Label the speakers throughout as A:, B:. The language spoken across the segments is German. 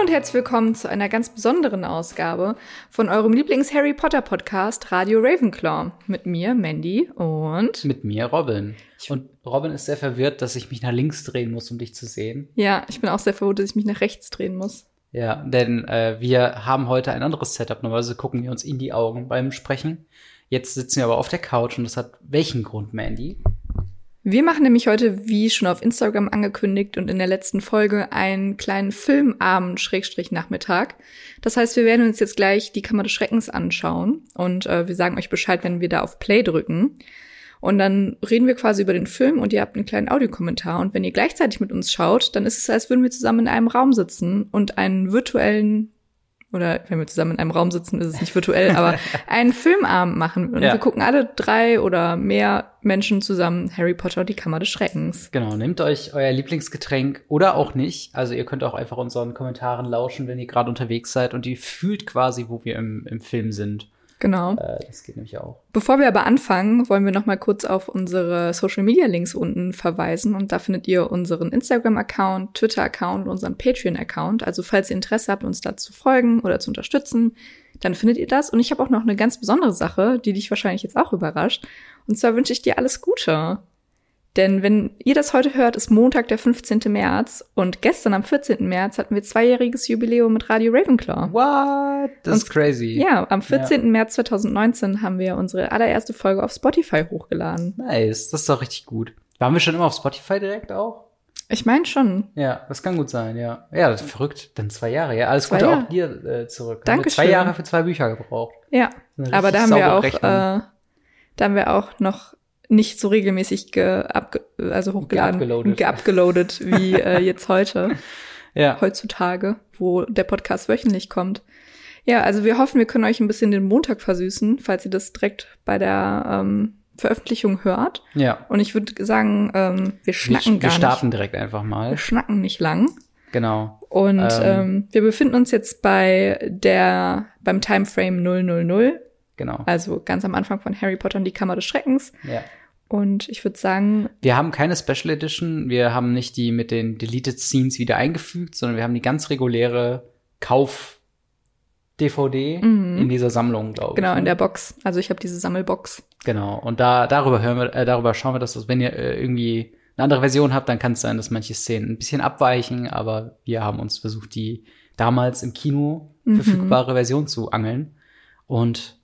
A: und herzlich willkommen zu einer ganz besonderen Ausgabe von eurem Lieblings-Harry Potter-Podcast Radio Ravenclaw. Mit mir, Mandy und.
B: Mit mir, Robin. Und Robin ist sehr verwirrt, dass ich mich nach links drehen muss, um dich zu sehen.
A: Ja, ich bin auch sehr verwirrt, dass ich mich nach rechts drehen muss.
B: Ja, denn äh, wir haben heute ein anderes Setup. Normalerweise gucken wir uns in die Augen beim Sprechen. Jetzt sitzen wir aber auf der Couch und das hat welchen Grund, Mandy?
A: Wir machen nämlich heute, wie schon auf Instagram angekündigt und in der letzten Folge, einen kleinen Filmabend, Schrägstrich Nachmittag. Das heißt, wir werden uns jetzt gleich die Kammer des Schreckens anschauen und äh, wir sagen euch Bescheid, wenn wir da auf Play drücken. Und dann reden wir quasi über den Film und ihr habt einen kleinen Audiokommentar. Und wenn ihr gleichzeitig mit uns schaut, dann ist es, als würden wir zusammen in einem Raum sitzen und einen virtuellen oder wenn wir zusammen in einem Raum sitzen, ist es nicht virtuell, aber einen Filmabend machen. Und
B: Ja.
A: wir gucken alle drei oder mehr Menschen zusammen Harry Potter und die Kammer des Schreckens.
B: Genau, nehmt euch euer Lieblingsgetränk oder auch nicht. Also ihr könnt auch einfach unseren Kommentaren lauschen, wenn ihr gerade unterwegs seid und ihr fühlt quasi, wo wir im, im Film sind.
A: Genau.
B: Äh, das geht nämlich auch.
A: Bevor wir aber anfangen, wollen wir noch mal kurz auf unsere Social Media Links unten verweisen und da findet ihr unseren Instagram Account, Twitter Account und unseren Patreon Account. Also falls ihr Interesse habt, uns da zu folgen oder zu unterstützen, dann findet ihr das und ich habe auch noch eine ganz besondere Sache, die dich wahrscheinlich jetzt auch überrascht und zwar wünsche ich dir alles Gute. Denn wenn ihr das heute hört, ist Montag der 15. März und gestern am 14. März hatten wir zweijähriges Jubiläum mit Radio Ravenclaw.
B: What? Das
A: Und-
B: ist crazy.
A: Ja, am 14. März 2019 haben wir unsere allererste Folge auf Spotify hochgeladen.
B: Nice, das ist doch richtig gut. Waren wir schon immer auf Spotify direkt auch?
A: Ich meine schon.
B: Ja, das kann gut sein, ja. Ja, das ist verrückt. Dann zwei Jahre, ja. Alles
A: Zwei
B: Gute
A: Jahre.
B: auch dir äh, zurück. Haben wir
A: Dankeschön.
B: zwei Jahre für zwei Bücher gebraucht.
A: Ja,
B: Eine
A: aber da haben
B: richtig
A: wir
B: saubere
A: auch, äh,
B: Rechnung.
A: da haben wir auch noch nicht so regelmäßig ge abge also hochgeladen,
B: Geupgeloadet.
A: geupgeloadet wie äh, jetzt heute, äh,
B: ja.
A: heutzutage, wo der Podcast wöchentlich kommt. Ja, also wir hoffen, wir können euch ein bisschen den Montag versüßen, falls ihr das direkt bei der ähm, Veröffentlichung hört.
B: ja.
A: Und ich würde sagen, ähm, wir
B: Wir,
A: schnacken
B: wir
A: gar
B: starten
A: nicht.
B: direkt einfach mal.
A: Wir schnacken nicht lang.
B: Genau.
A: Und ähm.
B: Ähm.
A: wir befinden uns jetzt bei der, beim Timeframe 000,
B: Genau.
A: also ganz am Anfang von Harry Potter und die Kammer des Schreckens.
B: Ja.
A: Und ich würde sagen,
B: Wir haben keine Special Edition, wir haben nicht die mit den Deleted Scenes wieder eingefügt, sondern wir haben die ganz reguläre Kauf-DVD
A: Mhm.
B: in dieser Sammlung, glaube
A: genau,
B: ich. ne?
A: in der Box. Also ich habe diese Sammelbox.
B: Genau. Und da darüber hören wir, äh, darüber schauen wir, dass das, wenn ihr äh, irgendwie eine andere Version habt, dann kann es sein, dass manche Szenen ein bisschen abweichen, aber wir haben uns versucht, die damals im Kino
A: Mhm.
B: verfügbare Version zu angeln. Und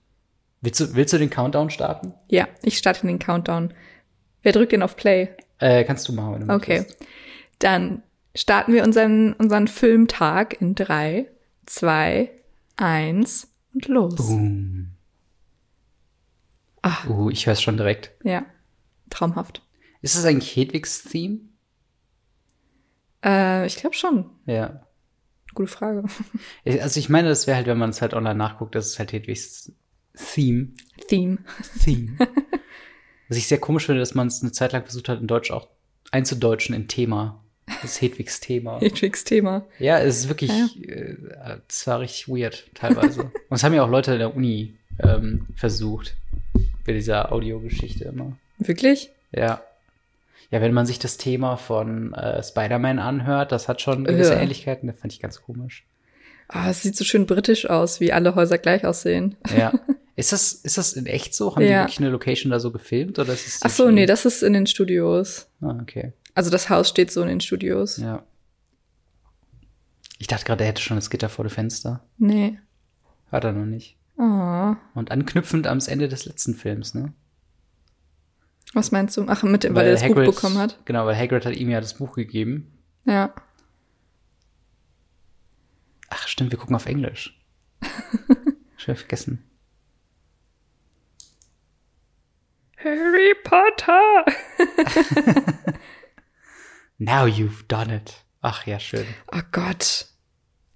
B: willst du, willst du den Countdown starten?
A: Ja, ich starte den Countdown. Wer drückt denn auf Play?
B: Äh, kannst du machen, wenn du
A: Okay.
B: möchtest.
A: Dann starten wir unseren, unseren Filmtag in drei, zwei, eins und los.
B: Boom.
A: Ah.
B: Uh, ich höre es schon direkt.
A: Ja, traumhaft.
B: Ist das eigentlich Hedwigs Theme?
A: Äh, ich glaube schon.
B: Ja.
A: Gute Frage.
B: Also ich meine, das wäre halt, wenn man es halt online nachguckt, das ist halt Hedwigs Theme.
A: Theme.
B: Theme. Was ich sehr komisch finde, dass man es eine Zeit lang versucht hat, in Deutsch auch einzudeutschen in Thema. Das ist Hedwigs Thema.
A: Hedwigs Thema.
B: Ja, es ist wirklich,
A: Ja,
B: äh, es war richtig weird teilweise. Und es haben ja auch Leute in der Uni ähm, versucht, bei dieser Audiogeschichte immer.
A: Wirklich?
B: Ja. Ja, wenn man sich das Thema von äh, Spider-Man anhört, das hat schon gewisse
A: Ja.
B: Ähnlichkeiten. Das fand ich ganz komisch.
A: Ah, es sieht so schön britisch aus, wie alle Häuser gleich aussehen.
B: Ja. ist, das, ist das in echt so? Haben die
A: Ja.
B: wirklich eine Location da so gefilmt? Oder ist es
A: Ach so, nee, das ist in den Studios.
B: Ah, okay.
A: Also das Haus steht so in den Studios.
B: Ja. Ich dachte gerade, er hätte schon das Gitter vor dem Fenster.
A: Nee.
B: Hat er noch nicht.
A: Oh.
B: Und anknüpfend ans Ende des letzten Films, ne?
A: Was meinst du? Ach, mit dem, weil er das
B: Hagrid-
A: Buch bekommen hat.
B: Genau, weil Hagrid hat ihm ja das Buch gegeben.
A: Ja.
B: Ach, stimmt, wir gucken auf Englisch. Schon vergessen.
A: Harry Potter!
B: Now you've done it. Ach ja, schön.
A: Oh Gott.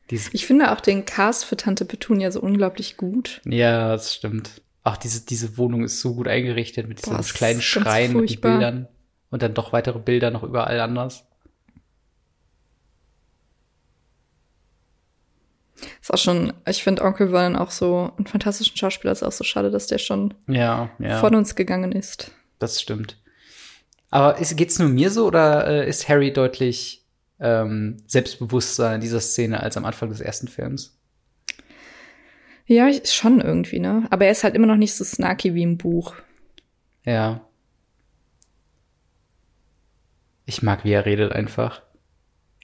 B: Dieses,
A: Ich finde auch den Cast für Tante Petunia so unglaublich gut.
B: ja, das stimmt. Ach, diese, diese Wohnung ist so gut eingerichtet mit diesem
A: Boah, es
B: kleinen
A: ist ganz
B: Schrein mit den
A: furchtbar.
B: Bildern. Und dann doch weitere Bilder noch überall anders.
A: Ist auch schon, ich finde Onkel Vernon auch so einen fantastischen Schauspieler. Ist auch so schade, dass der schon
B: Ja, ja.
A: von uns gegangen ist.
B: Das stimmt. Aber ist, geht's nur mir so oder äh, ist Harry deutlich ähm, selbstbewusster in dieser Szene als am Anfang des ersten Films.
A: Ja, ich- schon irgendwie, ne? Aber er ist halt immer noch nicht so snarky wie im Buch.
B: Ja. Ich mag, wie er redet einfach.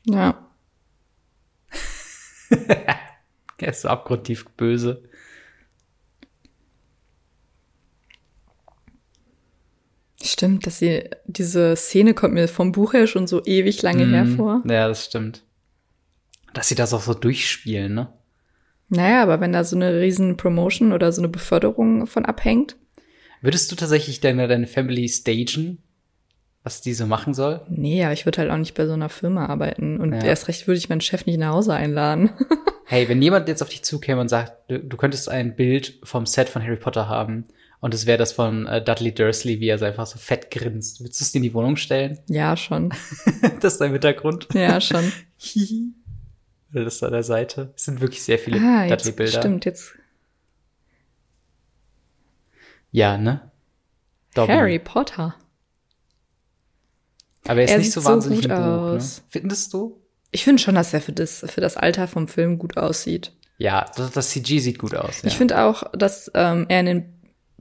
A: Ja.
B: Er ist so abgrundtief böse.
A: Stimmt, dass sie, diese Szene kommt mir vom Buch her schon so ewig lange her
B: Mhm.
A: vor.
B: Ja, das stimmt. Dass sie das auch so durchspielen, ne?
A: Naja, aber wenn da so eine riesen Promotion oder so eine Beförderung von abhängt.
B: Würdest du tatsächlich deine, deine Family stagen, was die so machen soll?
A: Nee, aber ich würde halt auch nicht bei so einer Firma arbeiten. Und
B: Ja.
A: erst recht würde ich meinen Chef nicht nach Hause einladen.
B: Hey, wenn jemand jetzt auf dich zukäme und sagt, du, du könntest ein Bild vom Set von Harry Potter haben und es wäre das von äh, Dudley Dursley, wie er so einfach so fett grinst, würdest du es dir in die Wohnung stellen?
A: ja, schon.
B: das ist dein Hintergrund.
A: Ja, schon.
B: Hihi. das ist an der Seite. Es sind wirklich sehr viele
A: ah, jetzt,
B: Dudley-Bilder.
A: stimmt, jetzt.
B: Ja, ne? Dobby.
A: Harry Potter.
B: Aber er ist
A: Er
B: nicht
A: sieht
B: so wahnsinnig
A: so gut
B: im Buch,
A: aus.
B: Ne? Findest du?
A: Ich finde schon, dass er für das, für das Alter vom Film gut aussieht.
B: Ja, das, das CG sieht gut aus. Ja.
A: Ich finde auch, dass ähm, er in den,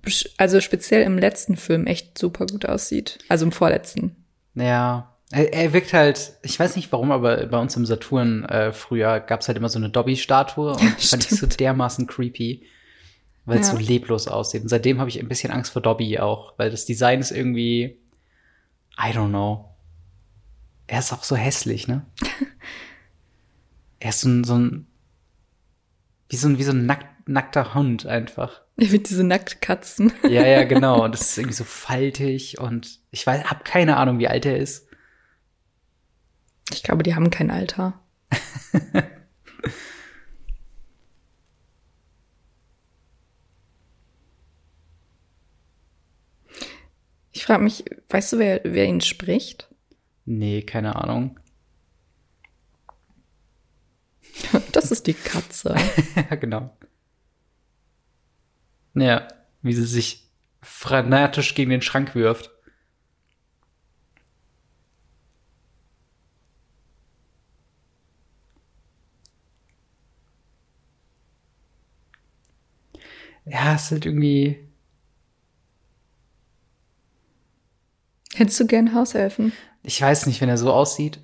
A: besch- also speziell im letzten Film echt super gut aussieht. Also im vorletzten.
B: Ja. Er, er wirkt halt, ich weiß nicht warum, aber bei uns im Saturn äh, früher gab's halt immer so eine Dobby-Statue und die fand ich so dermaßen creepy, weil es
A: Ja.
B: so leblos aussieht. Und seitdem habe ich ein bisschen Angst vor Dobby auch, weil das Design ist irgendwie, I don't know. Er ist auch so hässlich, ne? er ist so ein, so ein, wie so ein, wie so ein nack, nackter Hund einfach.
A: Ich finde diese Nacktkatzen.
B: Ja, ja, genau. Und das ist irgendwie so faltig und ich weiß, hab keine Ahnung, wie alt er ist.
A: Ich glaube, die haben kein Alter. ich frage mich, weißt du, wer, wer ihn spricht?
B: Nee, keine Ahnung.
A: Das ist die Katze.
B: Ja, genau. Ja, wie sie sich frenetisch gegen den Schrank wirft. Ja, es ist halt irgendwie.
A: Hättest du gern Haushelfen?
B: Ich weiß nicht, wenn er so aussieht.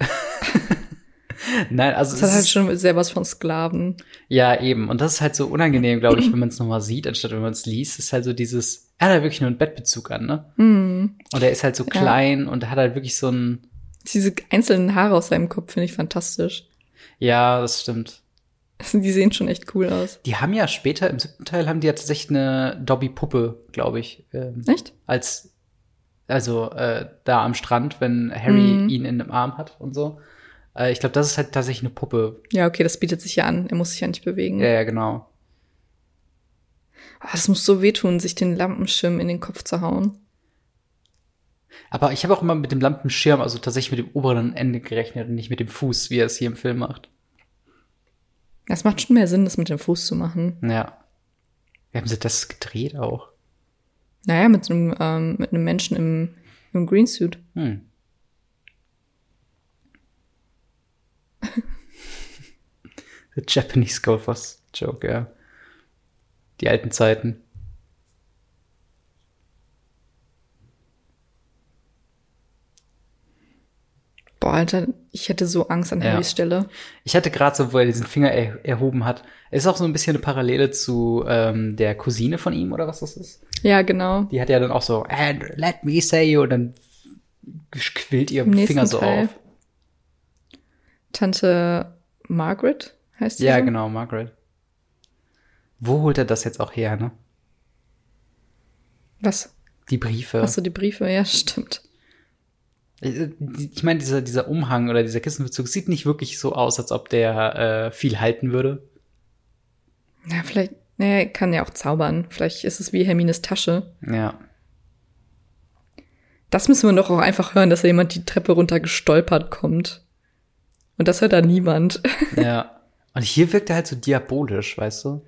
B: Nein, also.
A: Das hat
B: es
A: halt
B: ist-
A: schon sehr was von Sklaven.
B: Ja, eben. Und das ist halt so unangenehm, glaube ich, wenn man es nochmal sieht, anstatt wenn man es liest, ist halt so dieses, er hat halt wirklich nur einen Bettbezug an, ne?
A: Hm.
B: Und er ist halt so klein und hat halt wirklich so ein,
A: Diese einzelnen Haare aus seinem Kopf finde ich fantastisch.
B: ja, das stimmt.
A: Die sehen schon echt cool aus.
B: Die haben ja später, im siebten Teil haben die ja tatsächlich eine Dobby-Puppe, glaube ich, ähm,
A: Echt?
B: als, also äh, da am Strand, wenn Harry
A: Mhm.
B: ihn in dem Arm hat und so. Äh, ich glaube, das ist halt tatsächlich eine Puppe.
A: Ja, okay, das bietet sich ja an. Er muss sich ja nicht bewegen.
B: Ja, ja, genau.
A: Ah, das muss so wehtun, sich den Lampenschirm in den Kopf zu hauen.
B: Aber ich habe auch immer mit dem Lampenschirm, also tatsächlich mit dem oberen Ende gerechnet und nicht mit dem Fuß, wie er es hier im Film macht.
A: Das macht schon mehr Sinn, das mit dem Fuß zu machen.
B: Ja. Wie haben sie das gedreht auch?
A: Naja, mit so einem, ähm, mit einem Menschen im, im Greensuit.
B: Hm. The Japanese Goldfuss Joke, ja. Die alten Zeiten.
A: Boah, Alter, ich hätte so Angst an
B: Ja.
A: Harrys Stelle.
B: Ich hatte gerade so, wo er diesen Finger er erhoben hat, ist auch so ein bisschen eine Parallele zu ähm, der Cousine von ihm oder was das ist.
A: Ja, genau.
B: Die hat ja dann auch so, and let me say you, und dann quillt ihr
A: Im nächsten
B: Finger so
A: Teil.
B: auf.
A: Tante Margaret heißt sie.
B: Ja,
A: so?
B: genau, Margaret. Wo holt er das jetzt auch her, ne?
A: Was?
B: Die Briefe.
A: Hast du die Briefe? Ja, stimmt.
B: Ich Äh, ich meine, dieser, dieser Umhang oder dieser Kissenbezug sieht nicht wirklich so aus, als ob der äh, viel halten würde.
A: Na, vielleicht, naja, er kann ja auch zaubern. Vielleicht ist es wie Hermines Tasche.
B: Ja.
A: Das müssen wir doch auch einfach hören, dass da jemand die Treppe runter gestolpert kommt. Und das hört da niemand.
B: Ja. Und hier wirkt er halt so diabolisch, weißt du?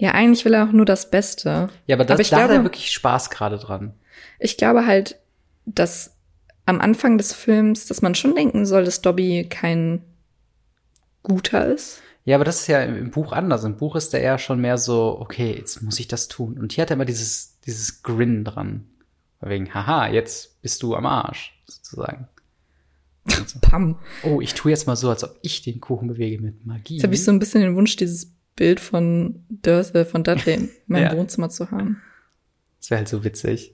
A: Ja, eigentlich will er auch nur das Beste.
B: Ja, aber, das,
A: Aber ich
B: da hat er
A: glaube-
B: wirklich Spaß gerade dran.
A: Ich glaube halt, dass am Anfang des Films, dass man schon denken soll, dass Dobby kein Guter ist.
B: Ja, aber das ist ja im im Buch anders. Im Buch ist er eher schon mehr so, okay, jetzt muss ich das tun. Und hier hat er immer dieses, dieses Grin dran. Von Wegen, haha, jetzt bist du am Arsch, sozusagen.
A: Pam.
B: Oh, ich tue jetzt mal so, als ob ich den Kuchen bewege mit Magie.
A: Jetzt habe ich so ein bisschen den Wunsch, dieses Bild von Dörse, von Dudley in meinem
B: Ja.
A: Wohnzimmer zu haben.
B: das wäre halt so witzig.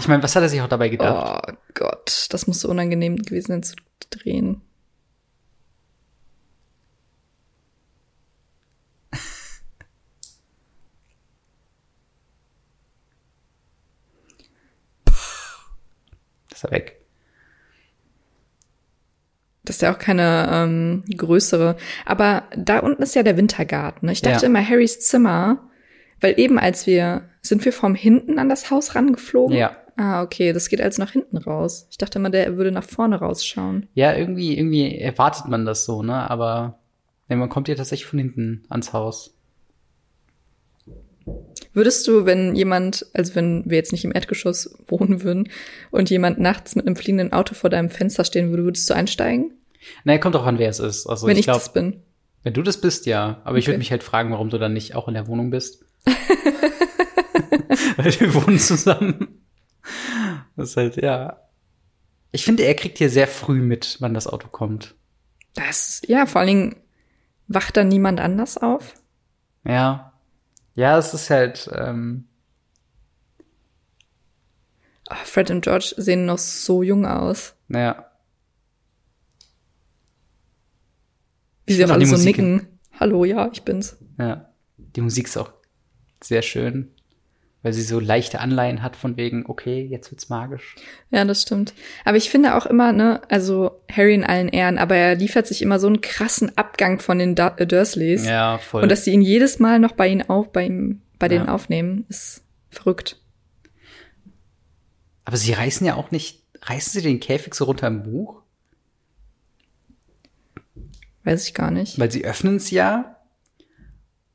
B: Ich meine, was hat er sich auch dabei gedacht?
A: Oh Gott, das muss so unangenehm gewesen sein zu drehen.
B: Das ist er weg.
A: Das ist ja auch keine ähm, größere. Aber da unten ist ja der Wintergarten. ne? Ich dachte
B: Ja.
A: immer Harrys Zimmer, weil eben als wir, sind wir vom hinten an das Haus rangeflogen?
B: Ja.
A: Ah, okay, das geht also nach hinten raus. Ich dachte immer, der würde nach vorne rausschauen.
B: Ja, irgendwie, irgendwie erwartet man das so, ne? Aber nee, man kommt ja tatsächlich von hinten ans Haus.
A: Würdest du, wenn jemand, also wenn wir jetzt nicht im Erdgeschoss wohnen würden und jemand nachts mit einem fliegenden Auto vor deinem Fenster stehen würde, würdest du einsteigen?
B: Naja, kommt drauf an, wer es ist. Also
A: wenn ich,
B: ich glaube,
A: das bin.
B: wenn du das bist, ja. Aber ich
A: Okay.
B: würde mich halt fragen, warum du dann nicht auch in der Wohnung bist. Weil wir wohnen zusammen. Das ist halt, ja. Ich finde, er kriegt hier sehr früh mit, wann das Auto kommt.
A: Das, ja, vor allen Dingen wacht dann niemand anders auf.
B: Ja. Ja, es ist halt, ähm,
A: Ah, Fred und George sehen noch so jung aus.
B: naja.
A: Wie sie
B: find
A: auch
B: auch
A: alle
B: die
A: so
B: Musik-
A: nicken. Hallo, ja, ich bin's.
B: Ja, die Musik ist auch sehr schön, weil sie so leichte Anleihen hat von wegen, okay, jetzt wird's magisch.
A: Ja, das stimmt. Aber ich finde auch immer, ne, also Harry in allen Ehren, aber er liefert sich immer so einen krassen Abgang von den Dur äh, Dursleys.
B: Ja, voll.
A: Und dass sie ihn jedes Mal noch bei ihnen auf, bei ihm, bei denen
B: Ja.
A: aufnehmen, ist verrückt.
B: Aber sie reißen ja auch nicht, reißen sie den Käfig so runter im Buch?
A: Weiß ich gar nicht.
B: Weil sie öffnen es ja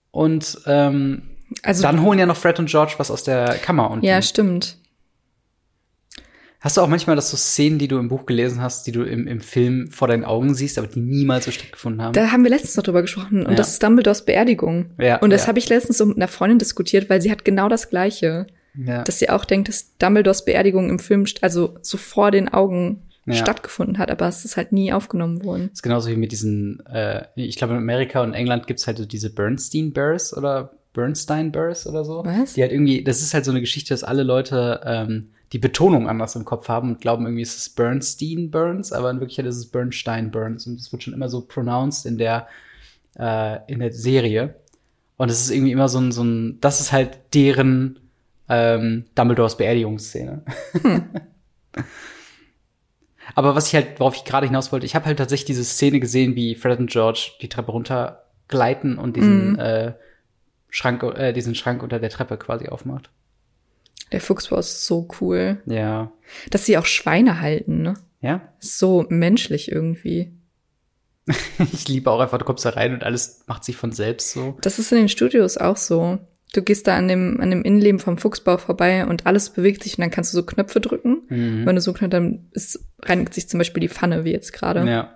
B: und ähm,
A: Also,
B: dann holen ja noch Fred und George was aus der Kammer unten.
A: ja, stimmt.
B: Hast du auch manchmal, dass so Szenen, die du im Buch gelesen hast, die du im, im Film vor deinen Augen siehst, aber die niemals so stattgefunden haben?
A: Da haben wir letztens noch drüber gesprochen. Und
B: Ja.
A: das ist Dumbledores Beerdigung.
B: Ja,
A: und das
B: ja.
A: habe ich letztens so mit einer Freundin diskutiert, weil sie hat genau das Gleiche.
B: ja.
A: Dass sie auch denkt, dass Dumbledores Beerdigung im Film, st- also so vor den Augen
B: Ja.
A: stattgefunden hat, aber es ist halt nie aufgenommen worden.
B: ist genauso wie mit diesen, äh, ich glaube, in Amerika und England gibt's halt so diese Bernstein Bears oder Bernstein Bears oder so.
A: Was?
B: Die halt irgendwie, das ist halt so eine Geschichte, dass alle Leute ähm, die Betonung anders im Kopf haben und glauben irgendwie, es ist Bernstein Burns, aber in Wirklichkeit ist es Bernstein Burns und es wird schon immer so pronounced in der, äh, in der Serie. Und es ist irgendwie immer so ein, so ein, das ist halt deren ähm, Dumbledores Beerdigungsszene. Aber was ich halt, worauf ich gerade hinaus wollte, ich habe halt tatsächlich diese Szene gesehen, wie Fred und George die Treppe runtergleiten und diesen
A: Mhm.
B: äh, Schrank, äh, diesen Schrank unter der Treppe quasi aufmacht.
A: Der Fuchsbau ist so cool.
B: Ja.
A: Dass sie auch Schweine halten, ne?
B: Ja.
A: Ist so menschlich irgendwie.
B: Ich liebe auch einfach, du kommst da rein und alles macht sich von selbst so.
A: Das ist in den Studios auch so. Du gehst da an dem, an dem Innenleben vom Fuchsbau vorbei und alles bewegt sich und dann kannst du so Knöpfe drücken.
B: Mhm.
A: Wenn du so knöpfst, dann ist, reinigt sich zum Beispiel die Pfanne, wie jetzt gerade.
B: Ja.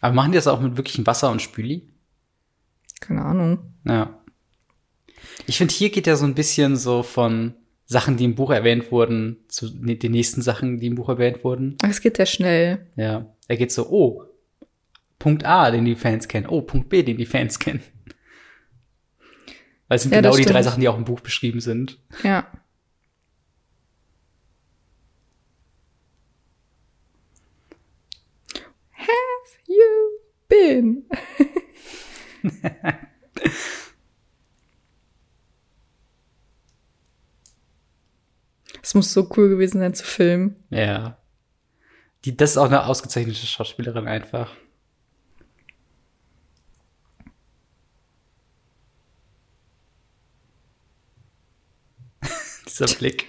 B: Aber machen die das auch mit wirklichem Wasser und Spüli?
A: Keine Ahnung.
B: Ja. Ich finde, hier geht ja so ein bisschen so von Sachen, die im Buch erwähnt wurden, zu ne- den nächsten Sachen, die im Buch erwähnt wurden.
A: Ach, es geht sehr schnell.
B: Ja. Er geht so, oh, Punkt A, den die Fans kennen. Oh, Punkt B, den die Fans kennen. Weil es sind
A: Ja, das
B: genau die drei
A: stimmt.
B: Sachen, die auch im Buch beschrieben sind.
A: Ja. Have you been? Es muss so cool gewesen sein zu filmen.
B: Ja. Die, das ist auch eine ausgezeichnete Schauspielerin einfach. Dieser Blick.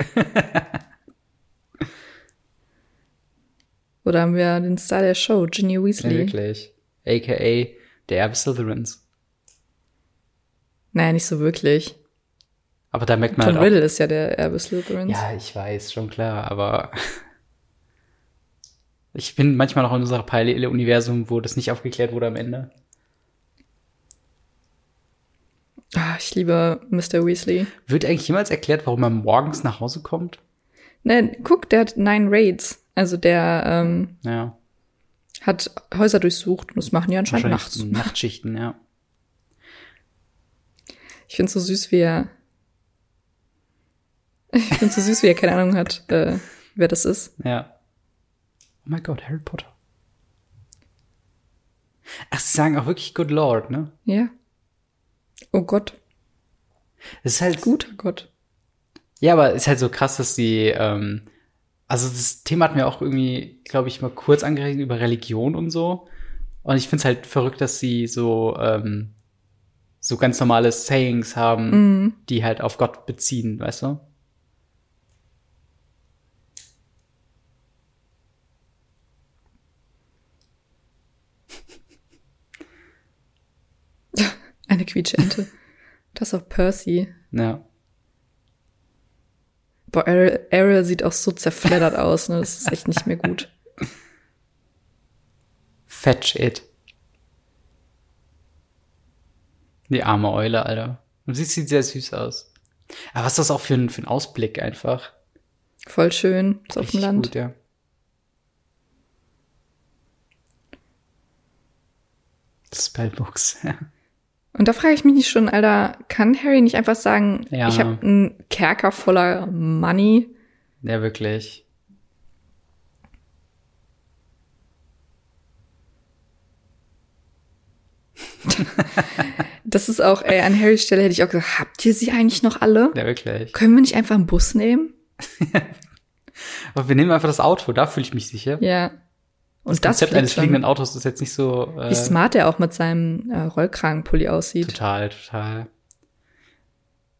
A: Oder haben wir den Star der Show, Ginny
B: Ja,
A: Weasley?
B: wirklich. AKA der Erbe Slytherins.
A: Naja, nicht so wirklich.
B: Aber da merkt man
A: Tom
B: halt
A: Riddle ist ja der Erbe Slytherins.
B: auch, Ja, ich weiß, schon klar, aber Ich bin manchmal noch in unserem parallele Universum, wo das nicht aufgeklärt wurde am Ende.
A: Ah, ich liebe Mr. Weasley.
B: Wird eigentlich jemals erklärt, warum er morgens nach Hause kommt?
A: Ne, guck, der hat nine Raids. Also der ähm,
B: Ja,
A: hat Häuser durchsucht und das machen die anscheinend nachts.
B: Nachtschichten, ja.
A: Ich find's so süß, wie er. Ich find's so süß, wie er keine Ahnung hat, äh, wer das ist.
B: Ja. Oh mein Gott, Harry Potter. Ach, sie sagen auch wirklich Good Lord, ne?
A: Ja. Oh Gott,
B: Es ist halt
A: guter Gott.
B: Ja, aber ist halt so krass, dass die, ähm, also das Thema hatten wir auch irgendwie, glaube ich, mal kurz angeregt über Religion und so. Und ich finde es halt verrückt, dass sie so, ähm, so ganz normale Sayings haben,
A: Mhm.
B: die halt auf Gott beziehen, weißt du?
A: Eine Quietschente. Das ist auch Percy.
B: Ja.
A: Boah, Ariel, Ariel sieht auch so zerfleddert aus, ne? Das ist echt nicht mehr gut.
B: Fetch it. Die arme Eule, Alter. Und sie sieht sehr süß aus. Aber was ist das auch für ein, für ein Ausblick einfach?
A: Voll schön, ist auf dem
B: Richtig
A: Land.
B: Gut, ja. Spellbooks.
A: Und da frage ich mich nicht schon, Alter, kann Harry nicht einfach sagen,
B: Ja.
A: ich habe einen Kerker voller Money?
B: ja, wirklich.
A: Das ist auch, ey, an Harrys Stelle hätte ich auch gesagt, habt ihr sie eigentlich noch alle?
B: Ja, wirklich.
A: Können wir nicht einfach einen Bus nehmen?
B: Aber wir nehmen einfach das Auto, da fühle ich mich sicher.
A: Ja. Und das,
B: Konzept
A: fliegt
B: eines
A: schon.
B: fliegenden Autos ist jetzt nicht so.
A: Wie
B: Äh,
A: smart er auch mit seinem äh, Rollkragenpulli aussieht.
B: total, total.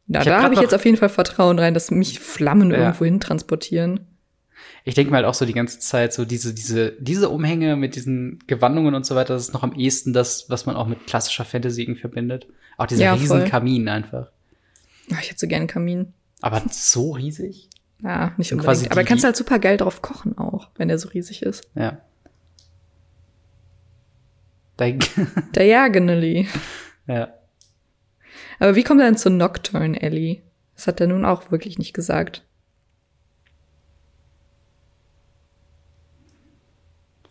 A: Na,
B: Ich hab
A: da
B: grad
A: habe ich
B: noch-
A: jetzt auf jeden Fall Vertrauen rein, dass mich Flammen
B: Ja.
A: irgendwo hin transportieren.
B: Ich denke mal halt auch so die ganze Zeit, so diese, diese, diese Umhänge mit diesen Gewandungen und so weiter, das ist noch am ehesten das, was man auch mit klassischer Fantasy irgendwie verbindet. Auch dieser
A: Ja,
B: riesen
A: voll.
B: Kamin einfach.
A: Ach, Ah, ich hätte so gerne einen Kamin.
B: Aber so riesig?
A: Ja, nicht
B: Und quasi
A: unbedingt. Aber
B: die-
A: kannst halt super geil drauf kochen auch, wenn der so riesig ist.
B: Ja. Da,
A: Der Jagenelli.
B: ja.
A: Aber wie kommt er denn zu Nocturne Ellie? Das hat er nun auch wirklich nicht gesagt.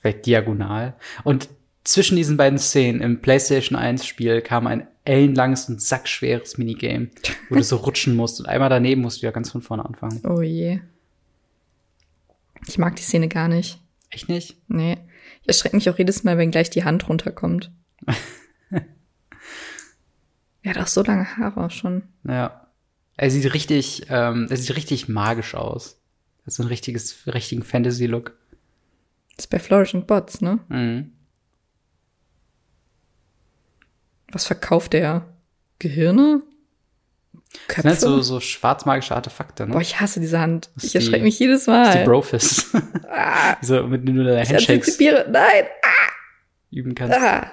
B: Vielleicht diagonal. Und zwischen diesen beiden Szenen im PlayStation 1-Spiel kam ein ellenlanges und sackschweres Minigame, wo du so rutschen musst und einmal daneben musst du ja ganz von vorne anfangen.
A: Oh je. Ich mag die Szene gar nicht.
B: Echt nicht?
A: Nee. Ich erschrecke mich auch jedes Mal, wenn gleich die Hand runterkommt. er hat auch so lange Haare schon.
B: Ja. Er sieht richtig, ähm, er sieht richtig magisch aus. Das ist so ein richtiges, richtigen Fantasy-Look.
A: ist bei Florissant Bots, ne?
B: Mhm.
A: Was verkauft der? Gehirne?
B: Das
A: Köpfe?
B: sind halt so, so schwarzmagische Artefakte, ne?
A: Boah, ich hasse diese Hand.
B: Das
A: Ich
B: ist die-
A: erschrecke mich jedes
B: das ist die
A: Mal.
B: Brofist.
A: ah,
B: so, mit denen du deine
A: ich
B: Handshakes
A: antizipiere. Nein.
B: üben kannst.
A: Ah,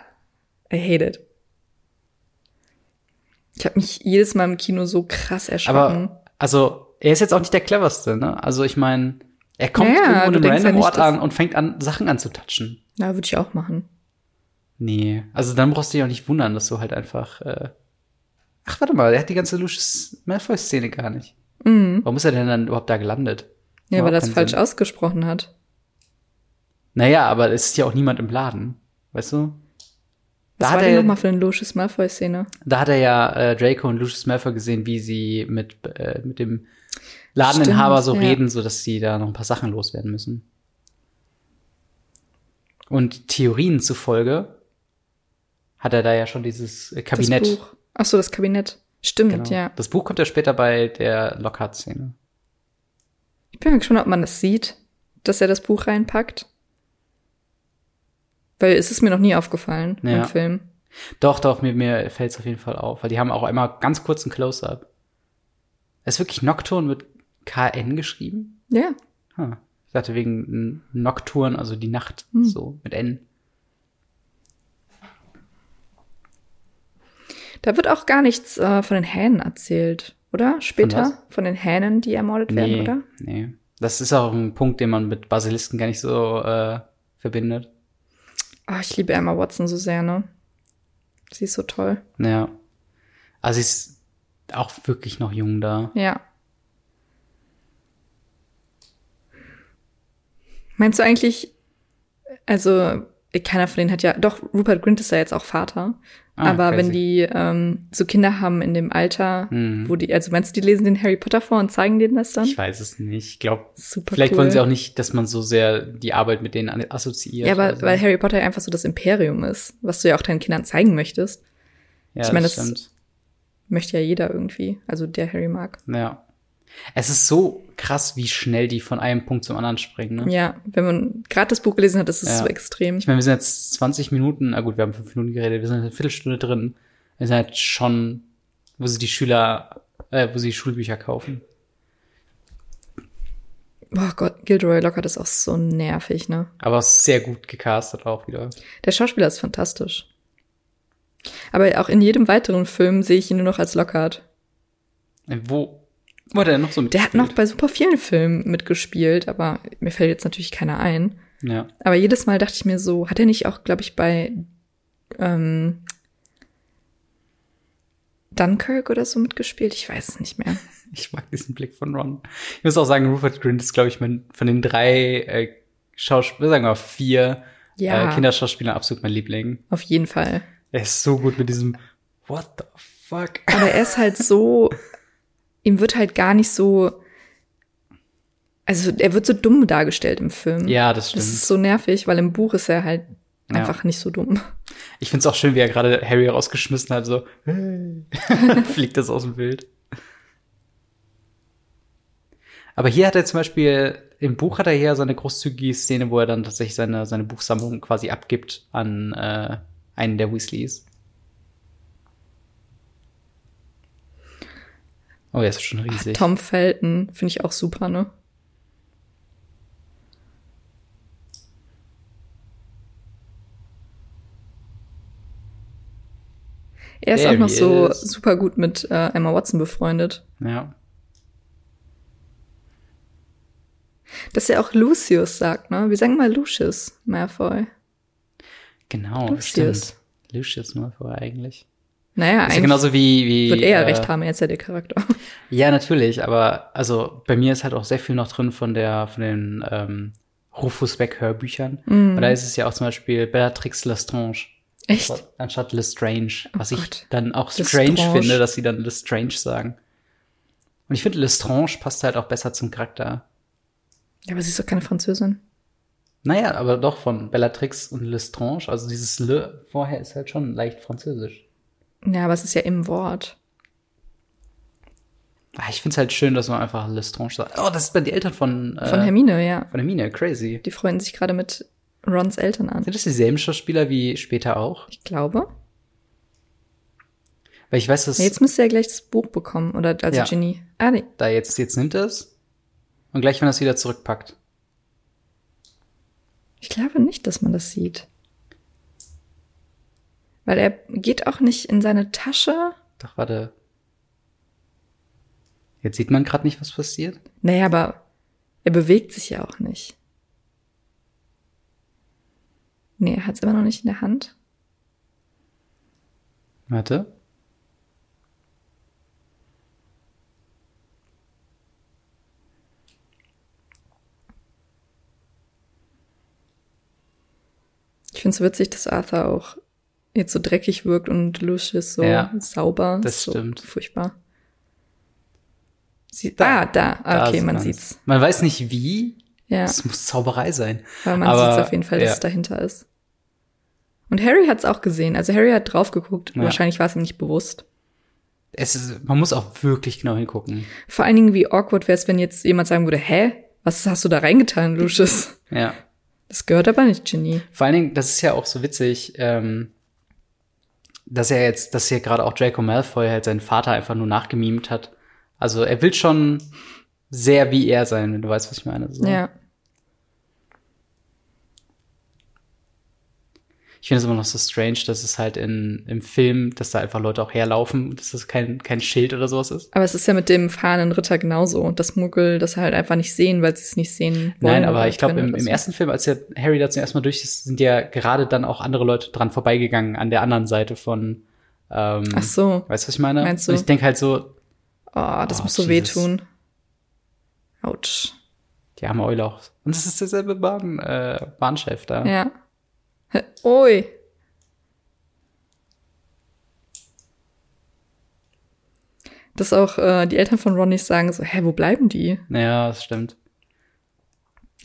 A: I hate it. Ich habe mich jedes Mal im Kino so krass erschrocken.
B: Aber also, er ist jetzt auch nicht der cleverste, ne? Also ich meine, er kommt
A: Ja,
B: irgendwo
A: du
B: an einem
A: denkst ja
B: random
A: nicht,
B: Ort
A: dass-
B: an und fängt an, Sachen anzutatschen.
A: Na, würde ich auch machen.
B: Nee, also dann brauchst du dich auch nicht wundern, dass du halt einfach. Äh Ach, warte mal, er hat die ganze Lucius Malfoy-Szene gar nicht.
A: Mhm.
B: Warum ist er denn dann überhaupt da gelandet?
A: Ja,
B: Macht
A: weil er das
B: keinen
A: falsch
B: Sinn.
A: ausgesprochen hat.
B: Naja, aber es ist ja auch niemand im Laden, weißt du? Da
A: Was
B: hat
A: war denn
B: er-
A: nochmal für eine Lucius Malfoy-Szene?
B: Da hat er ja äh, Draco und Lucius Malfoy gesehen, wie sie mit, äh, mit dem Ladeninhaber
A: Stimmt, ja.
B: so reden, so dass sie da noch ein paar Sachen loswerden müssen. Und Theorien zufolge hat er da ja schon dieses äh, Kabinett.
A: Das Buch. Ach so, das Kabinett. Stimmt,
B: Genau.
A: ja.
B: Das Buch kommt ja später bei der Lockhart-Szene.
A: Ich bin mal gespannt, ob man das sieht, dass er das Buch reinpackt. Weil es ist mir noch nie aufgefallen
B: Ja.
A: im Film.
B: Doch, doch, mir, mir fällt es auf jeden Fall auf, weil die haben auch einmal ganz kurz ein Close-Up. Ist wirklich Nocturne mit KN geschrieben?
A: Ja,
B: Ah, ich dachte wegen N- Nocturn, also die Nacht,
A: Hm.
B: so mit N.
A: da wird auch gar nichts äh, von den Hähnen erzählt, oder? Später?
B: was?
A: Von, den Hähnen, die ermordet werden, oder?
B: nee. Das ist auch ein Punkt, den man mit Basilisten gar nicht so äh, verbindet.
A: Oh, ich liebe Emma Watson so sehr, ne? Sie ist so toll.
B: Ja. Also sie ist auch wirklich noch jung da.
A: Ja. Meinst du eigentlich, also keiner von denen hat ja, doch, Rupert Grint ist ja jetzt auch Vater.
B: Ah,
A: aber
B: crazy.
A: wenn die ähm, so Kinder haben in dem Alter,
B: Mhm.
A: wo die, also meinst du, die lesen den Harry Potter vor und zeigen denen das dann?
B: Ich weiß es nicht. Ich glaube,
A: Super
B: vielleicht
A: cool.
B: wollen sie auch nicht, dass man so sehr die Arbeit mit denen an- assoziiert.
A: Ja, aber
B: oder so.
A: weil Harry Potter ja einfach so das Imperium ist, was du ja auch deinen Kindern zeigen möchtest.
B: ja,
A: ich meine,
B: das
A: das-
B: stimmt.
A: Möchte ja jeder irgendwie, also der Harry mag.
B: Ja. Es ist so krass, wie schnell die von einem Punkt zum anderen springen. Ne?
A: Ja, wenn man gerade das Buch gelesen hat, ist es
B: Ja.
A: so extrem.
B: Ich meine, wir sind jetzt 20 Minuten, na gut, wir haben fünf Minuten geredet, wir sind eine Viertelstunde drin. Wir sind halt schon, wo sie die Schüler, äh, wo sie Schulbücher kaufen.
A: Boah Gott, Gilderoy Lockhart ist auch so nervig, ne?
B: Aber sehr gut gecastet auch wieder.
A: Der Schauspieler ist fantastisch. Aber auch in jedem weiteren Film sehe ich ihn nur noch als Lockhart.
B: Äh, Wo, wo hat er noch so mit?
A: Der hat noch bei super vielen Filmen mitgespielt, aber mir fällt jetzt natürlich keiner ein.
B: Ja.
A: Aber jedes Mal dachte ich mir so, hat er nicht auch, glaube ich, bei ähm, Dunkirk oder so mitgespielt? Ich weiß es nicht mehr.
B: Ich mag diesen Blick von Ron. Ich muss auch sagen, Rupert Grint ist, glaube ich, mein, von den drei äh, Schauspielern, sagen wir mal vier
A: Ja,
B: äh, Kinderschauspielern absolut mein Liebling.
A: auf jeden Fall.
B: Er ist so gut mit diesem What the fuck?
A: Aber er ist halt so, ihm wird halt gar nicht so, also er wird so dumm dargestellt im Film.
B: Ja, das stimmt.
A: Das ist so nervig, weil im Buch ist er halt
B: Ja.
A: einfach nicht so dumm.
B: ich find's auch schön, wie er gerade Harry rausgeschmissen hat, so "Hey." fliegt das aus dem Bild. Aber hier hat er zum Beispiel, im Buch hat er hier so eine großzügige Szene, wo er dann tatsächlich seine, seine Buchsammlung quasi abgibt an äh, einen der Weasleys. Oh, er ist schon riesig.
A: Tom Felton finde ich auch super, ne? Er ist
B: There
A: auch noch
B: he
A: so
B: is.
A: super gut mit äh, Emma Watson befreundet.
B: Ja.
A: Dass er auch Lucius sagt, ne? Wir sagen mal Lucius Malfoy.
B: Genau,
A: Lucius.
B: stimmt. Lucius Malfoy eigentlich.
A: Naja,
B: Ist ja
A: eigentlich
B: genauso wie, wie
A: wird er ja
B: äh,
A: recht haben, er ist ja der Charakter.
B: Ja, natürlich, aber also bei mir ist halt auch sehr viel noch drin von der, von den ähm, Rufus Beck Hörbüchern.
A: Mhm.
B: Und da ist es ja auch zum Beispiel Bellatrix Lestrange
A: Mhm. Echt?
B: anstatt Lestrange, was ich
A: Oh Gott.
B: dann auch strange
A: Lestrange.
B: finde, dass sie dann Lestrange sagen. Und ich finde, Lestrange passt halt auch besser zum Charakter.
A: Ja, aber sie ist doch keine Französin.
B: Naja, aber doch von Bellatrix und Lestrange, also dieses Le vorher ist halt schon leicht französisch.
A: Ja, aber es ist ja im Wort.
B: Ah, Ich finde es halt schön, dass man einfach Lestrange sagt. Oh, das ist bei die Eltern von,
A: Von
B: äh,
A: Hermine, ja.
B: von Hermine, crazy.
A: Die freuen sich gerade mit Rons Eltern an.
B: Sind das dieselben Schauspieler wie später auch?
A: Ich glaube.
B: Weil ich weiß, dass
A: Ja, jetzt müsste er gleich das Buch bekommen, oder? Also
B: Ja.
A: Ginny. Ah, nee.
B: da jetzt, jetzt nimmt er es und gleich, wenn er es wieder zurückpackt.
A: Ich glaube nicht, dass man das sieht. Weil er geht auch nicht in seine Tasche.
B: Doch, warte. Jetzt sieht man gerade nicht, was passiert.
A: Naja, aber er bewegt sich ja auch nicht. Nee, er hat es immer noch nicht in der Hand.
B: Warte.
A: Ich finde es witzig, dass Arthur auch jetzt so dreckig wirkt und Lucius so
B: Ja,
A: sauber.
B: das
A: so
B: stimmt.
A: Furchtbar. Sie,
B: Da.
A: ah, da. Ah,
B: Da
A: Okay,
B: sieht
A: man
B: man's.
A: sieht's.
B: Man weiß nicht wie.
A: Ja.
B: Es muss Zauberei sein.
A: Aber man
B: Aber,
A: sieht auf jeden Fall, dass
B: ja.
A: es dahinter ist. Und Harry hat es auch gesehen. Also Harry hat drauf geguckt.
B: Ja.
A: Wahrscheinlich war es ihm nicht bewusst.
B: Es ist, man muss auch wirklich genau hingucken.
A: Vor allen Dingen, wie awkward wäre es, wenn jetzt jemand sagen würde, hä? Was hast du da reingetan, Lucius?
B: Ja.
A: Das gehört aber nicht, Ginny.
B: Vor allen Dingen, das ist ja auch so witzig, ähm, dass er jetzt, dass hier gerade auch Draco Malfoy halt seinen Vater einfach nur nachgemimt hat. Also er will schon sehr wie er sein, wenn du weißt, was ich meine. So.
A: Ja.
B: Ich finde es immer noch so strange, dass es halt in, im Film, dass da einfach Leute auch herlaufen und dass das kein, kein Schild oder sowas ist.
A: Aber es ist ja mit dem fahrenden Ritter genauso. Und das Muggel, das halt einfach nicht sehen, weil sie es nicht sehen wollen.
B: Nein, aber
A: oder
B: ich glaube,
A: können
B: im,
A: oder
B: im
A: so.
B: ersten Film, als der Harry da zum ersten Mal durch ist, sind ja gerade dann auch andere Leute dran vorbeigegangen an der anderen Seite von. Ähm,
A: Ach so.
B: Weißt du, was ich meine?
A: Meinst
B: Und
A: du?
B: ich denke halt so,
A: Oh, das
B: Oh,
A: muss so
B: Jesus.
A: wehtun. Autsch.
B: die arme Eule auch. Und es ist derselbe Bahn, äh, Bahnchef da.
A: Ja. Hä, Ui. Dass auch äh, die Eltern von Ronny sagen so, hä, wo bleiben die?
B: ja, das stimmt.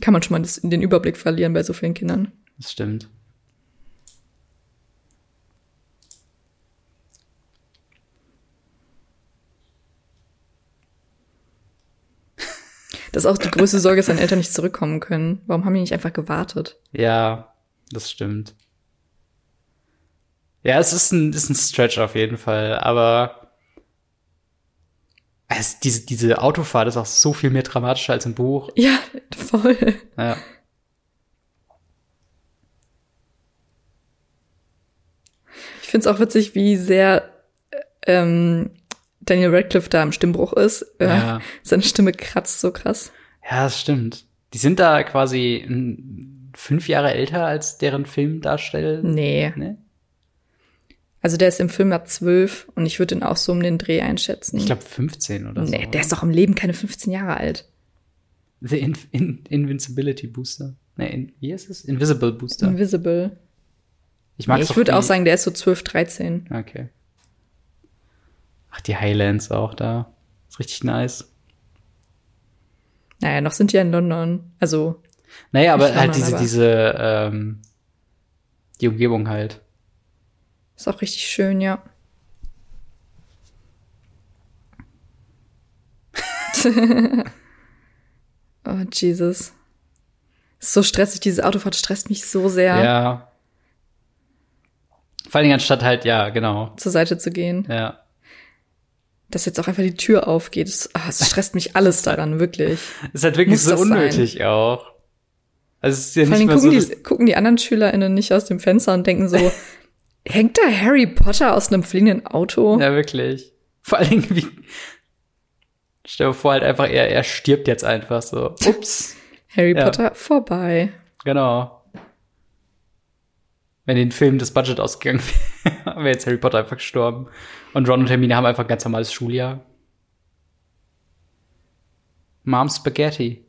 A: Kann man schon mal das, den Überblick verlieren bei so vielen Kindern.
B: Das stimmt.
A: Dass auch die größte Sorge ist, dass Eltern nicht zurückkommen können. Warum haben die nicht einfach gewartet?
B: Ja, das stimmt. Ja, es ist ein, ist ein Stretch auf jeden Fall, aber es, diese, diese Autofahrt ist auch so viel mehr dramatischer als im Buch.
A: Ja, voll.
B: Ja.
A: Ich find's auch witzig, wie sehr äh, ähm, Daniel Radcliffe da im Stimmbruch ist. Äh,
B: Ja.
A: Seine Stimme kratzt so krass.
B: ja, das stimmt. Die sind da quasi mm, fünf Jahre älter als deren Film darstellen.
A: Nee.
B: Ne?
A: Also der ist im Film ab zwölf und ich würde ihn auch so um den Dreh einschätzen.
B: Ich glaube 15 oder so.
A: nee, der ist doch im Leben keine 15 Jahre alt.
B: The In In Invincibility Booster. Nee, in, wie ist es? Invisible Booster.
A: Invisible.
B: Ich
A: Nee,
B: mag's
A: ich würde
B: wie-
A: auch sagen, der ist so 12, 13.
B: Okay. Ach, die Highlands auch da. Ist richtig nice.
A: Naja, noch sind die ja in London. Also,
B: Naja, aber
A: Ich schau mal,
B: halt diese,
A: aber-
B: diese, ähm, die Umgebung halt.
A: ist auch richtig schön, ja. oh, Jesus. Ist so stressig, diese Autofahrt stresst mich so sehr,
B: Ja. Vor allen Dingen anstatt halt, ja, genau.
A: zur Seite zu gehen.
B: Ja.
A: Dass jetzt auch einfach die Tür aufgeht. Es ah, es stresst mich alles daran, wirklich.
B: Ist halt wirklich
A: Muss
B: so
A: das sein?
B: unnötig auch. Also es ist ja
A: Vor
B: nicht
A: allem
B: mal so,
A: gucken,
B: dass,
A: die, gucken die anderen SchülerInnen nicht aus dem Fenster und denken so, hängt da Harry Potter aus einem fliegenden Auto?
B: ja, wirklich. Vor allen Dingen, wie, stell dir vor, halt einfach, er, er stirbt jetzt einfach so. Ups.
A: Harry
B: Ja.
A: Potter vorbei.
B: Genau. Wenn den Film das Budget ausgegangen wäre, wäre jetzt Harry Potter einfach gestorben. Und Ron und Hermine haben einfach ein ganz normales Schuljahr. Mom Spaghetti.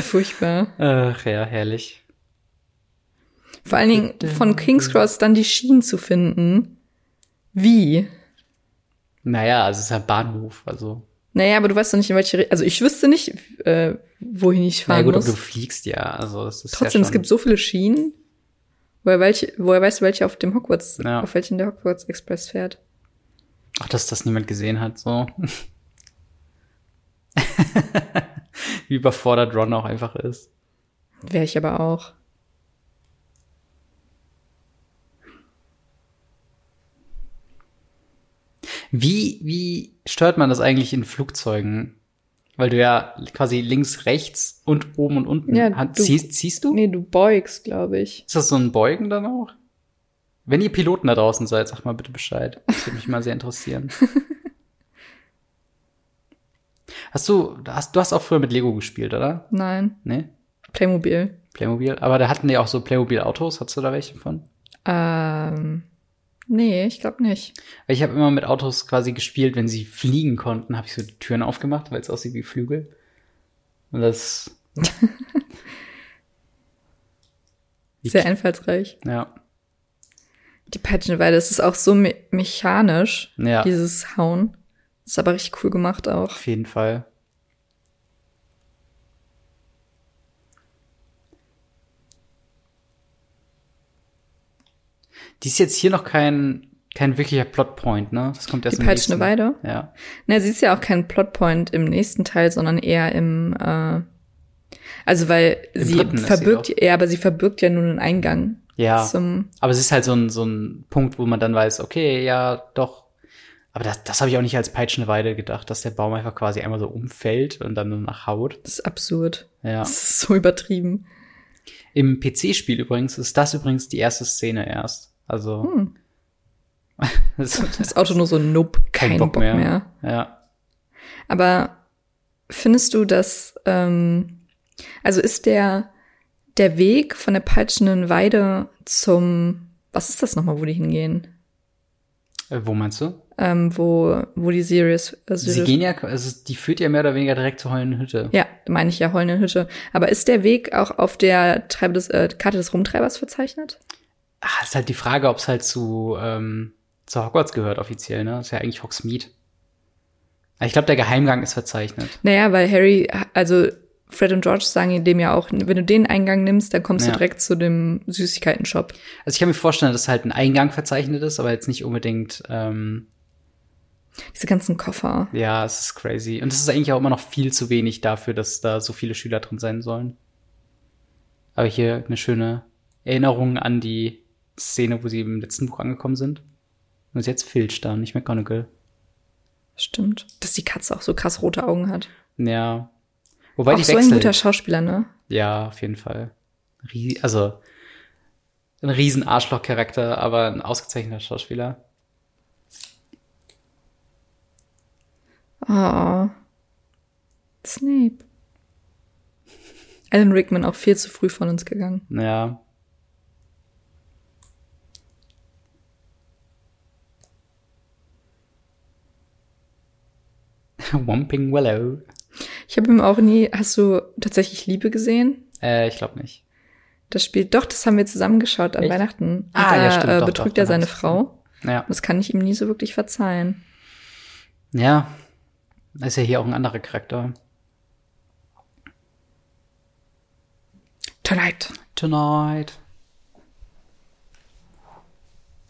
A: Furchtbar.
B: Ach ja, herrlich.
A: Vor allen Dingen von King's Cross dann die Schienen zu finden. Wie?
B: Naja, also es ist ein Bahnhof, also.
A: Naja, aber du weißt doch nicht, in welche Richtung. Also ich wüsste nicht, äh, wohin ich
B: Na
A: fahren
B: ja, gut, aber
A: muss.
B: du fliegst ja, also es ist
A: Trotzdem,
B: ja schon,
A: es gibt so viele Schienen. Woher, welche, woher weißt du, welche auf dem Hogwarts,
B: Ja.
A: auf welchen der Hogwarts Express fährt?
B: Ach, dass das niemand gesehen hat, so. Wie überfordert Ron auch einfach ist.
A: Wäre ich aber auch.
B: Wie, wie steuert man das eigentlich in Flugzeugen? Weil du ja quasi links, rechts und oben und unten
A: Ja,
B: hand-
A: du-
B: ziehst, ziehst du?
A: Nee, du beugst, glaube ich.
B: Ist das so ein Beugen dann auch? Wenn ihr Piloten da draußen seid, sag mal bitte Bescheid. Das würde mich mal sehr interessieren. Hast du, hast, du hast auch früher mit Lego gespielt, oder?
A: Nein.
B: Nee?
A: Playmobil.
B: Playmobil? Aber da hatten die auch so Playmobil-Autos. Hattest du da welche von?
A: Ähm, nee, ich glaube nicht.
B: Weil ich habe immer mit Autos quasi gespielt, wenn sie fliegen konnten, habe ich so die Türen aufgemacht, weil es aussieht wie Flügel. Und das. Wie-
A: Sehr einfallsreich.
B: ja.
A: Die Peitschenweide, es ist auch so me mechanisch,
B: Ja.
A: dieses Hauen. Ist aber richtig cool gemacht auch.
B: Auf jeden Fall. Die ist jetzt hier noch kein, kein wirklicher Plotpoint, ne? Das kommt erst
A: Die
B: im nächsten.
A: peitschende Weide?
B: Ja.
A: Na, sie ist ja auch kein Plotpoint im nächsten Teil, sondern eher im, äh, also weil
B: Im
A: sie
B: dritten ist sie
A: verbirgt,
B: doch.
A: ja, aber sie verbirgt ja nur einen Eingang.
B: Ja.
A: Zum,
B: Aber es ist halt so ein, so ein Punkt, wo man dann weiß, okay, ja, doch. Aber das, das habe ich auch nicht als peitschende Weide gedacht, dass der Baum einfach quasi einmal so umfällt und dann danach haut.
A: das ist absurd.
B: Ja.
A: Das ist so übertrieben.
B: Im PC-Spiel übrigens ist das übrigens die erste Szene erst. Also.
A: Hm.
B: das,
A: Das Auto nur so, nope, kein, Bock, mehr.
B: Ja.
A: Aber findest du, dass, ähm, also ist der, der Weg von der peitschenden Weide zum, was ist das nochmal, wo die hingehen?
B: Äh, Wo meinst du?
A: Ähm, wo, wo die Sirius, äh,
B: Sie
A: Sirius
B: gehen ja, also die führt ja mehr oder weniger direkt zur heulenden Hütte.
A: ja, meine ich ja, heulende Hütte. Aber ist der Weg auch auf der Treibe des, äh, Karte des Rumtreibers verzeichnet?
B: Ah, ist halt die Frage, ob es halt zu, ähm, zu Hogwarts gehört offiziell, ne? Ist ja eigentlich Hogsmeade. Aber Ich glaube, der Geheimgang ist verzeichnet.
A: Naja, weil Harry, also Fred und George sagen dem ja auch, wenn du den Eingang nimmst, dann kommst
B: Ja.
A: du direkt zu dem Süßigkeiten-Shop.
B: Also ich kann mir vorstellen, dass halt ein Eingang verzeichnet ist, aber jetzt nicht unbedingt, ähm,
A: Diese ganzen Koffer.
B: ja, es ist crazy. Und es ist eigentlich auch immer noch viel zu wenig dafür, dass da so viele Schüler drin sein sollen. Aber hier eine schöne Erinnerung an die Szene, wo sie im letzten Buch angekommen sind. Und ist jetzt Filch da, nicht McGonagall.
A: Stimmt. Dass die Katze auch so krass rote Augen hat.
B: Ja. Wobei
A: auch
B: die
A: so ein
B: wechseln.
A: guter Schauspieler, ne?
B: Ja, auf jeden Fall. Rie also ein riesen Arschloch-Charakter, aber ein ausgezeichneter Schauspieler.
A: Oh. Snape. Alan Rickman auch viel zu früh von uns gegangen.
B: Ja. Whomping Willow.
A: Ich habe ihm auch nie, hast du tatsächlich Liebe gesehen?
B: Äh, ich glaube nicht.
A: Das spielt, doch, das haben wir zusammengeschaut an
B: Echt?
A: Weihnachten. Und
B: Ah,
A: da,
B: ja, stimmt,
A: äh,
B: doch,
A: betrügt
B: doch,
A: er seine
B: dann hab's
A: Frau.
B: Ja.
A: Das kann ich ihm nie so wirklich verzeihen.
B: Ja. Ist ja hier auch ein anderer Charakter.
A: Tonight.
B: Tonight.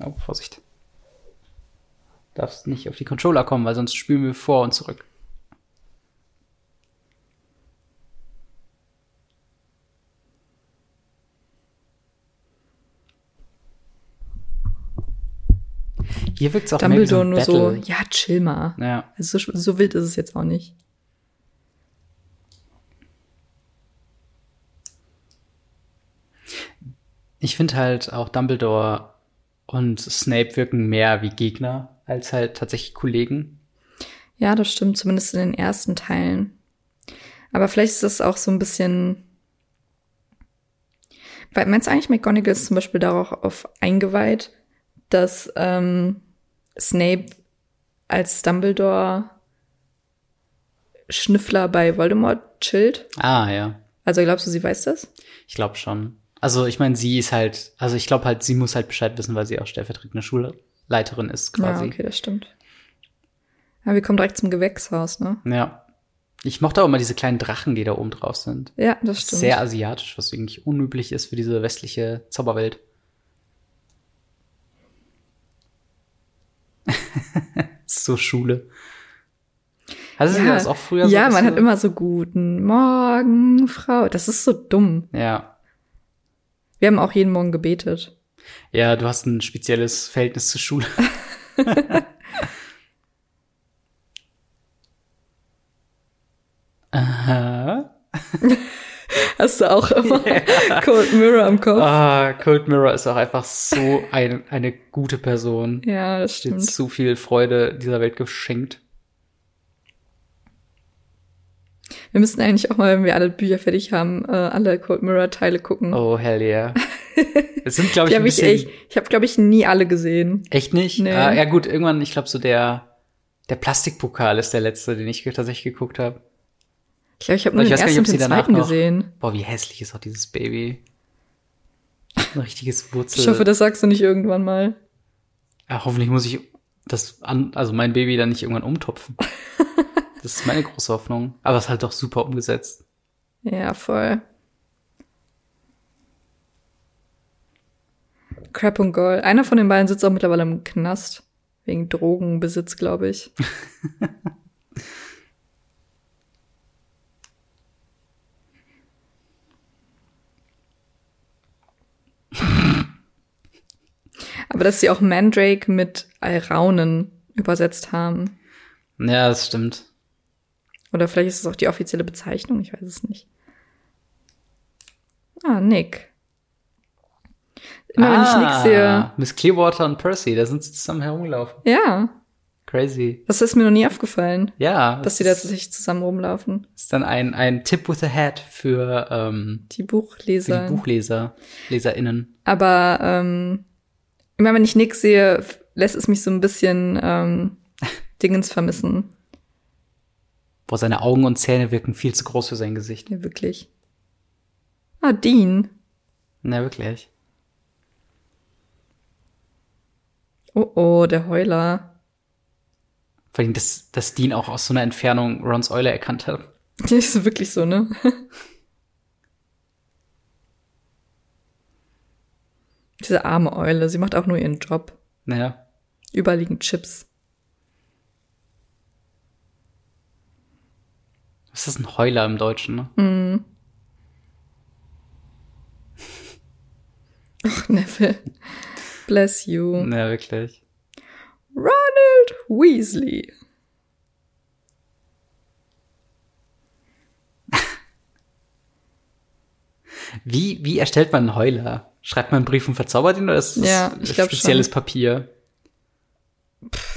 B: Oh, Vorsicht. Darfst nicht auf die Controller kommen, weil sonst spülen wir vor und zurück. Hier wirkt es auch mehr wie so
A: Dumbledore
B: ein
A: nur
B: Battle.
A: so, ja, chill mal.
B: Ja,
A: Also so, so wild ist es jetzt auch nicht.
B: ich finde halt auch Dumbledore und Snape wirken mehr wie Gegner als halt tatsächlich Kollegen.
A: Ja, das stimmt, zumindest in den ersten Teilen. Aber vielleicht ist das auch so ein bisschen. Weil meinst du eigentlich, McGonagall ist zum Beispiel darauf auf eingeweiht, dass ähm, Snape als Dumbledore Schnüffler bei Voldemort chillt?
B: Ah, ja.
A: Also glaubst du, sie weiß das?
B: Ich glaube schon. Also ich meine, sie ist halt, also ich glaube halt, sie muss halt Bescheid wissen, weil sie auch stellvertretende Schulleiterin ist quasi.
A: Ja, Ah, okay, das stimmt. Ja, wir kommen direkt zum Gewächshaus, ne?
B: ja. Ich mochte auch immer diese kleinen Drachen, die da oben drauf sind.
A: Ja, das stimmt.
B: Sehr also asiatisch, was eigentlich unüblich ist für diese westliche Zauberwelt. so Schule. Hattest du
A: Ja.
B: das auch früher so?
A: ja,
B: dass
A: man
B: du-
A: hat immer so guten Morgen, Frau. Das ist so dumm.
B: Ja.
A: Wir haben auch jeden Morgen gebetet.
B: Ja, du hast ein spezielles Verhältnis zur Schule. Aha.
A: Hast du auch immer Cold Mirror am Kopf?
B: Ah, Cold Mirror ist auch einfach so ein, eine gute Person.
A: Ja, das
B: Die hat
A: stimmt.
B: zu viel Freude dieser Welt geschenkt.
A: Wir müssen eigentlich auch mal, wenn wir alle Bücher fertig haben, äh, alle Cold Mirror Teile gucken.
B: Oh, hell yeah. Es sind, glaube
A: Mhm. die
B: ich, ein
A: habe ich
B: bisschen...
A: echt, ich habe glaube ich nie alle gesehen.
B: Echt nicht?
A: Nee.
B: Ah, ja gut, irgendwann, ich glaube so der, der Plastikpokal ist der letzte, den ich tatsächlich geguckt habe.
A: Ich glaube, ich habe nur
B: Ich
A: den
B: weiß gar
A: ersten
B: nicht,
A: und
B: ob sie
A: den
B: danach
A: zweiten
B: noch-
A: gesehen.
B: Boah, wie hässlich ist auch dieses Baby. Ein richtiges Wurzel.
A: Ich hoffe, das sagst du nicht irgendwann mal.
B: Ja, hoffentlich muss ich das an, also mein Baby dann nicht irgendwann umtopfen. das ist meine große Hoffnung. Aber es ist halt doch super umgesetzt.
A: Ja, voll. Crap und Gold. Einer von den beiden sitzt auch mittlerweile im Knast. Wegen Drogenbesitz, glaube ich. Aber dass sie auch Mandrake mit Alraunen übersetzt haben.
B: Ja, das stimmt.
A: Oder vielleicht ist es auch die offizielle Bezeichnung, ich weiß es nicht. Ah, Nick. Immer wenn ich
B: Ah.
A: Nick sehe.
B: Miss Clearwater und Percy, da sind sie zusammen herumgelaufen.
A: Ja,
B: Crazy.
A: das ist mir noch nie aufgefallen,
B: Ja.
A: dass
B: das
A: die da tatsächlich zusammen rumlaufen.
B: ist dann ein, ein Tip with a Hat für, ähm,
A: Die
B: für
A: Buchleser.
B: die Buchleser, LeserInnen.
A: Aber ähm, immer wenn ich Nick sehe, f- lässt es mich so ein bisschen ähm, Dingens vermissen.
B: Boah, seine Augen und Zähne wirken viel zu groß für sein Gesicht.
A: Ja, wirklich. Ah, Dean.
B: Na, wirklich.
A: Oh oh, der Heuler.
B: Vor allem, dass, dass Dean auch aus so einer Entfernung Rons Euler erkannt hat.
A: Das ist wirklich so, ne? Diese arme Eule, sie macht auch nur ihren Job.
B: Naja.
A: Überall liegen Chips.
B: Was ist ein Heuler im Deutschen, ne?
A: Hm. Ach, Neville. Bless you.
B: Na, wirklich.
A: Ronald Weasley.
B: Wie, wie erstellt man einen Heuler? Schreibt man einen Brief und verzaubert ihn oder ist das
A: Ja, ich glaub
B: spezielles
A: schon.
B: Papier?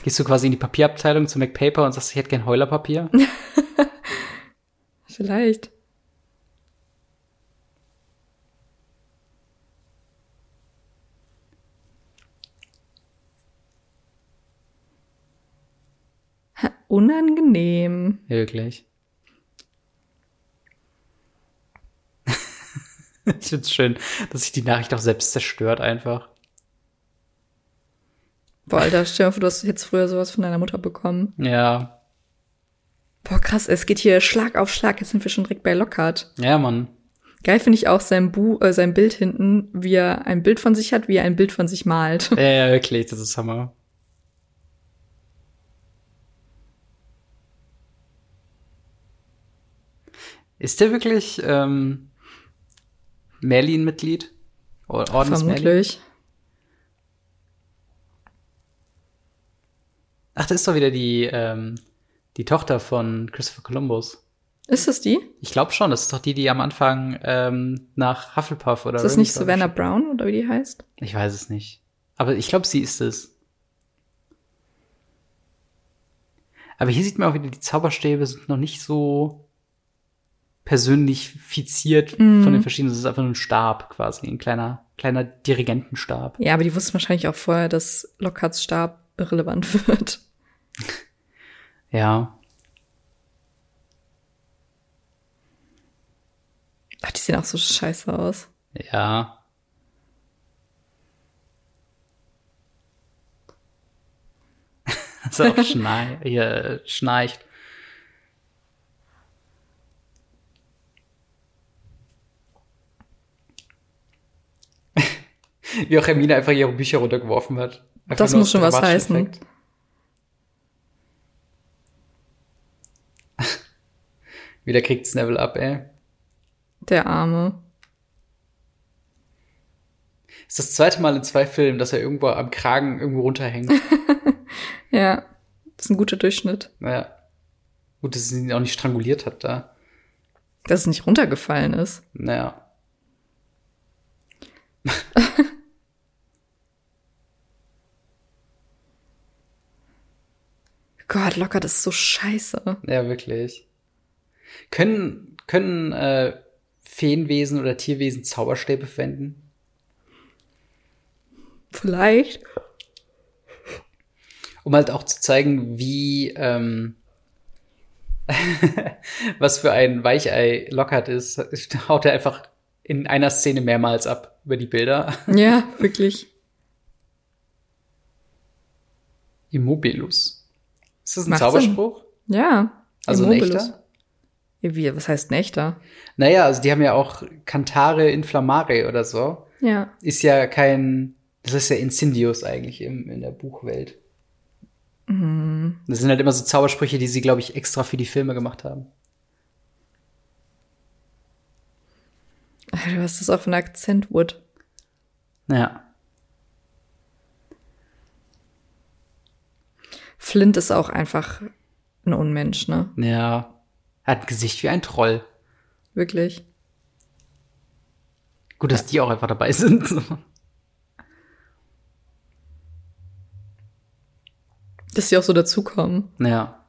B: Gehst du quasi in die Papierabteilung zu MacPaper und sagst, ich hätte gern Heulerpapier?
A: Vielleicht. Ha, Unangenehm.
B: Ja, wirklich. ich find's schön, dass sich die Nachricht auch selbst zerstört einfach.
A: Boah, Alter, stell dir vor, du hast jetzt früher sowas von deiner Mutter bekommen.
B: Ja.
A: Boah, krass, es geht hier Schlag auf Schlag. Jetzt sind wir schon direkt bei Lockhart.
B: Ja, Mann.
A: Geil finde ich auch sein, Bu äh, sein Bild hinten, wie er ein Bild von sich hat, wie er ein Bild von sich malt.
B: Ja, ja, wirklich, das ist Hammer. Ist der wirklich ähm, Merlin-Mitglied? Or- Ordens Merlin?
A: Vermutlich.
B: Ach, das ist doch wieder die, ähm, die Tochter von Christopher Columbus.
A: Ist das die?
B: Ich glaube schon, das ist doch die, die am Anfang ähm, nach Hufflepuff oder
A: Ist das
B: Ravenclaw
A: nicht Savannah Brown oder wie die heißt?
B: gesch- Ich weiß es nicht. Aber ich glaube, sie ist es. Aber hier sieht man auch wieder, die Zauberstäbe sind noch nicht so persönlich fixiert von den verschiedenen. Das ist einfach nur ein Stab quasi, ein kleiner, kleiner Dirigentenstab.
A: Ja, aber die wussten wahrscheinlich auch vorher, dass Lockharts Stab irrelevant wird.
B: Ja.
A: Ach, die sehen auch so scheiße aus.
B: Ja. Das ist auch schnei hier, äh, schnarcht. Wie auch Hermine einfach ihre Bücher runtergeworfen hat. Einfach
A: Das
B: nur
A: muss
B: aus
A: schon was
B: dramatischen
A: heißen.
B: Effekt. Wieder kriegt's Neville ab, ey.
A: Der Arme.
B: Ist das zweite Mal in zwei Filmen, dass er irgendwo am Kragen irgendwo runterhängt.
A: Ja, das ist ein guter Durchschnitt.
B: Naja. Gut, dass sie ihn auch nicht stranguliert hat da.
A: Dass es nicht runtergefallen ist.
B: Naja.
A: Gott, Lockhart ist so scheiße.
B: Ja, wirklich. Können, können äh, Feenwesen oder Tierwesen Zauberstäbe verwenden?
A: Vielleicht.
B: Um halt auch zu zeigen, wie, ähm, was für ein Weichei Lockhart ist, haut er einfach in einer Szene mehrmals ab über die Bilder.
A: Ja, wirklich.
B: Immobilus. Ist das ein
A: Macht Sinn.
B: Zauberspruch?
A: Ja.
B: Also ein
A: Immobilus.
B: echter?
A: Ja, Wie, was heißt ein echter?
B: Naja, also die haben ja auch Cantare Inflammare oder so.
A: Ja.
B: ist ja kein, das ist ja Incendios eigentlich im, in der Buchwelt. Das sind halt immer so Zaubersprüche, die sie, glaube ich, extra für die Filme gemacht haben.
A: Alter, was ist das auch für ein Akzent, Wood?
B: Ja.
A: Flint ist auch einfach ein Unmensch, ne?
B: Ja. Er hat ein Gesicht wie ein Troll.
A: Wirklich.
B: Gut, dass die auch einfach dabei sind.
A: Dass die auch so dazukommen.
B: ja.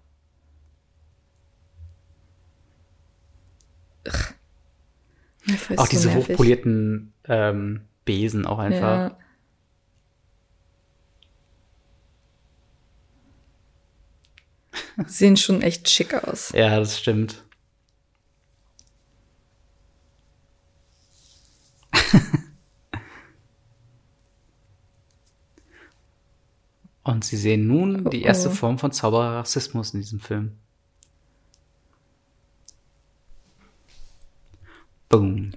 A: Ich weiß,
B: Auch
A: so
B: diese
A: nervig.
B: hochpolierten ähm, Besen auch einfach.
A: Ja. Sehen schon echt schick aus.
B: Ja, das stimmt. Und sie sehen nun die
A: Oh,
B: erste
A: oh.
B: Form von Zaubererrassismus in diesem Film. Boom.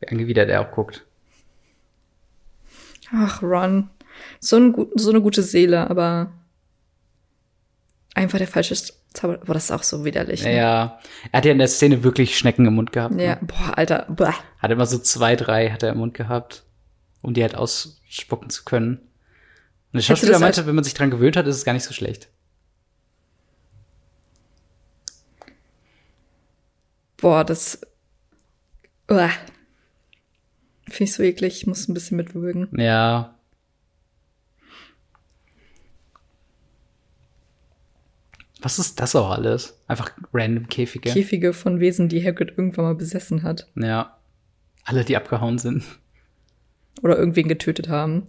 B: Wie angewidert er auch guckt.
A: Ach, Ron. So, ein, gut- so eine gute Seele, aber einfach der falsche Zauber. Boah, das ist auch so widerlich. ne?
B: Ja, er hat ja in der Szene wirklich Schnecken im Mund gehabt. ne?
A: ja. Boah, Alter. Bäh.
B: Hat immer so zwei, drei hat er im Mund gehabt, um die halt ausspucken zu können. Und der
A: Hättest du
B: Schauspieler
A: das halt?
B: meinte,
A: als-
B: wenn man sich dran gewöhnt hat, ist es gar nicht so schlecht.
A: Boah, das. Bäh. Finde ich so eklig. Ich muss ein bisschen mitwürgen.
B: Ja. Was ist das auch alles? Einfach random Käfige.
A: Käfige von Wesen, die Hagrid irgendwann mal besessen hat.
B: ja. Alle, die abgehauen sind.
A: Oder irgendwen getötet haben.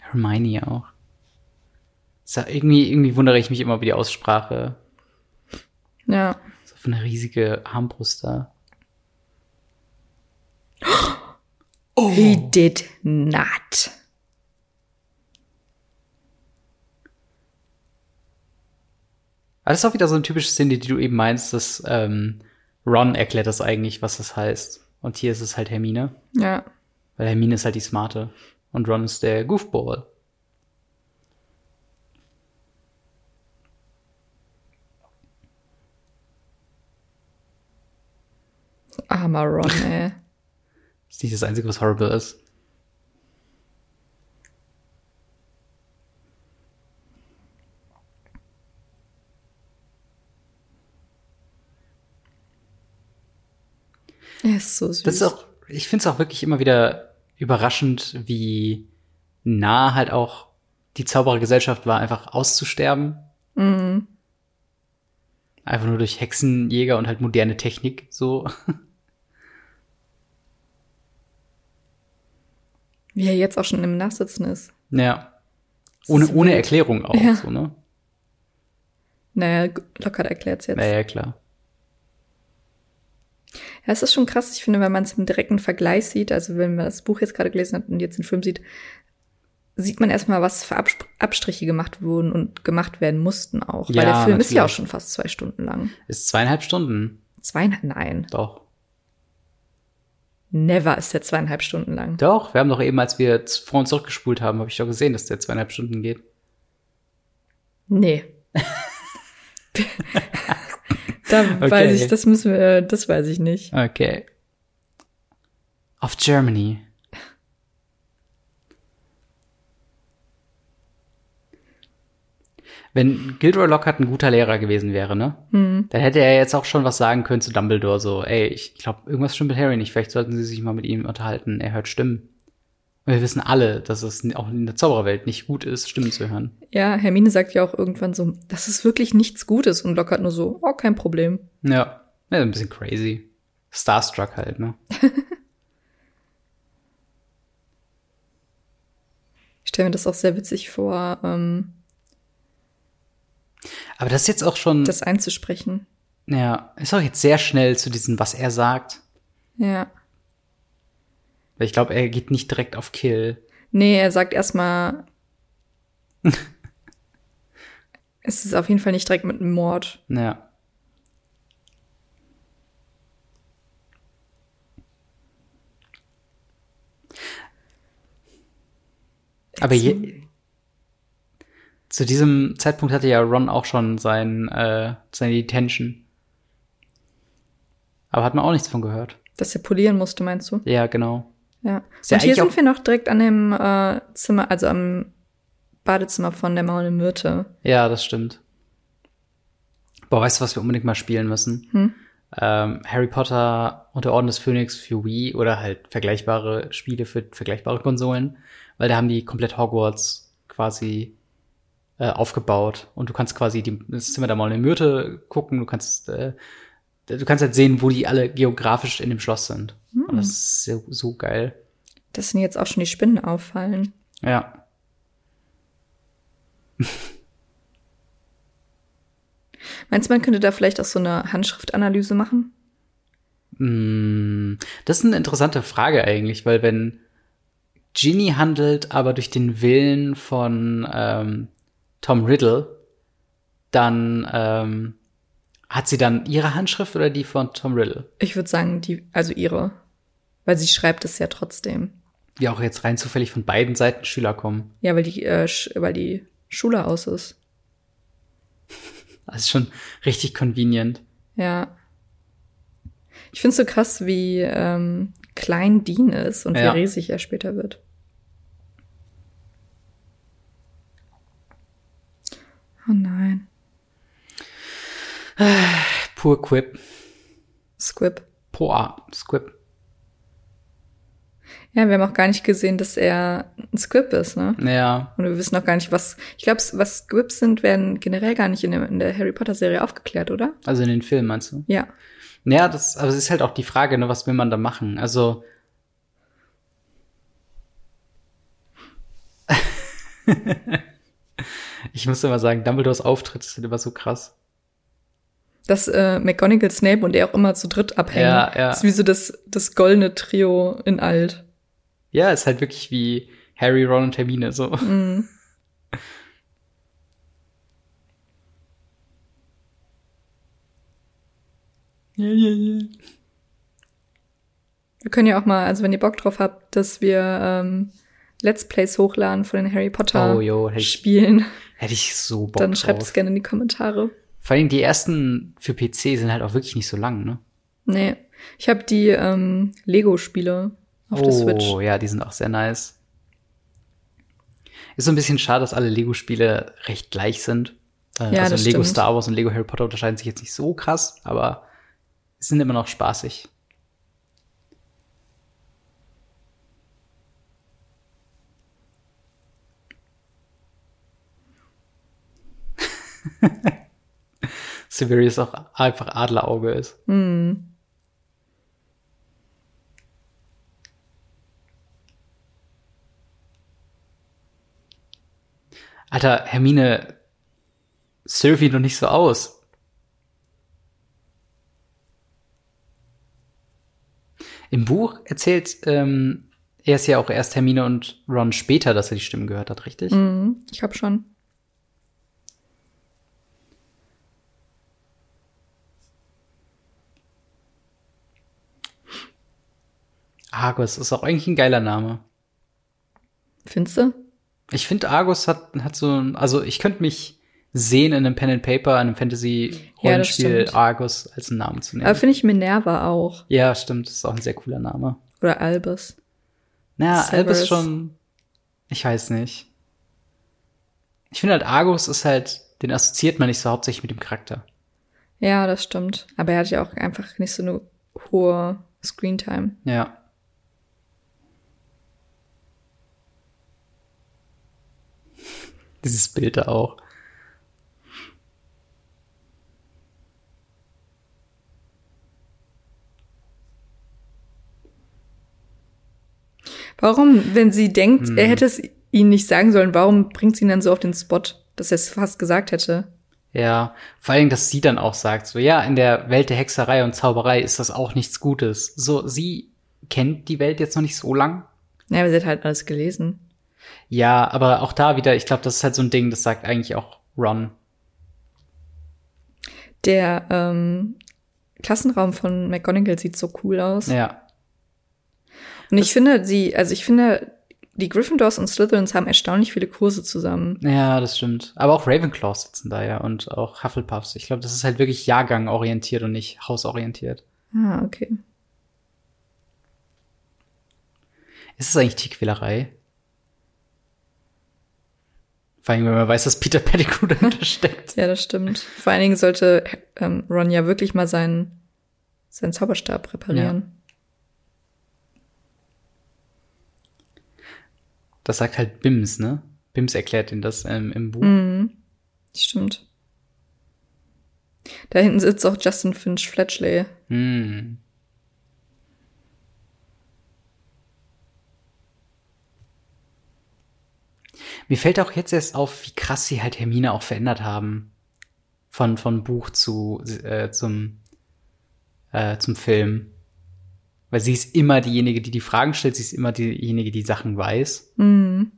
B: Hermione auch. Ist ja irgendwie, irgendwie wundere ich mich immer über die Aussprache.
A: Ja.
B: So für eine riesige Armbrust da. Oh.
A: He did not.
B: Aber das ist auch wieder so eine typische Szene, die du eben meinst, dass ähm, Ron erklärt das eigentlich, was das heißt. Und hier ist es halt Hermine,
A: Ja.
B: weil Hermine ist halt die Smarte und Ron ist der Goofball.
A: Armer Ron, ey.
B: Ist nicht das Einzige, was horrible ist.
A: Er ist so süß.
B: Das ist auch, ich finde es auch wirklich immer wieder überraschend, wie nah halt auch die Zauberergesellschaft war, einfach auszusterben.
A: Mhm.
B: Einfach nur durch Hexenjäger und halt moderne Technik so.
A: Wie er jetzt auch schon im Nachsitzen ist.
B: Ja.
A: Das
B: Ohne,
A: ist
B: ohne
A: wild.
B: Erklärung auch,
A: Ja.
B: so, ne?
A: Naja, g- Lockhart erklärt's jetzt.
B: Naja, klar.
A: Ja, es ist schon krass, ich finde, wenn man es im direkten Vergleich sieht, also wenn man das Buch jetzt gerade gelesen hat und jetzt den Film sieht, sieht man erstmal, was für Absp- Abstriche gemacht wurden und gemacht werden mussten auch.
B: Ja,
A: Weil der Film ist ja auch
B: natürlich.
A: schon fast zwei Stunden lang.
B: Ist zweieinhalb Stunden.
A: Zweieinhalb, nein.
B: Doch.
A: Never ist der zweieinhalb Stunden lang.
B: Doch, wir haben doch eben, als wir z- vor und zurückgespult haben, habe ich doch gesehen, dass der zweieinhalb Stunden geht.
A: Nee. da
B: Okay.
A: weiß ich, das müssen wir, äh, das weiß ich nicht.
B: Okay. Of Germany. Wenn Gilderoy Lockhart ein guter Lehrer gewesen wäre, ne? Dann hätte er jetzt auch schon was sagen können zu Dumbledore, so, ey, ich glaube, irgendwas stimmt mit Harry nicht, vielleicht sollten sie sich mal mit ihm unterhalten, er hört Stimmen. Und wir wissen alle, dass es auch in der Zaubererwelt nicht gut ist, Stimmen zu hören.
A: Ja, Hermine sagt ja auch irgendwann so, das ist wirklich nichts Gutes und Lockhart nur so, oh, kein Problem.
B: Ja. ja, ein bisschen crazy. Starstruck halt, ne?
A: Ich stelle mir das auch sehr witzig vor, ähm,
B: Aber das ist jetzt auch schon,
A: das einzusprechen.
B: ja, ist auch jetzt sehr schnell zu diesem, was er sagt.
A: Ja.
B: Weil ich glaube, er geht nicht direkt auf Kill.
A: Nee, er sagt erstmal, es ist auf jeden Fall nicht direkt mit einem Mord.
B: Ja. Aber je, zu diesem Zeitpunkt hatte ja Ron auch schon sein, äh, seine Detention. Aber hat man auch nichts von gehört.
A: Dass er polieren musste, meinst du?
B: Ja, genau.
A: Ja.
B: Ist ja
A: und hier
B: eigentlich
A: sind
B: auch-
A: wir noch direkt an dem äh, Zimmer, also am Badezimmer von der Maune Myrte.
B: Ja, das stimmt. Boah, weißt du, was wir unbedingt mal spielen müssen?
A: Hm?
B: Ähm, Harry Potter und der Orden des Phönix für Wii oder halt vergleichbare Spiele für vergleichbare Konsolen, weil da haben die komplett Hogwarts quasi äh, aufgebaut und du kannst quasi die, das Zimmer da mal in Myrte gucken, du kannst äh, du kannst halt sehen, wo die alle geografisch in dem Schloss sind. Und das ist so, so geil.
A: Dass ihnen jetzt auch schon die Spinnen auffallen.
B: Ja.
A: Meinst du, man könnte da vielleicht auch so eine Handschriftanalyse machen?
B: Mm, Das ist eine interessante Frage eigentlich, weil wenn Ginny handelt, aber durch den Willen von ähm, Tom Riddle, dann ähm, hat sie dann ihre Handschrift oder die von Tom Riddle?
A: Ich würde sagen, die, also ihre. Weil sie schreibt es ja trotzdem.
B: Die auch jetzt rein zufällig von beiden Seiten Schüler kommen.
A: Ja, weil die, äh, Sch- weil die Schule aus ist.
B: Das ist schon richtig convenient.
A: Ja. Ich finde es so krass, wie ähm, klein Dean ist und
B: Ja.
A: wie riesig er später wird. Oh nein.
B: Poor Quip.
A: Squib.
B: Poor Squib.
A: Ja, wir haben auch gar nicht gesehen, dass er ein Squib ist, ne?
B: Ja,
A: Und wir wissen auch gar nicht, was. Ich glaube, was Squibs sind, werden generell gar nicht in, der- in der Harry Potter-Serie aufgeklärt, oder?
B: also in den Film meinst du?
A: Ja.
B: Ja, das, aber es ist halt auch die Frage, ne, was will man da machen? Also. ich muss immer sagen, Dumbledores Auftritte sind immer so krass.
A: Dass äh, McGonagall, Snape und er auch immer zu dritt abhängen.
B: Ja, ja.
A: Das ist wie so das, das goldene Trio in alt.
B: Ja, ist halt wirklich wie Harry, Ron und Hermine, so.
A: Mhm.
B: Ja, ja, ja.
A: Wir können ja auch mal, also wenn ihr Bock drauf habt, dass wir ähm, Let's Plays hochladen von den Harry Potter
B: Oh, jo, hätte ich,
A: Spielen,
B: hätte ich so Bock
A: dann
B: drauf.
A: schreibt es gerne in die Kommentare.
B: Vor allem die ersten für PC sind halt auch wirklich nicht so lang, ne?
A: Nee, ich habe die ähm, Lego-Spiele auf
B: oh,
A: der Switch.
B: ja, die sind auch sehr nice. Ist so ein bisschen schade, dass alle Lego-Spiele recht gleich sind. Äh,
A: Ja,
B: also
A: das
B: Lego
A: stimmt.
B: Star Wars und Lego Harry Potter unterscheiden sich jetzt nicht so krass, aber sind immer noch spaßig. Sibirius auch einfach Adlerauge ist.
A: Hm.
B: Alter, Hermine, surf ihn doch nicht so aus. Im Buch erzählt ähm, er es ja auch erst Hermine und Ron später, dass er die Stimmen gehört hat, richtig?
A: Mhm. Ich habe schon.
B: Argus ist auch eigentlich ein geiler Name.
A: Findest du?
B: Ich finde, Argus hat, hat so ein, also ich könnte mich sehen in einem Pen and Paper, einem
A: Ja, das
B: Fantasy-Rollenspiel
A: stimmt.
B: Argus als einen Namen zu
A: Aber
B: nehmen.
A: finde ich Minerva auch.
B: Ja, stimmt, ist auch ein sehr cooler Name.
A: Oder Albus.
B: Na, Albus
A: Severus.
B: schon. Ich weiß nicht. Ich finde halt, Argus ist halt, den assoziiert man nicht so hauptsächlich mit dem Charakter.
A: Ja, das stimmt. Aber er hat ja auch einfach nicht so eine hohe Screentime.
B: Ja. Dieses Bild da auch.
A: Warum, wenn sie denkt,
B: Hm.
A: er hätte es ihnen nicht sagen sollen, warum bringt sie ihn dann so auf den Spot, dass er es fast gesagt hätte?
B: Ja. Vor allem, dass sie dann auch sagt, so, ja, in der Welt der Hexerei und Zauberei ist das auch nichts Gutes. So, sie kennt die Welt jetzt noch nicht so lang.
A: Ja, aber sie hat halt alles gelesen.
B: Ja, aber auch da wieder, ich glaube, das ist halt so ein Ding, das sagt eigentlich auch Ron.
A: Der ähm, Klassenraum von McGonagall sieht so cool aus.
B: Ja.
A: und ich finde, sie, also ich finde, die Gryffindors und Slytherins haben erstaunlich viele Kurse zusammen.
B: Ja, das stimmt. Aber auch Ravenclaws sitzen da ja und auch Hufflepuffs. Ich glaube, das ist halt wirklich Jahrgang orientiert und nicht hausorientiert.
A: Ah, okay.
B: Ist es eigentlich Tierquälerei? Vor allem, wenn man weiß, dass Peter Pettigrew dahinter steckt.
A: Ja, das stimmt. Vor allen Dingen sollte ähm, Ron ja wirklich mal seinen, seinen Zauberstab reparieren.
B: Das sagt halt Bims, ne? Bims erklärt ihnen das ähm, im Buch.
A: Mhm. Stimmt. Da hinten sitzt auch Justin Finch Fletchley.
B: Hm. Mir fällt auch jetzt erst auf, wie krass sie halt Hermine auch verändert haben. Von, von Buch zu, äh, zum, äh, zum Film. Weil sie ist immer diejenige, die die Fragen stellt, sie ist immer diejenige, die Sachen weiß.
A: Mhm.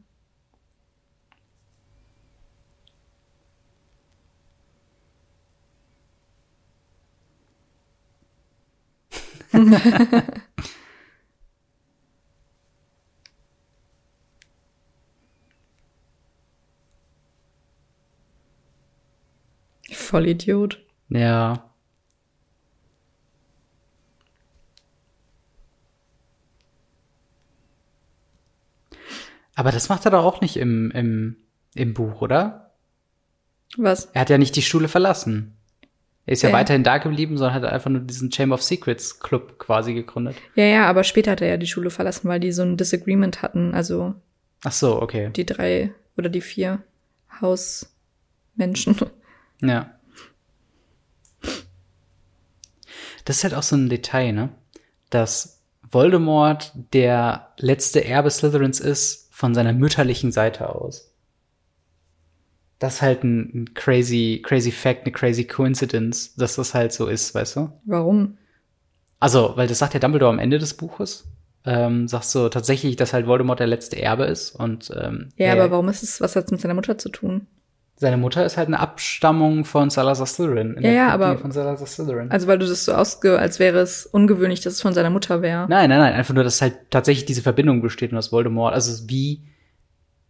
A: Vollidiot.
B: Ja. Aber das macht er doch auch nicht im, im, im Buch, oder?
A: Was?
B: Er hat ja nicht die Schule verlassen. Er ist ja
A: Nee.
B: weiterhin da geblieben, sondern hat einfach nur diesen Chamber of Secrets Club quasi gegründet.
A: Ja, ja, aber später hat er ja die Schule verlassen, weil die so ein Disagreement hatten. Also
B: Ach so, okay.
A: die drei oder die vier Hausmenschen.
B: Ja. Das ist halt auch so ein Detail, ne? Dass Voldemort der letzte Erbe Slytherins ist von seiner mütterlichen Seite aus. Das ist halt ein ein crazy, crazy Fact, eine crazy Coincidence, dass das halt so ist, weißt du?
A: Warum?
B: Also, weil das sagt ja Dumbledore am Ende des Buches. Ähm, sagst du tatsächlich, dass halt Voldemort der letzte Erbe ist und ähm,
A: Ja,
B: er-
A: aber warum ist es, was hat es mit seiner Mutter zu tun?
B: seine Mutter ist halt eine Abstammung von Salazar Slytherin.
A: Ja,
B: in der
A: ja,
B: Familie
A: aber-
B: von Salazar Slytherin.
A: Also weil du das so ausge, als wäre es ungewöhnlich, dass es von seiner Mutter wäre.
B: Nein, nein, nein, einfach nur, dass halt tatsächlich diese Verbindung besteht und dass Voldemort, also wie,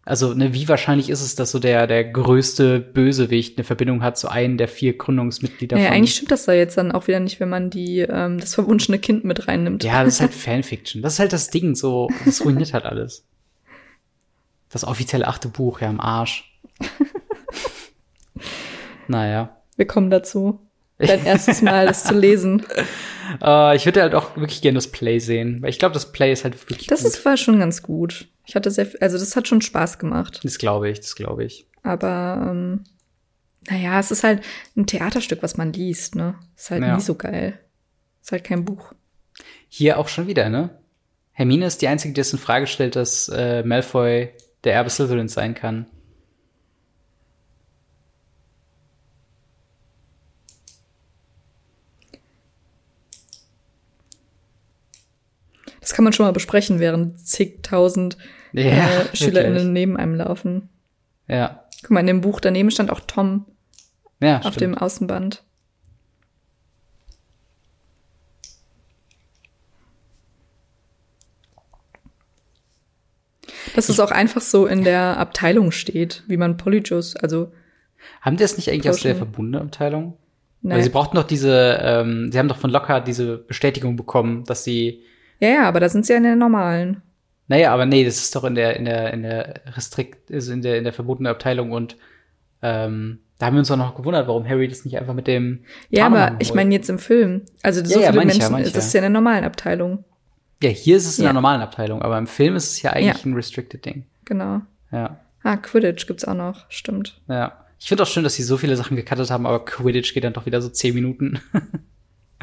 B: also ne, wie wahrscheinlich ist es, dass so der, der größte Bösewicht eine Verbindung hat zu einem der vier Gründungsmitglieder
A: Naja,
B: von.
A: eigentlich stimmt das da jetzt dann auch wieder nicht, wenn man die ähm, das verwunschene Kind mit reinnimmt.
B: ja, das ist halt Fanfiction. Das ist halt das Ding, so, das ruiniert halt alles. Das offizielle achte Buch, ja, im Arsch. naja.
A: Wir kommen dazu. Dein erstes Mal das zu lesen.
B: Äh, ich würde halt auch wirklich gerne das Play sehen, weil ich glaube, das Play ist halt wirklich
A: Das
B: gut.
A: ist, war schon ganz gut. Ich hatte sehr, viel- also das hat schon Spaß gemacht.
B: das glaube ich, das glaube ich.
A: Aber ähm, naja, es ist halt ein Theaterstück, was man liest, ne? Ist halt
B: Ja.
A: nie so geil. Ist halt kein Buch.
B: Hier auch schon wieder, ne? Hermine ist die Einzige, die es in Frage stellt, dass äh, Malfoy der Erbe Slytherins sein kann.
A: Das kann man schon mal besprechen, während zigtausend äh, SchülerInnen
B: wirklich.
A: neben einem laufen.
B: Ja,
A: Guck mal, in dem Buch daneben stand auch Tom
B: ja
A: auf
B: stimmt.
A: dem Außenband. Dass es auch einfach so in der Abteilung steht, wie man Polyjuice, also
B: Haben die das nicht eigentlich aus der
A: Potion.
B: Verbundeabteilung? Weil sie
A: nein.
B: brauchten doch diese, ähm, sie haben doch von Lockhart diese Bestätigung bekommen, dass sie,
A: Ja, ja, aber da sind sie ja in der normalen.
B: naja, aber nee, das ist doch in der, in der, in der Restrikt, also in der, in der verbotenen Abteilung und, ähm, da haben wir uns auch noch gewundert, warum Harry das nicht einfach mit dem
A: Ja,
B: Tarnumhang
A: aber ich
B: holt.
A: meine jetzt im Film. Also so
B: Ja, ja,
A: viele
B: manche,
A: Menschen,
B: manche.
A: das ist ja in der normalen Abteilung.
B: ja, hier ist es in
A: Ja.
B: der normalen Abteilung, aber im Film ist es ja eigentlich ein restricted Ding.
A: Genau.
B: Ja.
A: Ah, Quidditch gibt's auch noch, stimmt.
B: Ja. Ich finde auch schön, dass sie so viele Sachen gecuttet haben, aber Quidditch geht dann doch wieder so zehn Minuten.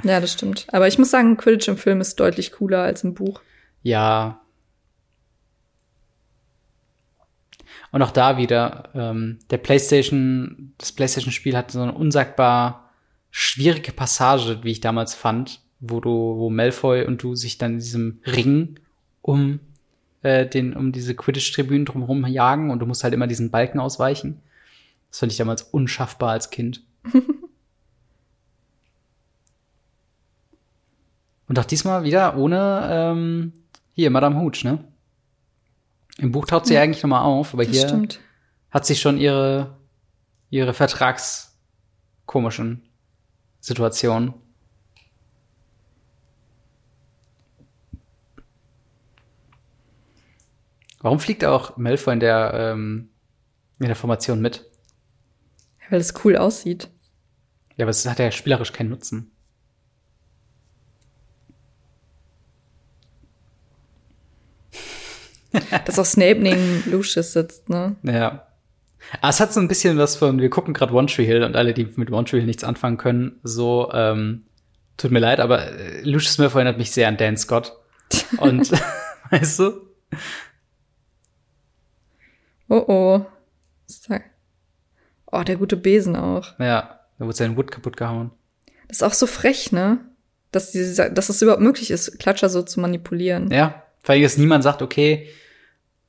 A: Ja, das stimmt. Aber ich muss sagen, Quidditch im Film ist deutlich cooler als im Buch.
B: ja. Und auch da wieder, ähm, der PlayStation, das PlayStation-Spiel hatte so eine unsagbar schwierige Passage, wie ich damals fand, wo du, wo Malfoy und du sich dann in diesem Ring um äh, den, um diese Quidditch-Tribünen drumherum jagen und du musst halt immer diesen Balken ausweichen. Das fand ich damals unschaffbar als Kind. Und auch diesmal wieder ohne ähm, hier Madame Hooch, ne? Im Buch taucht sie ja. eigentlich nochmal auf, aber
A: Das
B: hier
A: stimmt.
B: hat sie schon ihre, ihre vertragskomischen Situationen. Warum fliegt auch Malfoy in der, ähm, in der Formation mit?
A: Weil es cool aussieht.
B: Ja, aber es hat ja spielerisch keinen Nutzen.
A: Dass auch Snape neben Lucius sitzt, ne?
B: Ja. Ah, es hat so ein bisschen was von, wir gucken gerade One Tree Hill und alle, die mit One Tree Hill nichts anfangen können, so, ähm, tut mir leid, aber äh, Lucius Malfoy erinnert mich sehr an Dan Scott. Und, weißt du?
A: Oh oh. Was da- Oh, der gute Besen auch.
B: Ja, da wurde sein Wood kaputt gehauen.
A: Das ist auch so frech, ne? Dass, die, dass es überhaupt möglich ist, Klatscher so zu manipulieren.
B: Ja, weil jetzt niemand sagt, okay,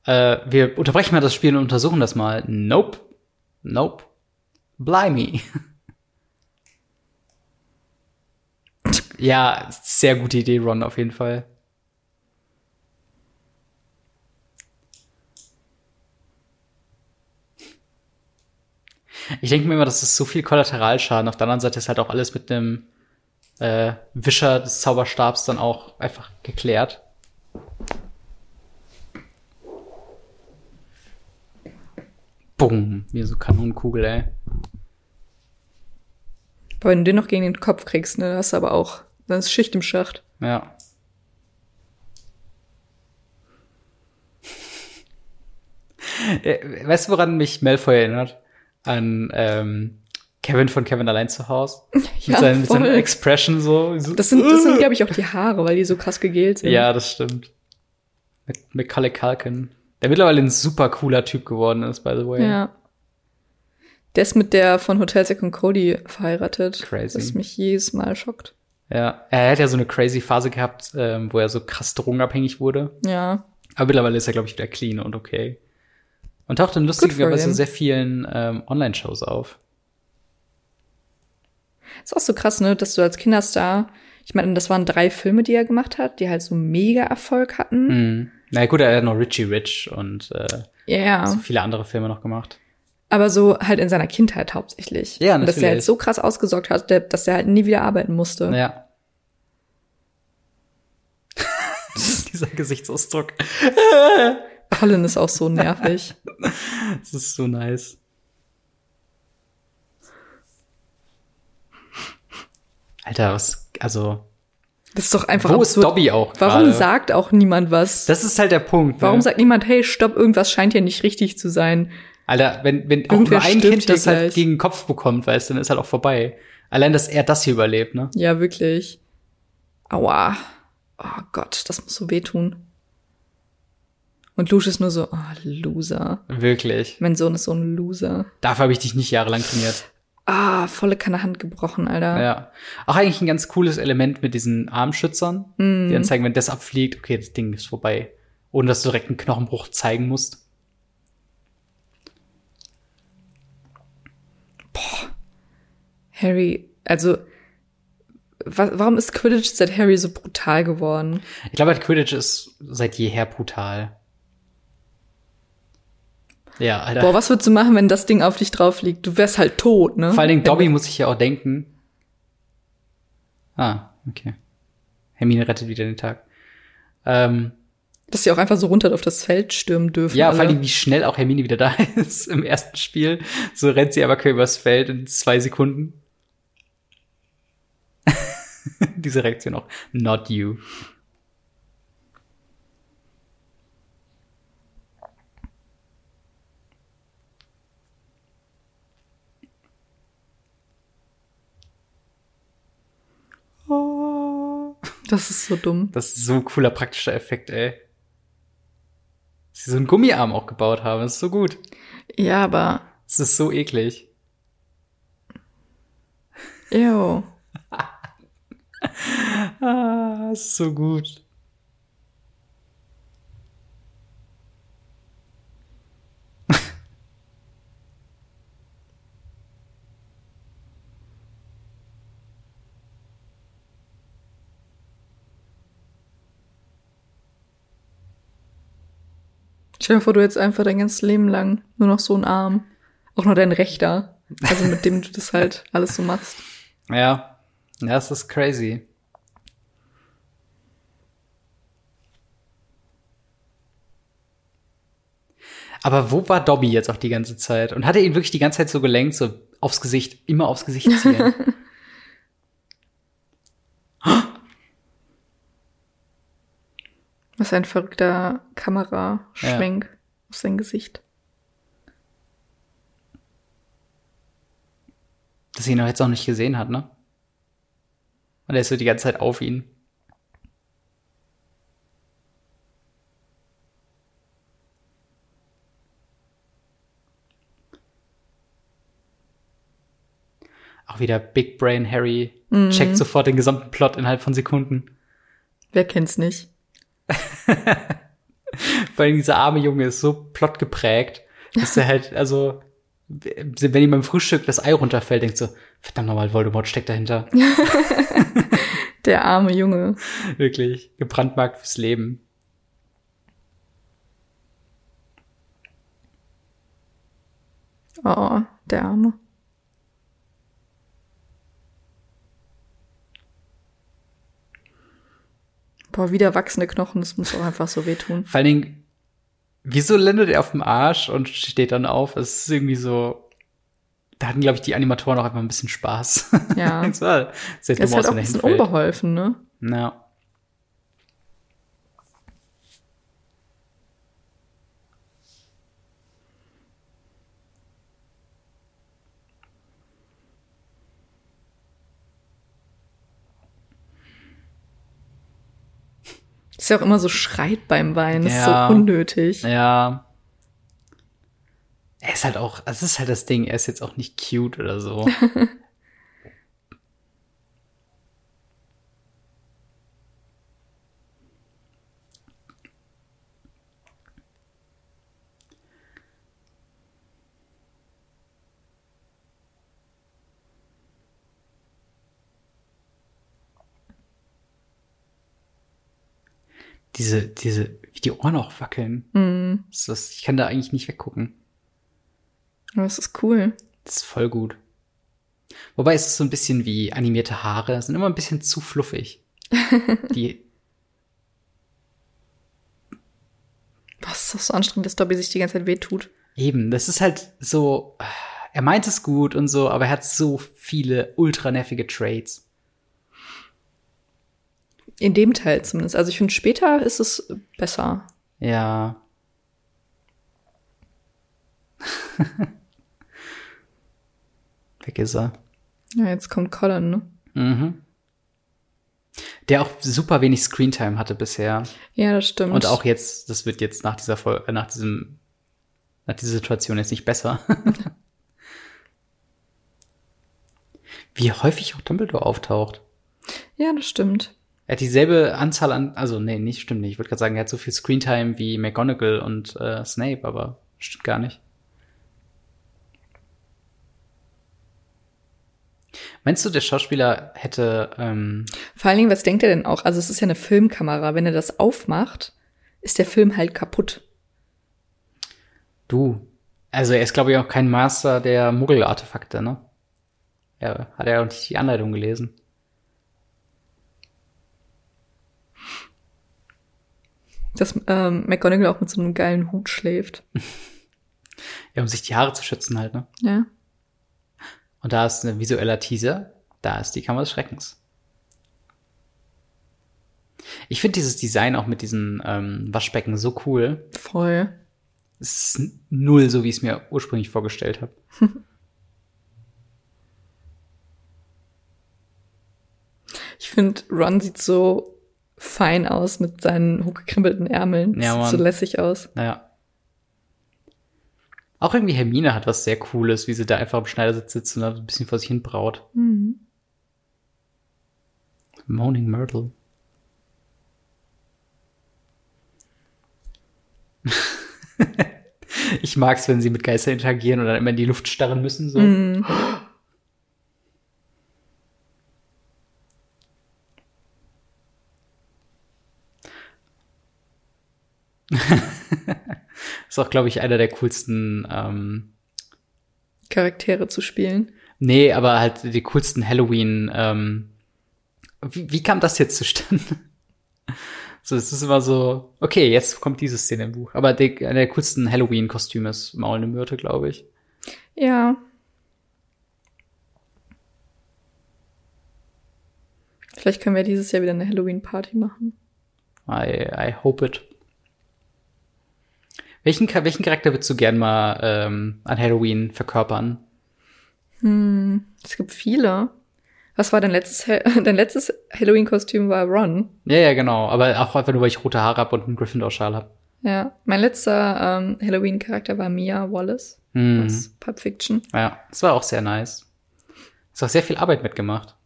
B: äh, wir unterbrechen mal das Spiel und untersuchen das mal. Nope. Nope. Blimey. ja, sehr gute Idee, Ron, auf jeden Fall. Ich denke mir immer, das ist so viel Kollateralschaden. Auf der anderen Seite ist halt auch alles mit einem äh, Wischer des Zauberstabs dann auch einfach geklärt. Bumm, mir so Kanonenkugel, ey.
A: Aber wenn du den noch gegen den Kopf kriegst, ne, hast du aber auch. Dann ist Schicht im Schacht.
B: Ja. Äh, Weißt du, woran mich Malfoy erinnert? An ähm, Kevin von Kevin allein zu Hause. mit,
A: Ja,
B: seinen, mit seiner
A: voll.
B: Expression so. so
A: Das sind, das sind glaube ich, auch die Haare, weil die so krass gegelt sind.
B: ja, das stimmt. Mit Macaulay Culkin. Der mittlerweile ein super cooler Typ geworden ist, by the way.
A: Ja. Der ist mit der von Hotel Second Cody verheiratet.
B: Crazy.
A: Was mich jedes Mal schockt.
B: ja. Er hat ja so eine crazy Phase gehabt, ähm, wo er so krass drogenabhängig wurde.
A: Ja.
B: Aber mittlerweile ist er, glaube ich, wieder clean und okay. Und taucht in lustigerweise in
A: him.
B: sehr vielen ähm, Online-Shows auf.
A: Ist auch so krass, ne, dass du als Kinderstar, ich meine, das waren drei Filme, die er gemacht hat, die halt so mega Erfolg hatten.
B: Mhm. Na gut, er hat noch Richie Rich und äh,
A: Ja.
B: so viele andere Filme noch gemacht.
A: Aber so halt in seiner Kindheit hauptsächlich.
B: Ja,
A: Und dass er halt
B: natürlich.
A: so krass ausgesorgt hat, der- dass er halt nie wieder arbeiten musste.
B: Ja. Dieser Gesichtsausdruck.
A: Colin ist auch so nervig.
B: Das ist so nice. Alter, was, also,
A: Das ist doch einfach
B: wo ist
A: absurd.
B: Dobby auch
A: Warum
B: gerade?
A: sagt auch niemand was?
B: Das ist halt der Punkt.
A: Warum
B: ne?
A: sagt niemand, hey, stopp, irgendwas scheint hier nicht richtig zu sein?
B: Alter, wenn, wenn auch
A: Irgendwer
B: nur ein
A: stirbt
B: Kind
A: hier
B: das halt
A: gleich.
B: gegen den Kopf bekommt, weißt du, dann ist halt auch vorbei. Allein, dass er das hier überlebt, ne?
A: Ja, wirklich. Aua. Oh Gott, das muss so wehtun. Und Lush ist nur so, oh, Loser.
B: Wirklich.
A: Mein Sohn ist so ein Loser.
B: Dafür habe ich dich nicht jahrelang trainiert.
A: Ah, volle Kanne Hand gebrochen, Alter.
B: Ja. Auch eigentlich ein ganz cooles Element mit diesen Armschützern, die
A: Mhm.
B: dann zeigen, wenn das abfliegt, okay, das Ding ist vorbei. Ohne dass du direkt einen Knochenbruch zeigen musst.
A: Harry, also, wa warum ist Quidditch seit Harry so brutal geworden?
B: Ich glaube, halt Quidditch ist seit jeher brutal. Ja, Alter.
A: Boah, was würdest du machen, wenn das Ding auf dich drauf liegt? Du wärst halt tot, ne?
B: Vor allen Dingen Dobby muss ich ja auch denken. Ah, okay. Hermine rettet wieder den Tag. Ähm,
A: Dass sie auch einfach so runter auf das Feld stürmen dürfen.
B: ja,
A: alle.
B: vor allen Dingen, wie schnell auch Hermine wieder da ist im ersten Spiel. So rennt sie aber quer übers Feld in zwei Sekunden. Diese Reaktion auch. Not you.
A: Das ist so dumm.
B: Das ist so ein cooler praktischer Effekt, ey. Dass sie so einen Gummiarm auch gebaut haben. Das ist so gut.
A: Ja, aber,
B: Das ist so eklig.
A: ew.
B: Ah, das ist so gut.
A: Stell dir vor, du jetzt einfach dein ganzes Leben lang nur noch so einen Arm. Auch nur dein rechter. Also mit dem du das halt alles so machst.
B: Ja, das ist crazy. Aber wo war Dobby jetzt auch die ganze Zeit? Und hat er ihn wirklich die ganze Zeit so gelenkt, so aufs Gesicht, immer aufs Gesicht zielen?
A: Was ein verrückter Kameraschwenk auf sein Gesicht.
B: Dass er ihn auch jetzt noch nicht gesehen hat, ne? Und er ist so die ganze Zeit auf ihn. Auch wieder Big Brain Harry checkt sofort den gesamten Plot innerhalb von Sekunden.
A: Wer kennt's nicht?
B: Vor allem dieser arme Junge ist so plotgeprägt, dass er halt, also, wenn ihm beim Frühstück das Ei runterfällt, denkst du, verdammt nochmal, Voldemort steckt dahinter.
A: Der arme Junge.
B: Wirklich. Gebrandmarkt fürs Leben.
A: Oh, der Arme. Boah, wieder wachsende Knochen, das muss auch einfach so wehtun.
B: Vor allen Dingen, wieso landet er auf dem Arsch und steht dann auf? Es ist irgendwie so. Da hatten, glaube ich, die Animatoren auch einfach ein bisschen Spaß.
A: Ja.
B: das war sehr
A: Er ist halt auch ein bisschen unbeholfen, ne?
B: Ja.
A: Ist ja auch immer so schreit beim Weinen, das
B: Ja.
A: ist so unnötig.
B: Ja. Er ist halt auch, das ist halt das Ding, er ist jetzt auch nicht cute oder so. diese, diese, wie die Ohren auch wackeln.
A: Mhm.
B: Das, das, ich kann da eigentlich nicht weggucken.
A: Aber das ist cool.
B: Das ist voll gut. Wobei es ist so ein bisschen wie animierte Haare, sind immer ein bisschen zu fluffig. Die,
A: Was ist das so anstrengend, dass Dobby sich die ganze Zeit wehtut?
B: eben, das ist halt so, äh, er meint es gut und so, aber er hat so viele ultra nervige Traits.
A: In dem Teil zumindest. Also ich finde, später ist es besser.
B: Ja. Weg ist er.
A: Ja, jetzt kommt Colin, ne?
B: Mhm. Der auch super wenig Screentime hatte bisher.
A: Ja, das stimmt.
B: Und auch jetzt, das wird jetzt nach dieser Folge, nach diesem, nach dieser Situation jetzt nicht besser. Wie häufig auch Dumbledore auftaucht.
A: Ja, das stimmt.
B: Er hat dieselbe Anzahl an, also nee, nicht stimmt nicht. Ich würde gerade sagen, er hat so viel Screentime wie McGonagall und äh, Snape, aber stimmt gar nicht. Meinst du, der Schauspieler hätte, ähm,
A: Vor allen Dingen, was denkt er denn auch? Also es ist ja eine Filmkamera. Wenn er das aufmacht, ist der Film halt kaputt.
B: Du. Also er ist, glaube ich, auch kein Master der Muggel-Artefakte, ne? Ja, hat er auch nicht die Anleitung gelesen.
A: Dass ähm, McGonagall auch mit so einem geilen Hut schläft.
B: Ja, um sich die Haare zu schützen halt, ne?
A: Ja.
B: Und da ist ein visueller Teaser, da ist die Kammer des Schreckens. Ich finde dieses Design auch mit diesen ähm, Waschbecken so cool.
A: Voll.
B: Es ist null, so wie ich es mir ursprünglich vorgestellt habe.
A: Ich finde, Ron sieht so fein aus mit seinen hochgekrempelten Ärmeln.
B: Ja,
A: sieht
B: Mann.
A: so lässig aus.
B: Naja. Auch irgendwie Hermine hat was sehr Cooles, wie sie da einfach am Schneidersitz sitzt und da ein bisschen vor sich hin braut.
A: Mhm.
B: Moaning Myrtle. ich mag's, wenn sie mit Geister interagieren und dann immer in die Luft starren müssen. So.
A: Mhm.
B: Ist auch, glaube ich, einer der coolsten, ähm,
A: Charaktere zu spielen.
B: nee, aber halt die coolsten Halloween, ähm, wie, wie kam das jetzt zustande? So, es ist immer so, okay, jetzt kommt diese Szene im Buch. Aber die, einer der coolsten Halloween-Kostüme ist Maulende Myrte, glaube ich.
A: Ja. Vielleicht können wir dieses Jahr wieder eine Halloween-Party machen.
B: I, I hope it. Welchen, Cha- welchen Charakter würdest du gern mal ähm, an Halloween verkörpern?
A: Hm, es gibt viele. Was war dein letztes, Ha- dein letztes Halloween-Kostüm war Ron.
B: Ja, ja, genau. Aber auch einfach nur, weil ich rote Haare habe und einen Gryffindor-Schal habe.
A: Ja, mein letzter ähm, Halloween-Charakter war Mia Wallace
B: Mhm.
A: aus Pulp Fiction.
B: Ja, das war auch sehr nice. Hast auch sehr viel Arbeit mitgemacht.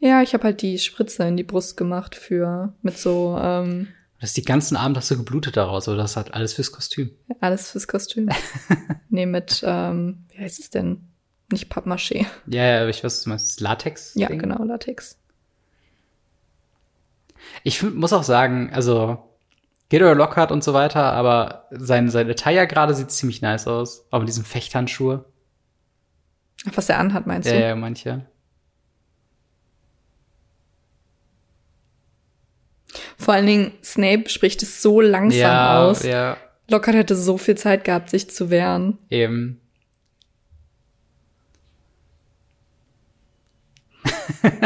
A: Ja, ich habe halt die Spritze in die Brust gemacht für mit so ähm,
B: Das die ganzen Abend hast du geblutet daraus, aber das hat alles fürs Kostüm.
A: alles fürs Kostüm. nee, mit ähm, wie heißt es denn? Nicht Pappmaché.
B: Ja, ja, aber ich weiß, du meinst das Latex.
A: Ja, genau, Latex.
B: Ich find, muss auch sagen, also Gilroy Lockhart und so weiter, aber sein, sein Attire gerade sieht ziemlich nice aus. Auch mit diesem Fechthandschuhe.
A: Ach, Was er anhat, meinst
B: Ja,
A: du?
B: ja, manche.
A: Vor allen Dingen, Snape spricht es so langsam
B: ja,
A: aus.
B: ja,
A: Lockhart hätte so viel Zeit gehabt, sich zu wehren.
B: eben.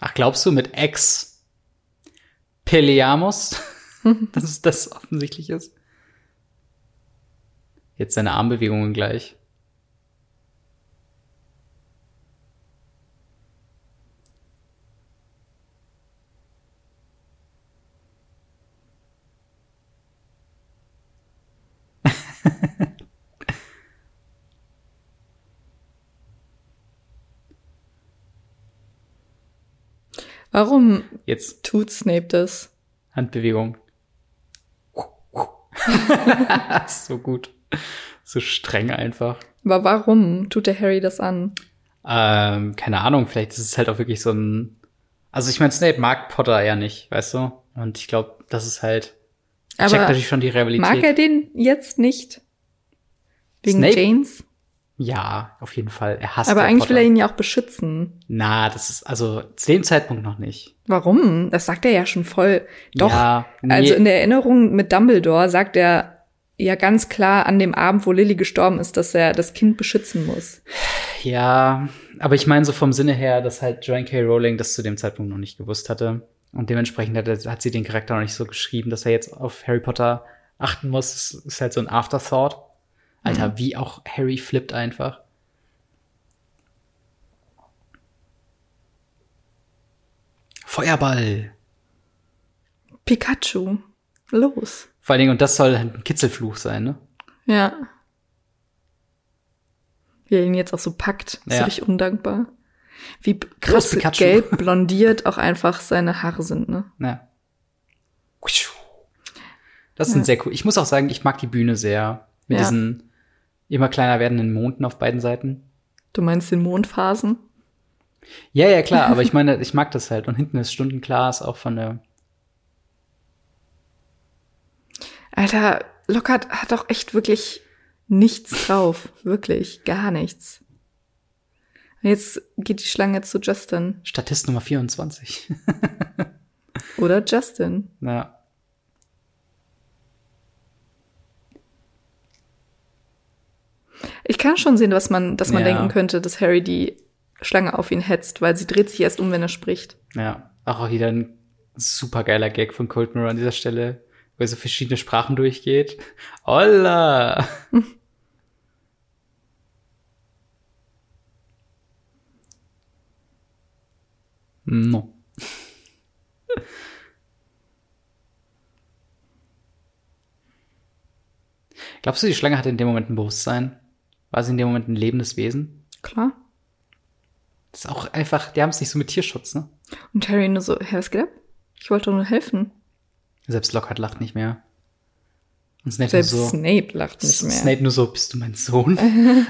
B: Ach, glaubst du mit Ex Peleamos, dass es das offensichtlich ist? Jetzt seine Armbewegungen gleich.
A: Warum
B: Jetzt
A: tut Snape das?
B: Handbewegung. so gut. So streng einfach.
A: Aber warum tut der Harry das an?
B: Ähm, keine Ahnung, vielleicht ist es halt auch wirklich so ein. Also ich meine, Snape mag Potter ja nicht, weißt du? Und ich glaube, das ist halt. Aber checkt
A: Aber
B: natürlich schon die Rivalität.
A: mag er den jetzt nicht? Wegen
B: Snape?
A: James?
B: Ja, auf jeden Fall. Er hasst
A: Aber
B: ja
A: eigentlich
B: Potter.
A: will er ihn ja auch beschützen.
B: Na, das ist also zu dem Zeitpunkt noch nicht.
A: Warum? Das sagt er ja schon voll. Doch.
B: Ja, nee,
A: Also in der Erinnerung mit Dumbledore sagt er ja ganz klar an dem Abend, wo Lily gestorben ist, dass er das Kind beschützen muss.
B: Ja, aber ich meine so vom Sinne her, dass halt Joanne K. Rowling das zu dem Zeitpunkt noch nicht gewusst hatte. Und dementsprechend hat, er- hat sie den Charakter noch nicht so geschrieben, dass er jetzt auf Harry Potter achten muss. Das ist halt so ein Afterthought. Alter, wie auch Harry flippt einfach. Feuerball.
A: Pikachu, los.
B: Vor allen Dingen, und das soll halt ein Kitzelfluch sein, ne?
A: Ja. Wie er ihn jetzt auch so packt, ist
B: Ja.
A: richtig undankbar. Wie b- krass
B: Pikachu.
A: gelb blondiert auch einfach seine Haare sind, ne?
B: Ja. Das sind
A: Ja.
B: sehr cool. Ich muss auch sagen, ich mag die Bühne sehr. Mit
A: Ja.
B: diesen immer kleiner werdenden Monden auf beiden Seiten.
A: Du meinst den Mondphasen?
B: Ja, ja, klar, aber ich meine, ich mag das halt. Und hinten ist Stundenglas auch von der.
A: Alter, Lockhart hat doch echt wirklich nichts drauf. wirklich, gar nichts. Und Jetzt geht die Schlange zu Justin.
B: Statist Nummer 24.
A: Oder Justin.
B: ja.
A: Ich kann schon sehen, was man, dass man
B: Ja.
A: denken könnte, dass Harry die Schlange auf ihn hetzt, weil sie dreht sich erst um, wenn er spricht.
B: Ja. Auch wieder ein supergeiler Gag von Cold Mirror an dieser Stelle, wo er so verschiedene Sprachen durchgeht. Olla! no. Glaubst du, die Schlange hatte in dem Moment ein Bewusstsein? War sie in dem Moment ein lebendes Wesen?
A: Klar.
B: Das ist auch einfach, die haben es nicht so mit Tierschutz, ne?
A: Und Harry nur so, Herr, was geht ab? Ich wollte doch nur helfen.
B: Selbst Lockhart lacht nicht mehr. Und Snape
A: Selbst
B: nur so,
A: Snape lacht nicht mehr.
B: Snape nur so, bist du mein Sohn?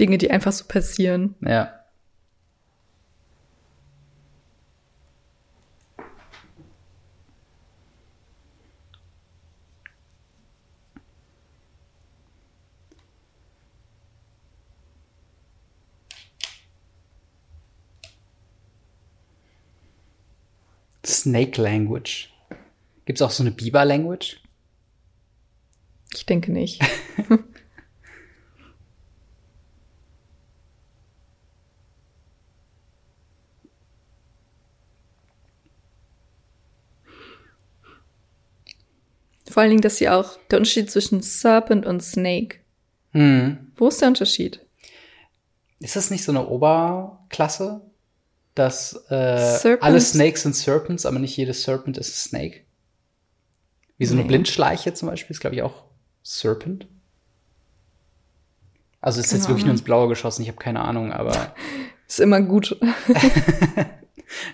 A: Dinge, die einfach so passieren.
B: ja. Snake Language. Gibt es auch so eine Biber Language?
A: Ich denke nicht. Vor allen Dingen, dass sie auch der Unterschied zwischen Serpent und Snake.
B: Hm.
A: Wo ist der Unterschied?
B: Ist das nicht so eine Oberklasse? Dass äh,
A: Serpent?
B: alle Snakes sind Serpents, aber nicht jedes Serpent ist ein Snake? Wie so eine
A: Nee.
B: Blindschleiche zum Beispiel ist, glaube ich, auch Serpent. Also ist jetzt
A: Keine
B: wirklich nur ins Blaue geschossen, ich habe keine Ahnung, aber
A: Ist immer gut.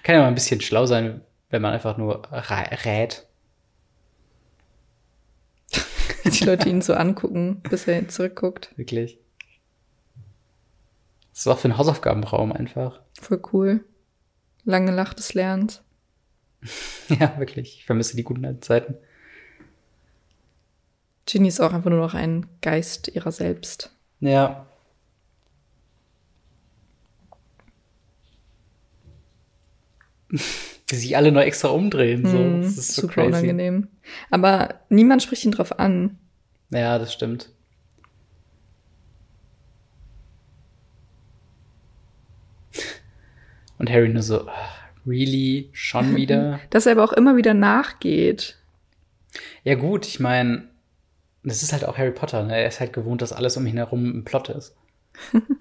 B: kann ja mal ein bisschen schlau sein, wenn man einfach nur rä rät.
A: die Leute ihn so angucken, bis er zurückguckt.
B: Wirklich. Das ist auch für einen Hausaufgabenraum einfach.
A: Voll cool. Lange Lacht des Lernens.
B: Ja, wirklich. Ich vermisse die guten alten Zeiten.
A: Ginny ist auch einfach nur noch ein Geist ihrer selbst.
B: Ja. Die sich alle nur extra umdrehen. So.
A: Hm,
B: das ist so
A: super
B: crazy.
A: unangenehm. Aber niemand spricht ihn drauf an.
B: Ja, das stimmt. Und Harry nur so, "Ah, really? Schon wieder?
A: Dass er aber auch immer wieder nachgeht.
B: ja, gut, ich meine, das ist halt auch Harry Potter. Ne? Er ist halt gewohnt, dass alles um ihn herum ein Plot ist.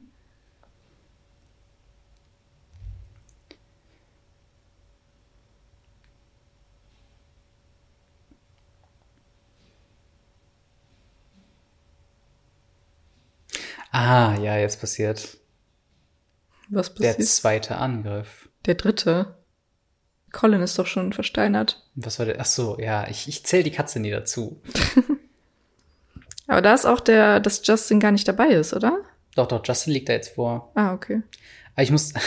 B: Ah, ja, jetzt passiert
A: Was
B: der
A: passiert?
B: zweite Angriff.
A: Der dritte. Colin ist doch schon versteinert.
B: Was war der? Ach so, ja, ich, ich zähle die Katze nie dazu.
A: Aber da ist auch der, dass Justin gar nicht dabei ist, oder?
B: Doch, doch, Justin liegt da jetzt vor.
A: Ah, okay.
B: Aber ich muss.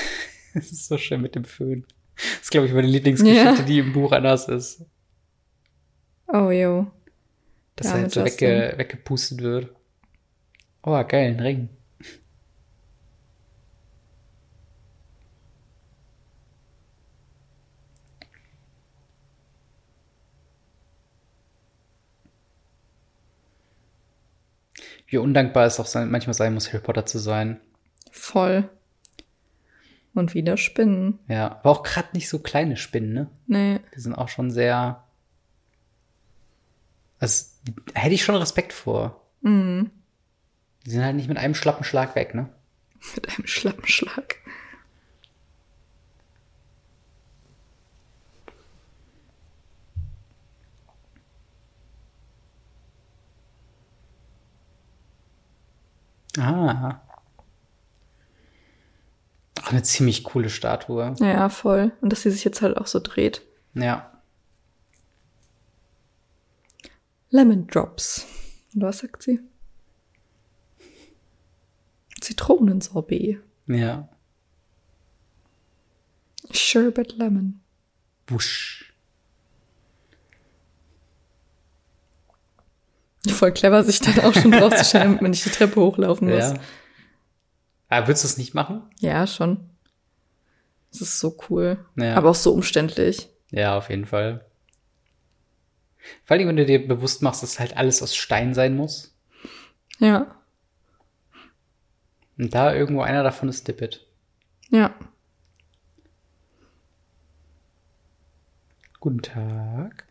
B: Es ist so schön mit dem Föhn. Das ist, glaube ich, meine Lieblingsgeschichte,
A: Ja.
B: die im Buch anders ist.
A: Oh, yo.
B: Dass
A: Ja,
B: er halt
A: mit
B: so
A: Justin.
B: wegge weggepustet wird. Oh, geil, ein Ring. Wie undankbar es auch sein, manchmal sein muss, Harry Potter zu sein.
A: Voll. Und wieder Spinnen.
B: Ja, aber auch gerade nicht so kleine Spinnen, ne?
A: Nee.
B: Die sind auch schon sehr. Also, da hätte ich schon Respekt vor.
A: Mhm.
B: Die sind halt nicht mit einem schlappen Schlag weg, ne?
A: Mit einem Schlappenschlag.
B: Ah. Auch eine ziemlich coole Statue.
A: Ja, voll. Und dass sie sich jetzt halt auch so dreht.
B: Ja.
A: Lemon Drops. Und was sagt sie? Zitronensorbet.
B: Ja.
A: Sherbet Lemon.
B: Wusch.
A: Voll clever, sich dann auch schon draufzuschreiben, damit man nicht die Treppe hochlaufen muss.
B: Ja. Ah, würdest du es nicht machen?
A: Ja, schon. Es ist so cool.
B: Ja.
A: Aber auch so umständlich.
B: Ja, auf jeden Fall. Vor allem, wenn du dir bewusst machst, dass halt alles aus Stein sein muss.
A: Ja,
B: Und da irgendwo einer davon ist Dippet.
A: ja.
B: Guten Tag.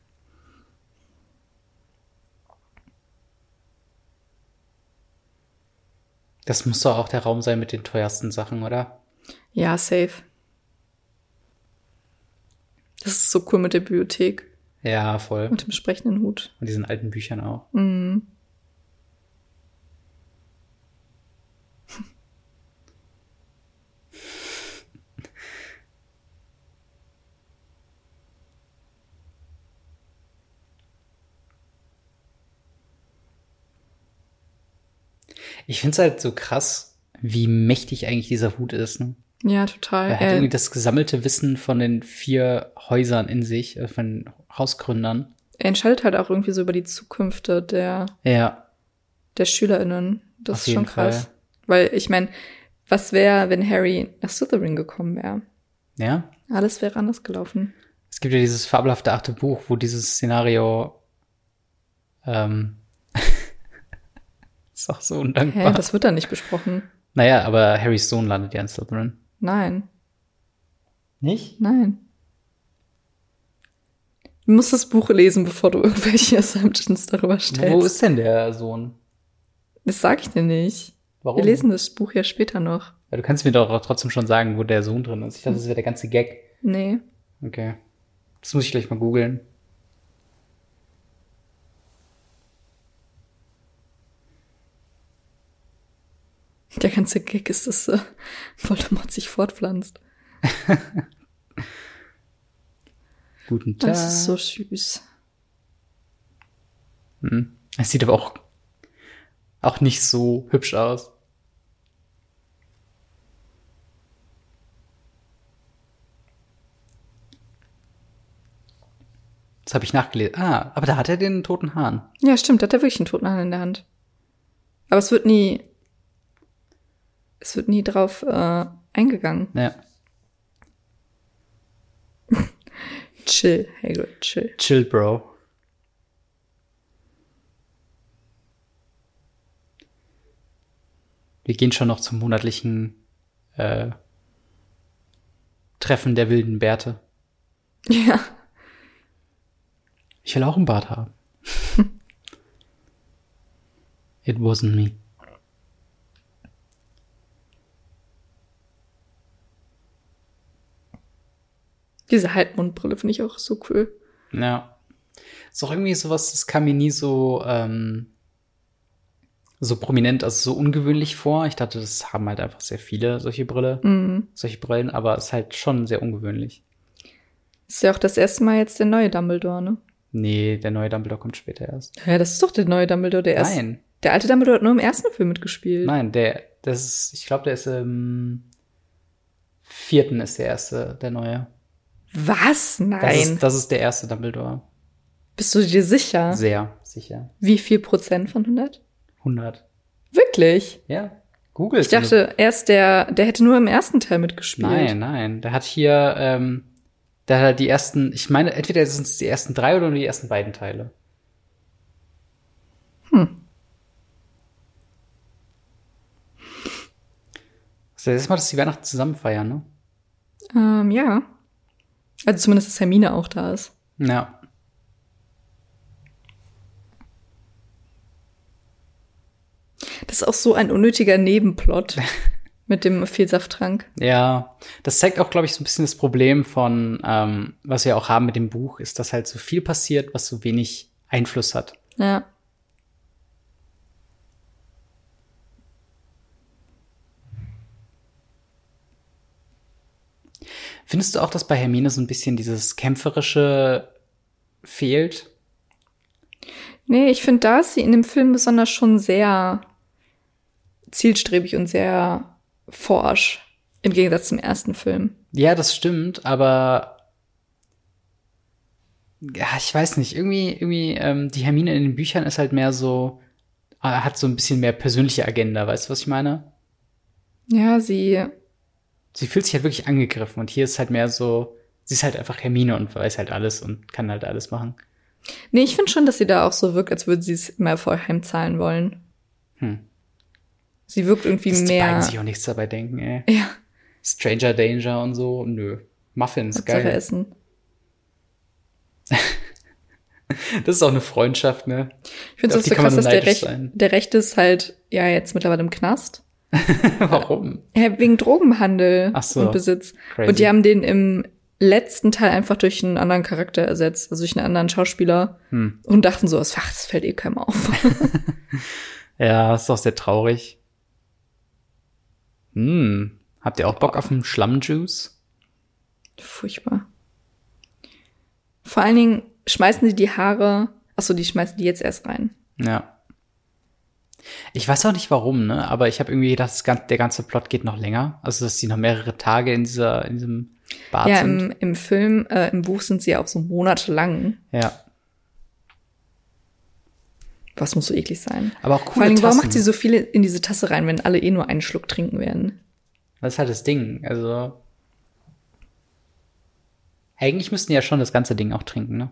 B: Das muss doch auch der Raum sein mit den teuersten Sachen, oder?
A: Ja, safe. Das ist so cool mit der Bibliothek
B: Ja, voll.
A: und dem sprechenden Hut.
B: Und diesen alten Büchern auch.
A: Mhm.
B: Ich finde es halt so krass, wie mächtig eigentlich dieser Hut ist. Ne?
A: Ja, total.
B: Er hat
A: Äh,
B: irgendwie das gesammelte Wissen von den vier Häusern in sich, äh, von den Hausgründern.
A: er entscheidet halt auch irgendwie so über die Zukünfte der,
B: Ja,
A: der SchülerInnen. Das
B: Auf
A: ist schon
B: jeden Fall.
A: krass. Weil ich meine, was wäre, wenn Harry nach Slytherin gekommen wäre?
B: ja.
A: Alles wäre anders gelaufen.
B: Es gibt ja dieses fabelhafte achte Buch, wo dieses Szenario ähm, ist auch so
A: Hä,
B: undankbar.
A: das wird da nicht besprochen.
B: naja, aber Harrys Sohn landet ja in Slytherin.
A: Nein,
B: Nicht?
A: nein. Du musst das Buch lesen, bevor du irgendwelche Assumptions darüber stellst.
B: Wo ist denn der Sohn?
A: das sag ich dir nicht.
B: Warum?
A: Wir lesen das Buch ja später noch.
B: Ja, du kannst mir doch trotzdem schon sagen, wo der Sohn drin ist. Ich
A: Hm.
B: dachte, das wäre der ganze Gag.
A: Nee.
B: Okay. Das muss ich gleich mal googeln.
A: Der ganze Gag ist, dass äh, Voldemort sich fortpflanzt.
B: Guten Tag.
A: Das ist so süß.
B: Hm. Es sieht aber auch, auch nicht so hübsch aus. Das habe ich nachgelesen. Ah, aber da hat er den toten Hahn.
A: Ja, stimmt, da hat er wirklich einen toten Hahn in der Hand. Aber es wird nie, es wird nie drauf äh, eingegangen.
B: Ja.
A: Chill, Hagrid, chill.
B: Chill, Bro. Wir gehen schon noch zum monatlichen äh, Treffen der wilden Bärte.
A: Ja,
B: Ich will auch einen Bart haben. It wasn't me.
A: diese Halbmondbrille finde ich auch so cool.
B: Ja. Ist auch irgendwie sowas, das kam mir nie so, ähm, so prominent, also so ungewöhnlich vor. Ich dachte, das haben halt einfach sehr viele solche Brille,
A: Mhm.
B: solche Brillen, aber ist halt schon sehr ungewöhnlich.
A: Ist ja auch das erste Mal jetzt der neue Dumbledore, ne?
B: Nee, der neue Dumbledore kommt später erst.
A: Ja, das ist doch der neue Dumbledore, der erste.
B: Nein,
A: Der alte Dumbledore hat nur im ersten Film mitgespielt.
B: nein, der, das ist, ich glaube, der ist im vierten ist der erste, der neue.
A: Was?
B: Das,
A: Nein.
B: Ist, das ist der erste Dumbledore.
A: Bist du dir sicher?
B: Sehr sicher.
A: Wie viel Prozent von 100?
B: 100.
A: Wirklich?
B: Ja, Google
A: Ich dachte erst, der, der hätte nur im ersten Teil mitgespielt.
B: Nein, nein. Der hat hier, ähm, der hat halt die ersten, ich meine, entweder sind es die ersten drei oder nur die ersten beiden Teile.
A: Hm.
B: Das ist das erste Mal, dass die Weihnachten zusammen feiern, ne?
A: Ähm, ja. Also zumindest, dass Hermine auch da ist.
B: Ja.
A: Das ist auch so ein unnötiger Nebenplot mit dem Vielsafttrank.
B: Ja, das zeigt auch, glaube ich, so ein bisschen das Problem von, ähm, was wir auch haben mit dem Buch, ist, dass halt so viel passiert, was so wenig Einfluss hat.
A: Ja.
B: Findest du auch, dass bei Hermine so ein bisschen dieses Kämpferische fehlt?
A: Nee, ich finde, da ist sie in dem Film besonders schon sehr zielstrebig und sehr forsch. Im Gegensatz zum ersten Film.
B: Ja, das stimmt, aber ja, ich weiß nicht, irgendwie, irgendwie, ähm, die Hermine in den Büchern ist halt mehr so, äh, hat so ein bisschen mehr persönliche Agenda, weißt du, was ich meine?
A: Ja, sie.
B: Sie fühlt sich halt wirklich angegriffen und hier ist halt mehr so, sie ist halt einfach Hermine und weiß halt alles und kann halt alles machen.
A: Nee, ich finde schon, dass sie da auch so wirkt, als würde sie es immer voll heimzahlen wollen.
B: Hm.
A: Sie wirkt irgendwie
B: Dass die beiden
A: mehr.
B: sich auch nichts dabei denken, ey.
A: Ja,
B: Stranger Danger und so, nö. Muffins,
A: Hauptsache
B: geil.
A: essen.
B: Das ist auch eine Freundschaft, ne?
A: Ich finde
B: Auf
A: es
B: die
A: so
B: kann man
A: krass, dass
B: nur
A: der,
B: neidisch
A: Rech
B: sein.
A: der Rechte ist halt ja jetzt mittlerweile im Knast.
B: Warum?
A: Ja, wegen Drogenhandel
B: Ach so.
A: und Besitz.
B: Crazy.
A: Und die haben den im letzten Teil einfach durch einen anderen Charakter ersetzt, also durch einen anderen Schauspieler
B: Hm.
A: und dachten so, ach, das fällt eh keinem auf.
B: Ja, ist doch sehr traurig. Hm. Habt ihr auch Bock auf einen Schlammjuice?
A: Furchtbar. Vor allen Dingen schmeißen sie die Haare, ach so, die schmeißen die jetzt erst rein.
B: Ja. Ich weiß auch nicht warum, ne? Aber ich habe irgendwie gedacht, das gan- der ganze Plot geht noch länger. Also, dass die noch mehrere Tage in dieser, in diesem Bad
A: ja,
B: Ah,
A: ähm,
B: sind.
A: im, im Film, äh, im Buch sind sie ja auch so monatelang.
B: Ja.
A: Was muss so eklig sein?
B: Aber auch
A: Vor
B: coole
A: allen Dingen, warum
B: Tassen.
A: macht sie so viele in diese Tasse rein, wenn alle eh nur einen Schluck trinken werden?
B: Das ist halt das Ding. Also, Eigentlich müssten die ja schon das ganze Ding auch trinken, ne?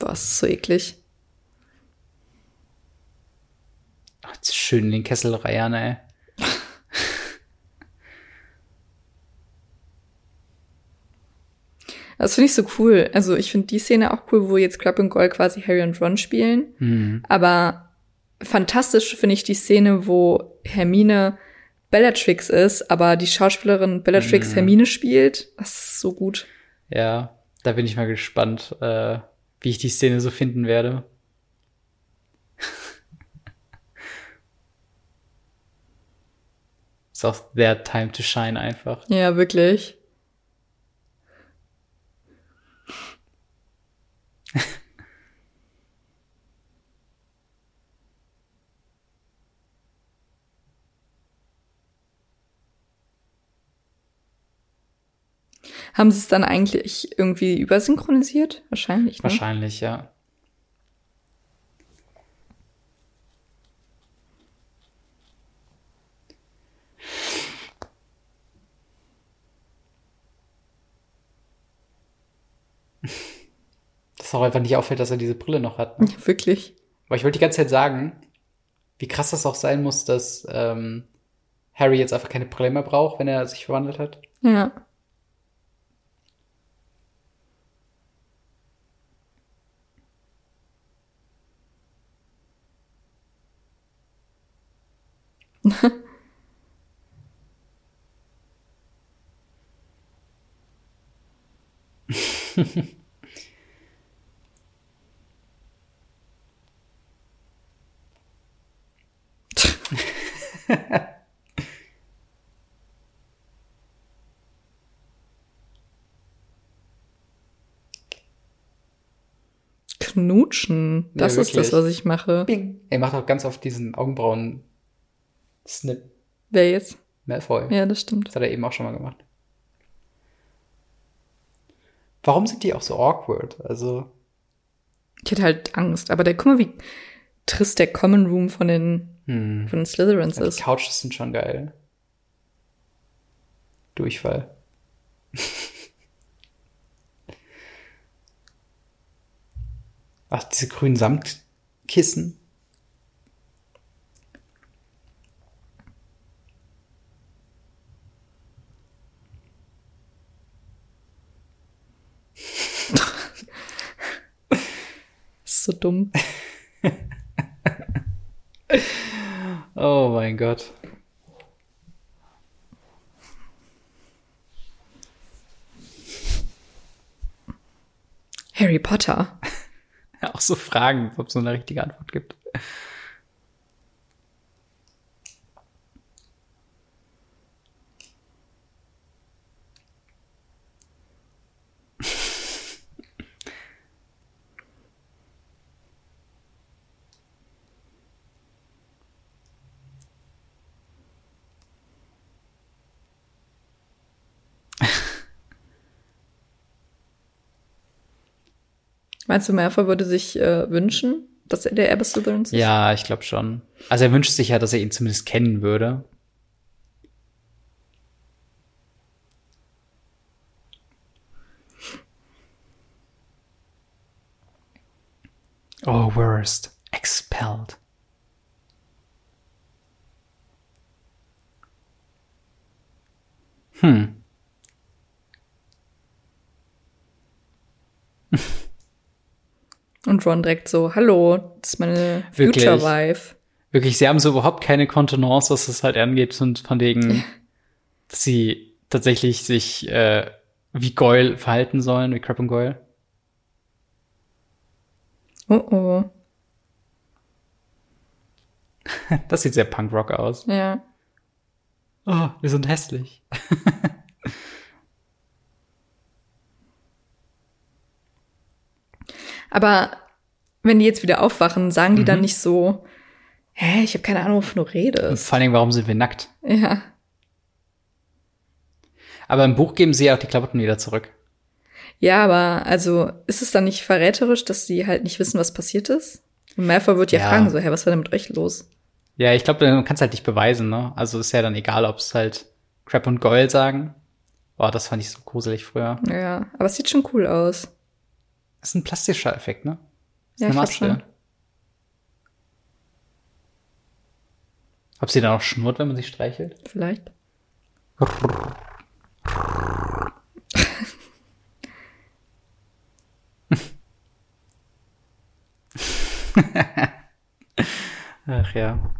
A: Boah, ist so eklig.
B: Ach, jetzt schön in den Kessel reiern, ey.
A: Das finde ich so cool. Also ich finde die Szene auch cool, wo jetzt Club und Gold quasi Harry und Ron spielen.
B: Hm.
A: Aber fantastisch finde ich die Szene, wo Hermine Bellatrix ist, aber die Schauspielerin Bellatrix
B: Mhm.
A: Hermine spielt. Das ist so gut.
B: Ja, da bin ich mal gespannt, äh, wie ich die Szene so finden werde. Ist auch their time to shine einfach.
A: Ja, wirklich. Haben sie es dann eigentlich irgendwie übersynchronisiert? Wahrscheinlich. Ne?
B: Wahrscheinlich, ja. Dass auch einfach nicht auffällt, dass er diese Brille noch hat. Ne?
A: Ja, wirklich.
B: Aber ich wollte die ganze Zeit sagen, wie krass das auch sein muss, dass ähm, Harry jetzt einfach keine Brille mehr braucht, wenn er sich verwandelt hat.
A: Ja. Knutschen.
B: Ja,
A: Das ist das,
B: wirklich.
A: was ich mache.
B: Bing. Er macht auch ganz oft diesen Augenbrauen-Snip.
A: Wer jetzt?
B: Malfoy.
A: Ja, das stimmt.
B: Das hat er eben auch schon mal gemacht. Warum sind die auch so awkward? Also,
A: Ich hätte halt Angst. Aber der, guck mal, wie trist der Common Room von den,
B: hm.
A: von den Slytherins
B: die
A: ist.
B: Couches sind schon geil. Durchfall. Ach, diese grünen Samtkissen.
A: Ist so dumm.
B: Oh mein Gott.
A: Harry Potter.
B: Auch so Fragen, ob es so eine richtige Antwort gibt.
A: Meinst du, Malfoy würde sich äh, wünschen, dass er der Abbot Slytherins ist?
B: Ja, ich glaube schon. Also er wünscht sich ja, dass er ihn zumindest kennen würde. Oh, worst. Expelled. Hm.
A: Und Ron direkt so, hallo, das ist meine
B: Wirklich?
A: Future Wife.
B: Wirklich, sie haben so überhaupt keine Kontenance, was das halt angeht und von wegen, dass sie tatsächlich sich äh, wie Goyle verhalten sollen, wie Crab und Goyle.
A: Oh oh.
B: Das sieht sehr Punkrock aus.
A: Ja.
B: Oh, wir sind hässlich.
A: Aber wenn die jetzt wieder aufwachen, sagen die
B: Mhm.
A: dann nicht so, hä, ich habe keine Ahnung, wovon du
B: Und
A: redest.
B: vor allen Dingen, warum sind wir nackt?
A: Ja.
B: Aber im Buch geben sie ja auch die Klamotten wieder zurück.
A: Ja, aber also ist es dann nicht verräterisch, dass sie halt nicht wissen, was passiert ist? Und Malfoy wird ja,
B: Ja.
A: fragen, so, hä, was war denn mit euch los?
B: Ja, ich glaube, man kann es halt nicht beweisen, ne? Also ist ja dann egal, ob es halt Crab und Goyle sagen Boah, das fand ich so gruselig früher.
A: Ja, aber es sieht schon cool aus.
B: Das ist ein plastischer Effekt, ne? Das ist
A: Ja,
B: eine
A: ich glaub
B: Maske.
A: schon.
B: Ob sie dann auch schnurrt, wenn man sie streichelt?
A: Vielleicht.
B: Ach ja.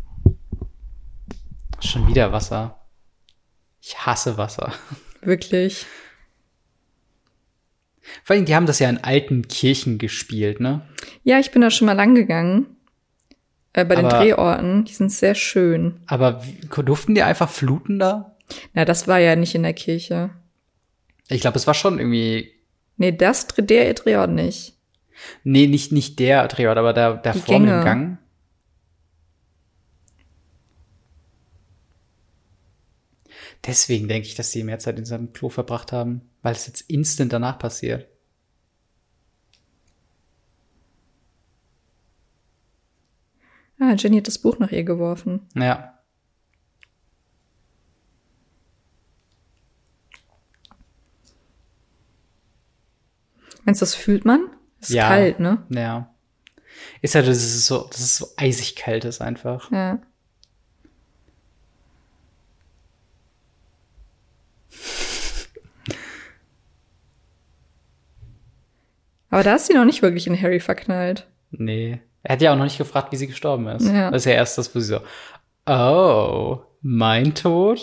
B: Schon wieder Wasser. Ich hasse Wasser.
A: Wirklich.
B: Vor allem, die haben das ja in alten Kirchen gespielt, ne?
A: Ja, ich bin da schon mal lang gegangen. Äh, bei den
B: Aber-
A: Drehorten. Die sind sehr schön.
B: Aber wie- durften die einfach fluten da?
A: Na, das war ja nicht in der Kirche.
B: Ich glaube, es war schon irgendwie.
A: Nee, das Dreh- der Drehort nicht.
B: Nee, nicht, nicht der Drehort, aber da, davor mit
A: Gänge.
B: dem Gang. Deswegen denke ich, dass die mehr Zeit in seinem Klo verbracht haben, weil es jetzt instant danach passiert.
A: Ah, Jenny hat das Buch nach ihr geworfen.
B: Ja.
A: Meinst du, das fühlt man? Ist
B: Ja.
A: kalt, ne?
B: Ja. Ist ja, dass es so, dass es so eisig kalt ist einfach.
A: Ja. Aber da ist sie noch nicht wirklich in Harry verknallt.
B: Nee. Er hat ja auch noch nicht gefragt, wie sie gestorben ist.
A: Ja.
B: Das ist ja erst das, wo sie so, oh, mein Tod?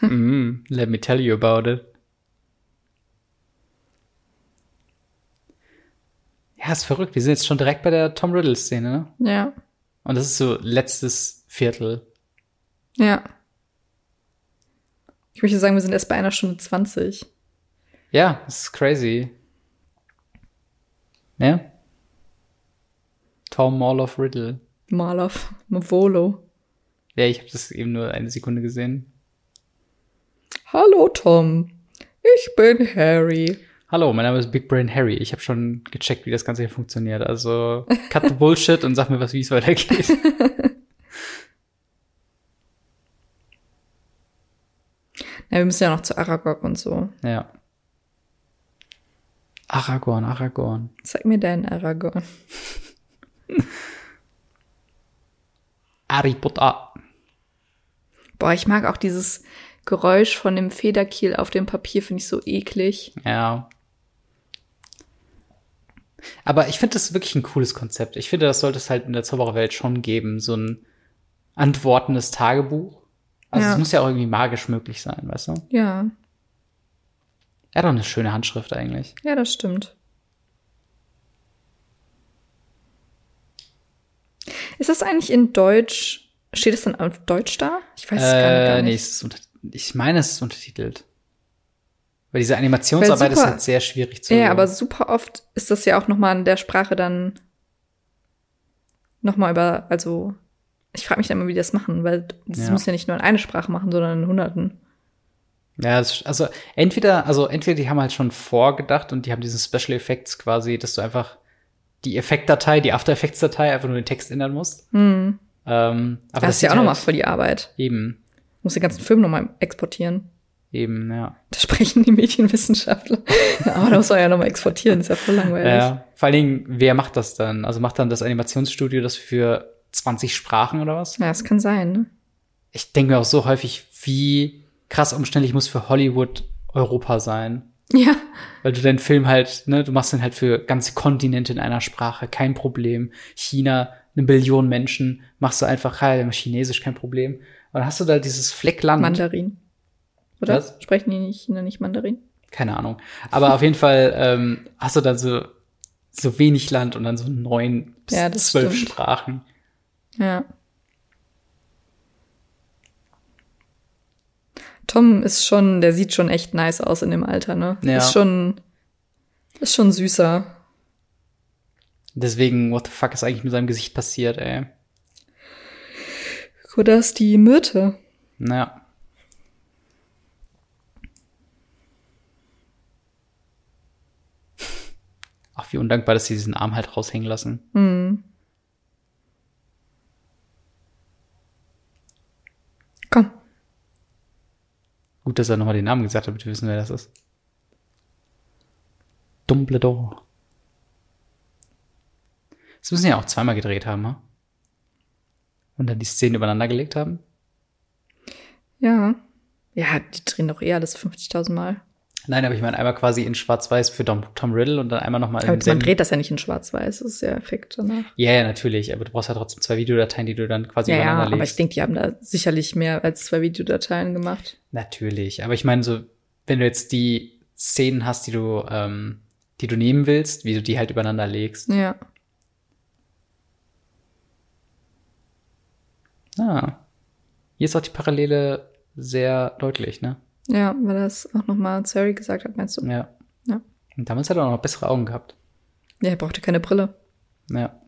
B: mm, let me tell you about it. Ja, ist verrückt. Wir sind jetzt schon direkt bei der Tom Riddle-Szene, ne?
A: Ja.
B: Und das ist so letztes Viertel.
A: Ja. Ich möchte sagen, wir sind erst bei einer Stunde 20.
B: Ja, das ist crazy. Ja? Tom Morloff Riddle.
A: Malov, Mavolo.
B: Ja, ich habe das eben nur eine Sekunde gesehen.
A: Hallo Tom. Ich bin Harry.
B: Hallo, mein Name ist Big Brain Harry. Ich habe schon gecheckt, wie das Ganze hier funktioniert. Also cut the bullshit und sag mir, was wie es weitergeht.
A: Ja, wir müssen ja noch zu Aragog und so.
B: ja. Aragorn, Aragorn.
A: Zeig mir deinen Aragorn.
B: Harry Potter.
A: Boah, ich mag auch dieses Geräusch von dem Federkiel auf dem Papier, finde ich so eklig.
B: Ja. Aber ich finde das wirklich ein cooles Konzept. Ich finde, das sollte es halt in der Zaubererwelt schon geben. So ein antwortendes Tagebuch. Also
A: Ja.
B: es muss ja auch irgendwie magisch möglich sein, weißt du?
A: Ja,
B: Er hat doch eine schöne Handschrift eigentlich.
A: ja, das stimmt. Ist das eigentlich in Deutsch? Steht es dann auf Deutsch da? Ich weiß es gar,
B: Äh,
A: gar
B: nee,
A: nicht.
B: es ist unter, ich meine, es ist untertitelt. Weil diese Animationsarbeit
A: Weil
B: ist
A: super-
B: halt sehr schwierig zu.
A: Ja, aber super oft ist das ja auch noch mal in der Sprache dann noch mal über, also ich frage mich dann immer, wie die das machen, weil das
B: Ja.
A: muss ja nicht nur in eine Sprache machen, sondern in hunderten.
B: Ja, das, also entweder, also entweder die haben halt schon vorgedacht und die haben diesen Special Effects quasi, dass du einfach die Effektdatei, die After Effects Datei einfach nur den Text ändern musst.
A: Hm.
B: Ähm, aber
A: das ist ja auch
B: sieht
A: noch mal
B: halt
A: voll die Arbeit.
B: eben,
A: Muss den ganzen Film noch mal exportieren.
B: eben, ja.
A: Da sprechen die Medienwissenschaftler. Aber da muss man ja nochmal exportieren, ist ja voll langweilig.
B: ja. Vor allen Dingen, wer macht das dann? Also macht dann das Animationsstudio das für 20 Sprachen oder was?
A: Ja, das kann sein. Ne?
B: ich denke mir auch so häufig, wie krass umständlich muss für Hollywood Europa sein.
A: Ja,
B: Weil du den Film halt, ne, du machst den halt für ganze Kontinente in einer Sprache, kein Problem. China, eine Billion Menschen, machst du einfach halt Chinesisch, kein Problem. Und dann hast du da dieses Fleckland.
A: Mandarin. Oder?
B: Was?
A: Sprechen die nicht, China nicht Mandarin?
B: Keine Ahnung. Aber auf jeden Fall ähm, hast du dann so, so wenig Land und dann so neun bis
A: Ja, das
B: zwölf
A: stimmt.
B: Sprachen.
A: Ja. Tom ist schon, der sieht schon echt nice aus in dem Alter, ne?
B: Ja.
A: Ist schon, ist schon süßer.
B: Deswegen, what the fuck ist eigentlich mit seinem Gesicht passiert, ey?
A: Oder ist die Myrte?
B: Naja. Ach, wie undankbar, dass sie diesen Arm halt raushängen lassen.
A: Hm. Komm,
B: Gut, dass er nochmal den Namen gesagt hat, damit wir wissen, wer das ist. Dumbledore. Das müssen sie ja auch zweimal gedreht haben, ne? Und dann die Szenen übereinander gelegt haben.
A: Ja. Ja, die drehen doch eh alles 50.000 Mal.
B: Nein, aber ich meine einmal quasi in Schwarz-Weiß für Tom, Tom Riddle und dann einmal nochmal
A: Aber
B: in
A: man dreht das ja nicht in schwarz-weiß, das ist ja Effekt danach.
B: Ja, ja, natürlich, aber du brauchst ja trotzdem zwei Videodateien, die du dann quasi
A: Ja, ja,
B: übereinander
A: aber ich
B: legst.
A: denke, die haben da sicherlich mehr als zwei Videodateien gemacht.
B: Natürlich, aber ich meine so, wenn du jetzt die Szenen hast, die du, ähm, die du nehmen willst, wie du die halt übereinander legst.
A: Ja.
B: Ah. Hier ist auch die Parallele sehr deutlich, ne?
A: Ja, weil das auch nochmal Harry gesagt hat, meinst du?
B: Ja.
A: Ja.
B: Und damals hat er auch noch bessere Augen gehabt.
A: Ja, er brauchte keine Brille.
B: Ja.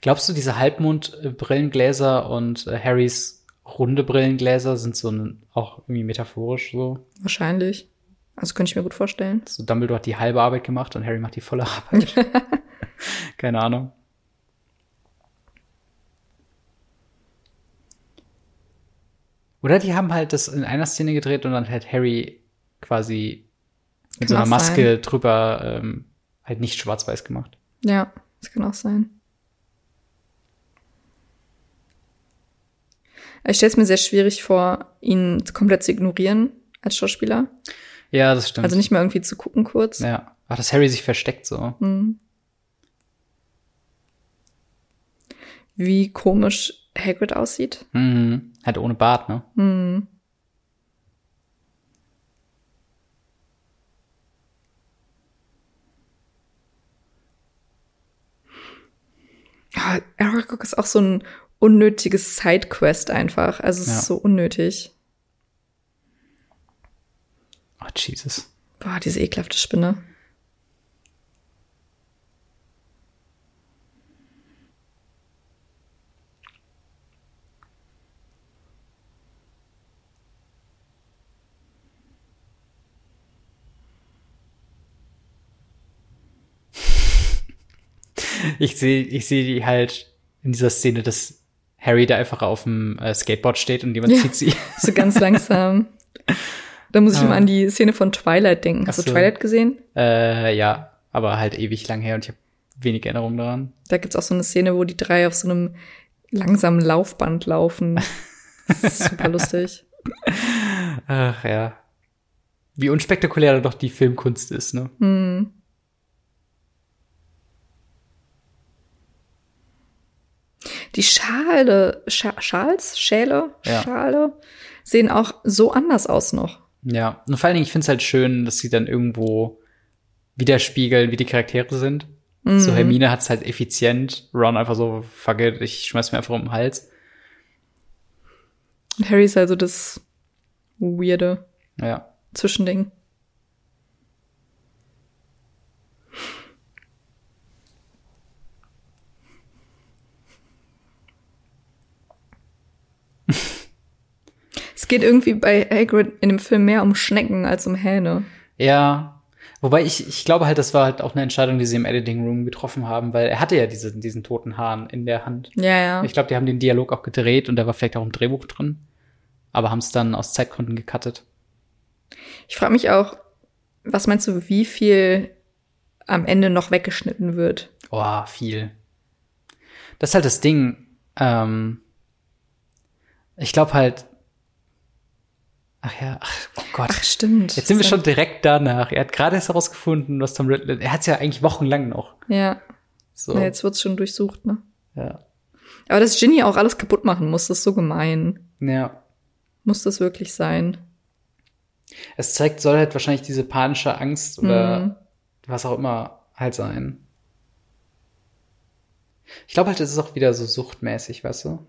B: Glaubst du, diese Halbmond-Brillengläser und äh, Harrys runde Brillengläser sind so ein, auch irgendwie metaphorisch so?
A: Wahrscheinlich. Also könnte ich mir gut vorstellen.
B: So Dumbledore hat die halbe Arbeit gemacht und Harry macht die volle Arbeit. Keine Ahnung. Oder die haben halt das in einer Szene gedreht und dann hat Harry quasi
A: Kann
B: mit so einer
A: auch sein.
B: Maske drüber ähm, halt nicht schwarz-weiß gemacht.
A: Ja, das kann auch sein. Ich stelle es mir sehr schwierig vor, ihn komplett zu ignorieren als Schauspieler.
B: Ja, das stimmt.
A: Also nicht mal irgendwie zu gucken kurz.
B: Ja. Ach, dass Harry sich versteckt so.
A: Hm. Wie komisch Hagrid aussieht.
B: Mhm. Halt ohne Bart, ne?
A: Hm. Ja, Ah, Aragog ist auch so ein unnötiges Sidequest einfach. Also es
B: Ja.
A: ist so unnötig.
B: Oh, Jesus.
A: Boah, diese ekelhafte Spinne.
B: Ich sehe ich sehe die halt in dieser Szene, dass Harry da einfach auf dem äh, Skateboard steht und jemand
A: Ja.
B: zieht sie.
A: So ganz langsam. Da muss ich
B: Ah.
A: immer an die Szene von Twilight denken. Hast
B: Ach
A: du
B: so.
A: Twilight gesehen?
B: Äh, ja, aber halt ewig lang her und ich habe wenig Erinnerung daran.
A: Da gibt's auch so eine Szene, wo die drei auf so einem langsamen Laufband laufen. Das ist super lustig.
B: Ach ja. Wie unspektakulär doch die Filmkunst ist, ne?
A: Hm. Die Schale, Scha Schals, Schäle,
B: Ja.
A: Schale sehen auch so anders aus noch.
B: Ja. Und vor allen Dingen, ich finde es halt schön, dass sie dann irgendwo widerspiegeln, wie die Charaktere sind.
A: Hm. Mhm.
B: So Hermine hat's halt effizient. Ron einfach so, fuck it, ich schmeiß mir einfach um den Hals.
A: Und Harry ist also das weirde
B: Ja.
A: Zwischending. es geht irgendwie bei Hagrid in dem Film mehr um Schnecken als um Hähne.
B: Ja. Wobei ich, ich glaube halt, das war halt auch eine Entscheidung, die sie im Editing Room getroffen haben, weil er hatte ja diese, diesen toten Hahn in der Hand.
A: Ja, ja.
B: Ich glaube, die haben den Dialog auch gedreht und da war vielleicht auch ein Drehbuch drin, aber haben es dann aus Zeitgründen gecuttet.
A: Ich frage mich auch, was meinst du, wie viel am Ende noch weggeschnitten wird?
B: Oh, viel. Das ist halt das Ding. Ähm, ich glaube halt. Ach ja, ach, oh Gott.
A: Ach, stimmt.
B: Jetzt sind wir schon direkt danach. Er hat gerade erst herausgefunden, was Tom Riddle. Er hat es ja eigentlich wochenlang noch.
A: Ja,
B: So.
A: Na, jetzt wird's schon durchsucht, ne?
B: Ja.
A: Aber dass Ginny auch alles kaputt machen muss, das ist so gemein.
B: ja.
A: Muss das wirklich sein?
B: Es zeigt, soll halt wahrscheinlich diese panische Angst oder
A: Mhm.
B: was auch immer halt sein. Ich glaube halt, es ist auch wieder so suchtmäßig, weißt du?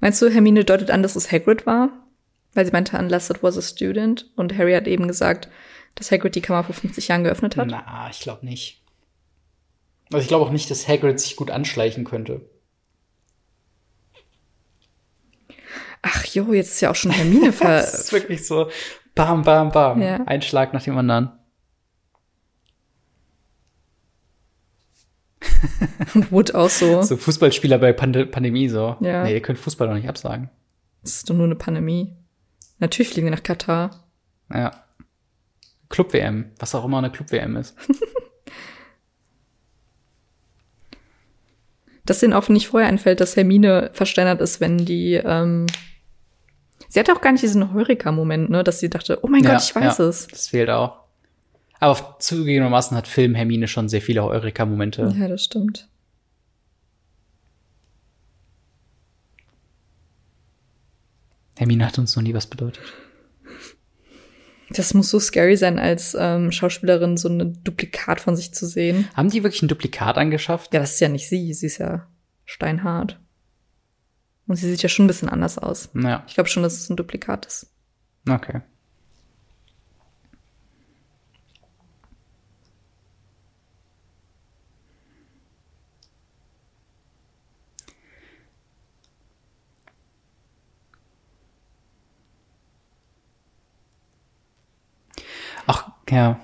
A: Meinst du, Hermine deutet an, dass es Hagrid war? Weil sie meinte, unless it was a student. Und Harry hat eben gesagt, dass Hagrid die Kammer vor 50 Jahren geöffnet hat.
B: Na, ich glaube nicht. Also ich glaube auch nicht, dass Hagrid sich gut anschleichen könnte.
A: Ach jo, jetzt ist ja auch schon Hermine ver...
B: Das ist wirklich so bam, bam, bam.
A: Ja.
B: Ein Schlag nach dem anderen.
A: Wood auch so.
B: So Fußballspieler bei Pande Pandemie so.
A: Ja.
B: Nee, ihr könnt Fußball doch nicht absagen.
A: Das ist doch nur eine Pandemie. Natürlich fliegen wir nach Katar.
B: Ja. Club-WM, was auch immer eine Club-WM ist.
A: Dass denen auch nicht vorher einfällt, dass Hermine versteinert ist, wenn die. Ähm sie hatte auch gar nicht diesen Heureka-Moment, ne? Dass sie dachte, oh mein
B: ja,
A: Gott, ich weiß
B: ja,
A: es.
B: Das fehlt auch. Aber auf- zugegebenermaßen hat Film Hermine schon sehr viele Eureka-Momente.
A: Ja, das stimmt.
B: Hermine hat uns noch nie was bedeutet.
A: Das muss so scary sein, als ähm, Schauspielerin so ein Duplikat von sich zu sehen.
B: Haben die wirklich ein Duplikat angeschafft?
A: Ja, das ist ja nicht sie. Sie ist ja steinhart. Und sie sieht ja schon ein bisschen anders aus.
B: Ja,
A: Ich glaube schon, dass es ein Duplikat ist.
B: okay. Ach, ja.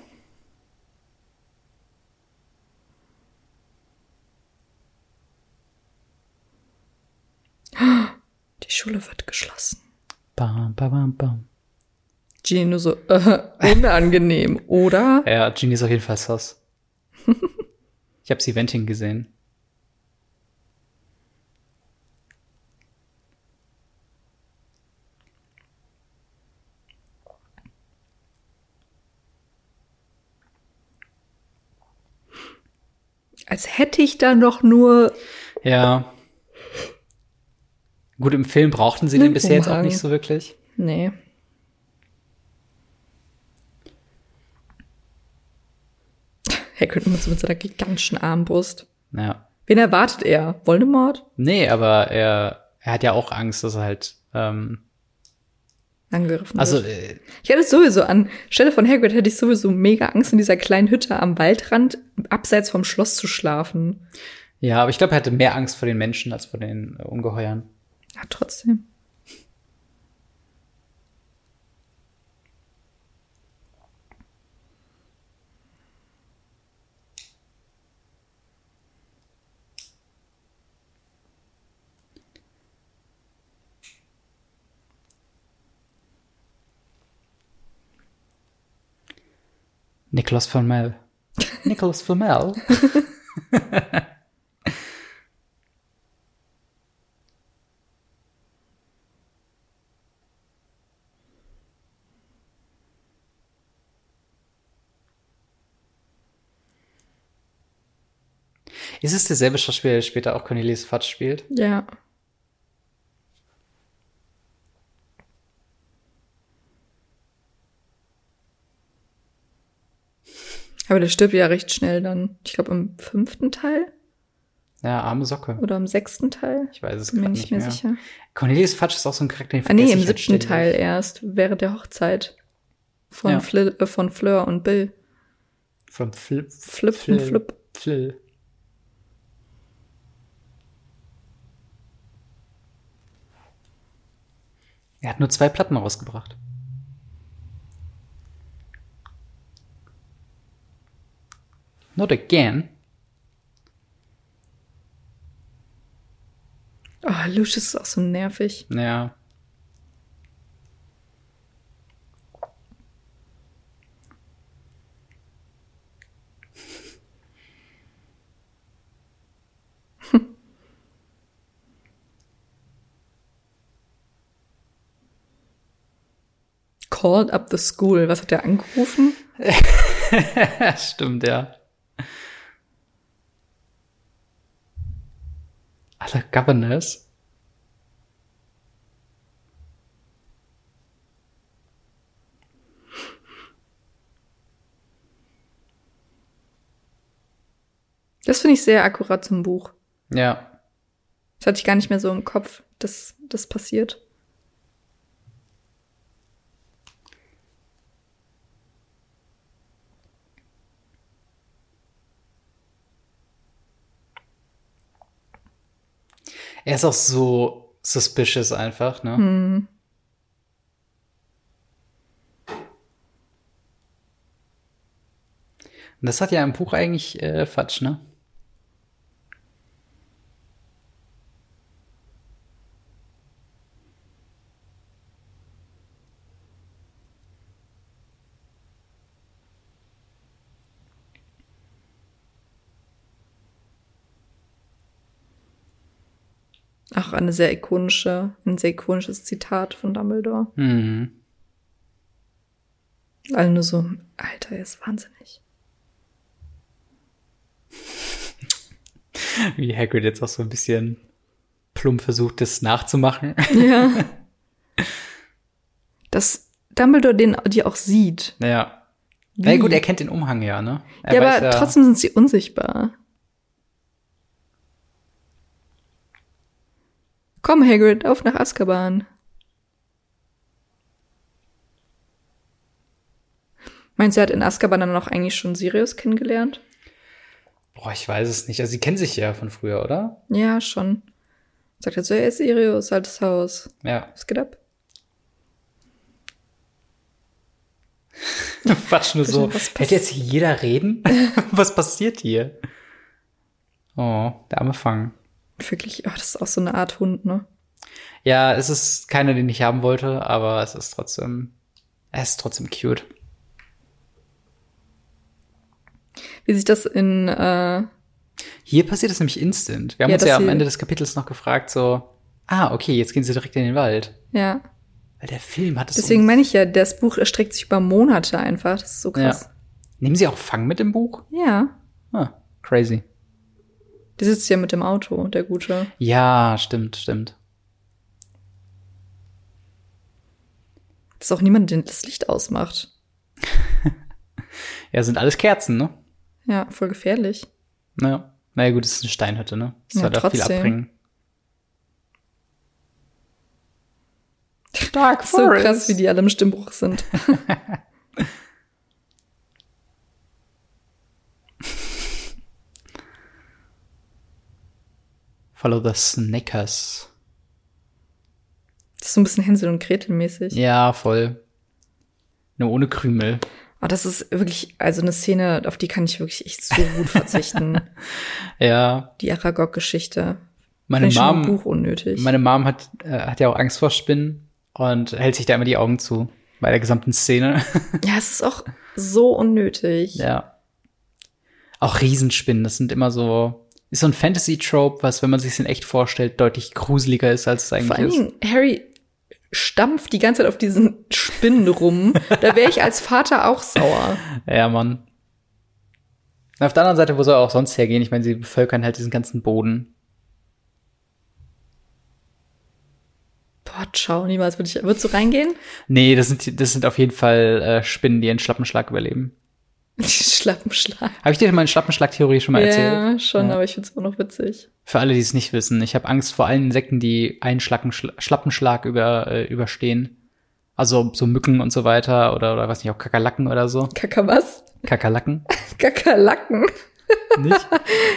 A: Die Schule wird geschlossen.
B: Bam, bam, bam, bam.
A: Genie nur so, äh, unangenehm, oder?
B: Ja, Genie ist auf jeden Fall sass. ich habe sie Venting gesehen.
A: Als hätte ich da noch nur
B: Ja. Gut, im Film brauchten sie
A: Einen
B: den bisher jetzt auch
A: Umhang.
B: nicht so wirklich.
A: Nee. Er könnte mit so mit seiner gigantischen Armbrust.
B: Ja.
A: Wen erwartet er? Voldemort?
B: Nee, aber er, er hat ja auch Angst, dass er halt. Ähm,
A: Angegriffen.
B: also,
A: wird.
B: äh,
A: ich hätte sowieso an Stelle von Hagrid hätte ich sowieso mega Angst in dieser kleinen Hütte am Waldrand abseits vom Schloss zu schlafen.
B: ja, aber ich glaube, er hatte mehr Angst vor den Menschen als vor den äh, Ungeheuern.
A: Ja, trotzdem.
B: Nicholas Flamel. Nicholas Flamel. Ist es derselbe Schauspieler, der später auch Cornelius Fudge spielt?
A: Ja. Aber der stirbt ja recht schnell dann. Ich glaube im fünften Teil
B: Ja, arme Socke.
A: oder im sechsten Teil.
B: Ich weiß es
A: Bin mir
B: gerade
A: nicht mehr, sicher.
B: Cornelius Fudge ist auch so ein Charakter, den
A: Ah nee,
B: vergesse
A: im
B: ich halt
A: siebten
B: ständig.
A: Teil erst, während der Hochzeit von,
B: Ja.
A: Fli äh, von Fleur und Bill.
B: From Flip.
A: Flip und Flip.
B: Flill. Er hat nur zwei Platten rausgebracht. Not again.
A: Ah, Lucius ist auch so nervig.
B: Ja.
A: Called up the school. Was hat der angerufen?
B: Stimmt, ja. Alle Governors.
A: Das finde ich sehr akkurat zum Buch.
B: Ja.
A: Das hatte ich gar nicht mehr so im Kopf, dass das passiert.
B: Er ist auch so suspicious einfach, ne?
A: Hm.
B: Und das hat ja im Buch eigentlich äh, Fatsch, ne?
A: Auch eine sehr ikonische, ein sehr ikonisches Zitat von Dumbledore.
B: Mhm.
A: Alle nur so, Alter, er ist wahnsinnig.
B: Wie Hagrid jetzt auch so ein bisschen plump versucht, das nachzumachen.
A: Ja. Dass Dumbledore den, die auch sieht.
B: Naja. Na
A: Wie?
B: gut, er kennt den Umhang ja, ne? Er
A: ja,
B: weiß
A: aber trotzdem sind sie unsichtbar. Komm, Hagrid, auf nach Azkaban. Meinst du, er hat in Azkaban dann auch eigentlich schon Sirius kennengelernt?
B: Boah, ich weiß es nicht. Also, sie kennen sich ja von früher, oder?
A: Ja, schon. Sagt er so, er ist Sirius, altes Haus.
B: Ja.
A: Was geht ab?
B: Quatsch nur so.
A: Was pass-
B: Hätte jetzt jeder reden? Was passiert hier? Oh, der arme Fang.
A: Wirklich, oh, das ist auch so eine Art Hund, ne?
B: Ja, es ist keiner, den ich haben wollte, aber es ist trotzdem, es ist trotzdem cute.
A: Wie sich das in, äh,
B: Hier passiert es nämlich instant. Wir haben
A: Ja,
B: uns
A: dass
B: ja am
A: sie-
B: Ende des Kapitels noch gefragt, so, ah, okay, jetzt gehen sie direkt in den Wald.
A: ja.
B: Weil der Film hat es. um-
A: Deswegen
B: uns-
A: meine ich ja, das Buch erstreckt sich über Monate einfach. Das ist so krass.
B: Nehmen sie auch Fang mit im Buch?
A: Ja.
B: Ah, crazy.
A: Der sitzt ja mit dem Auto, der Gute.
B: Ja, stimmt, stimmt.
A: Dass auch niemand den- das Licht ausmacht.
B: Ja, sind alles Kerzen, ne?
A: Ja, voll gefährlich.
B: Naja. Naja, gut, es ist eine Steinhütte, ne? Es
A: Ja,
B: soll da viel
A: trotzdem.
B: abbringen. Dark
A: So krass, wie die alle im Stimmbruch sind.
B: Follow the Snickers.
A: Das ist so ein bisschen Hänsel und Gretel mäßig.
B: Ja, voll. Nur ohne Krümel.
A: Aber das ist wirklich, also eine Szene, auf die kann ich wirklich echt so gut verzichten.
B: Ja,
A: Die Aragog-Geschichte.
B: meine
A: Finde ich schon im
B: Mom,
A: Buch unnötig.
B: meine Mom hat, äh, hat ja auch Angst vor Spinnen und hält sich da immer die Augen zu. Bei der gesamten Szene.
A: ja, es ist auch so unnötig.
B: ja. Auch Riesenspinnen, das sind immer so, ist so ein Fantasy-Trope, was, wenn man sich in echt vorstellt, deutlich gruseliger ist, als es eigentlich
A: Vor allen
B: ist.
A: Dingen, Harry stampft die ganze Zeit auf diesen Spinnen rum. da wäre ich als Vater auch sauer.
B: Ja, Mann. Auf der anderen Seite, wo soll er auch sonst hergehen? Ich meine, sie bevölkern halt diesen ganzen Boden.
A: Boah, ciao, niemals würde ich. Würdest du reingehen?
B: Nee, das sind, das sind auf jeden Fall äh, Spinnen, die einen Schlappenschlag überleben.
A: Schlappenschlag.
B: Habe ich dir meine Schlappenschlag-Theorie schon mal erzählt?
A: Ja, schon,
B: Ja.
A: aber ich finde es immer noch witzig.
B: Für alle, die es nicht wissen, ich habe Angst vor allen Insekten, die einen Schlacken, Schla- Schlappenschlag über, äh, überstehen. Also so Mücken und so weiter oder, oder weiß nicht, auch Kakerlaken oder so.
A: Kaka was?
B: Kakerlaken,
A: Kakerlaken.
B: nicht?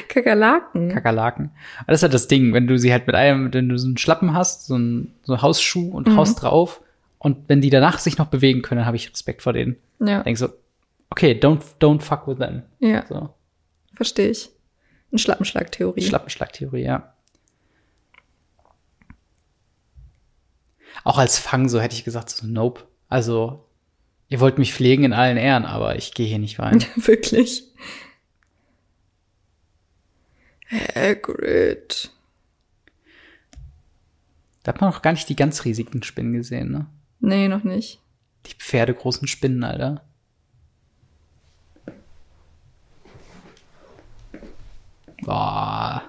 A: Kakerlaken.
B: Kakerlaken. Aber das ist halt das Ding, wenn du sie halt mit einem, wenn du so einen Schlappen hast, so einen, so einen Hausschuh und haust drauf und wenn die danach sich noch bewegen können, dann habe ich Respekt vor denen.
A: ja,
B: Ich denk so, okay, don't, don't fuck with them.
A: ja,
B: So,
A: verstehe ich. Eine Schlappenschlag-Theorie.
B: Schlappenschlagtheorie, ja. Auch als Fang, so hätte ich gesagt, so nope. Also, ihr wollt mich pflegen in allen Ehren, aber ich gehe hier nicht rein.
A: Wirklich. Hagrid.
B: da hat man noch gar nicht die ganz riesigen Spinnen gesehen, ne?
A: Nee, noch nicht.
B: Die pferdegroßen Spinnen, Alter. Boah.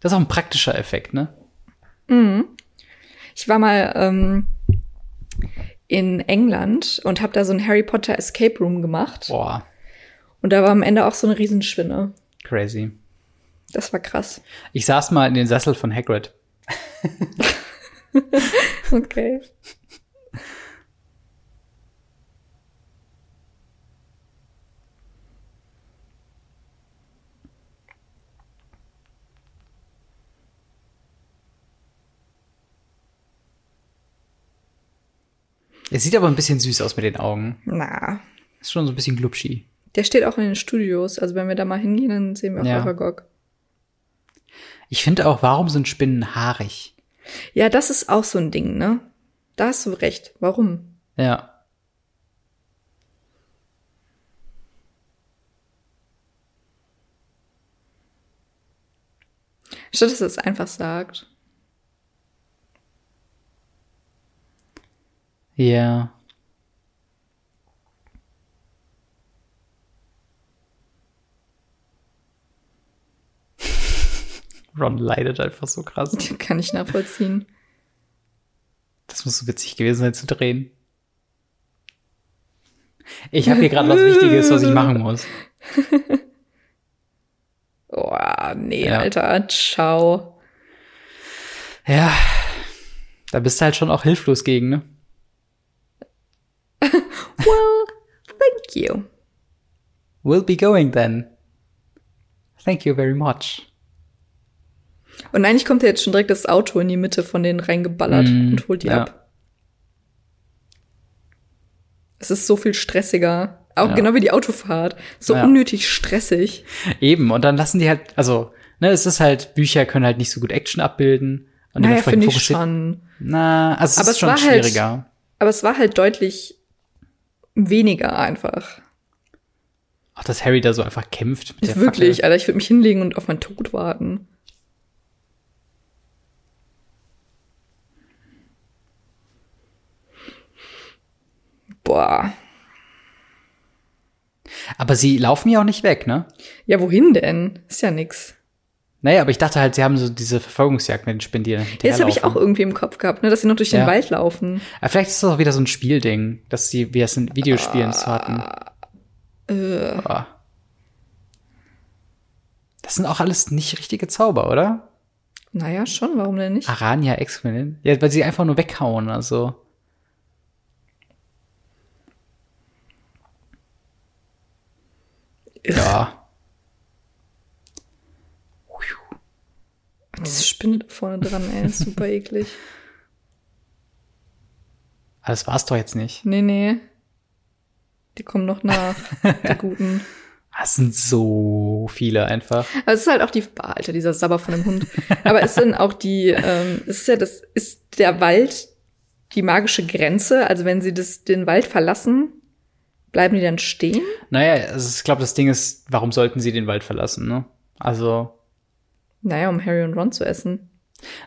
B: Das ist auch ein praktischer Effekt, ne?
A: Ich war mal ähm, in England und habe da so ein Harry Potter Escape Room gemacht.
B: Boah,
A: Und da war am Ende auch so eine Riesenspinne.
B: crazy.
A: Das war krass.
B: Ich saß mal in den Sessel von Hagrid.
A: Okay.
B: Es sieht aber ein bisschen süß aus mit den Augen.
A: Na,
B: Ist schon so ein bisschen glubschi.
A: der steht auch in den Studios. Also wenn wir da mal hingehen, dann sehen wir auch
B: Ja.
A: Aragog.
B: Ich finde auch, warum sind Spinnen haarig?
A: Ja, das ist auch so ein Ding, ne? Da hast du recht. Warum?
B: Ja.
A: Statt dass er es einfach sagt.
B: Ja. Ron leidet einfach so krass.
A: Kann ich nachvollziehen.
B: Das muss so witzig gewesen sein zu drehen. Ich habe hier gerade was Wichtiges, was ich machen muss.
A: Oh, nee,
B: Ja.
A: Alter, ciao.
B: Ja. Da bist du halt schon auch hilflos gegen, ne?
A: Well, thank you.
B: We'll be going then. Thank you very much.
A: Und eigentlich kommt ja jetzt schon direkt das Auto in die Mitte von denen reingeballert
B: Mm,
A: und holt die
B: ja.
A: ab. Es ist so viel stressiger. Auch
B: Ja.
A: genau wie die Autofahrt. So
B: Ja.
A: unnötig stressig.
B: Eben, und dann lassen die halt, also, ne, es ist halt, Bücher können halt nicht so gut Action abbilden. Und
A: naja,
B: dementsprechend
A: finde ich
B: fokussiert-
A: schon.
B: Na, also es
A: Aber
B: ist
A: es
B: schon
A: war halt-
B: schwieriger.
A: Aber es war halt deutlich weniger einfach.
B: Auch dass Harry da so einfach kämpft. Mit der
A: Wirklich,
B: Fackel.
A: Alter, ich würde mich hinlegen und auf meinen Tod warten. Boah.
B: Aber sie laufen ja auch nicht weg, ne?
A: Ja, wohin denn? Ist ja nix.
B: Naja, aber ich dachte halt, sie haben so diese Verfolgungsjagd mit den Spendieren.
A: Ja, das habe ich auch irgendwie im Kopf gehabt, ne, dass sie noch durch den
B: Ja.
A: Wald laufen.
B: Aber vielleicht ist das auch wieder so ein Spielding, dass sie, wie es in Videospielen so hatten.
A: Äh.
B: Ah. Das sind auch alles nicht richtige Zauber, oder?
A: Naja, schon, warum denn nicht?
B: Arania Exquinin. Ja, weil sie einfach nur weghauen, also. Ja. oh.
A: Diese Spinne da vorne dran, ey, ist super eklig.
B: Aber das war's doch jetzt nicht.
A: Nee, nee. Die kommen noch nach, die guten.
B: Ah, Es sind so viele einfach.
A: Aber es ist halt auch die, bah, Alter, dieser Sabber von dem Hund. Aber ist dann auch die, ähm, es ist ja das, ist der Wald die magische Grenze? Also wenn sie das, den Wald verlassen, bleiben die dann stehen?
B: Naja, also ich glaube, das Ding ist, warum sollten sie den Wald verlassen, ne? Also.
A: Naja, um Harry und Ron zu essen.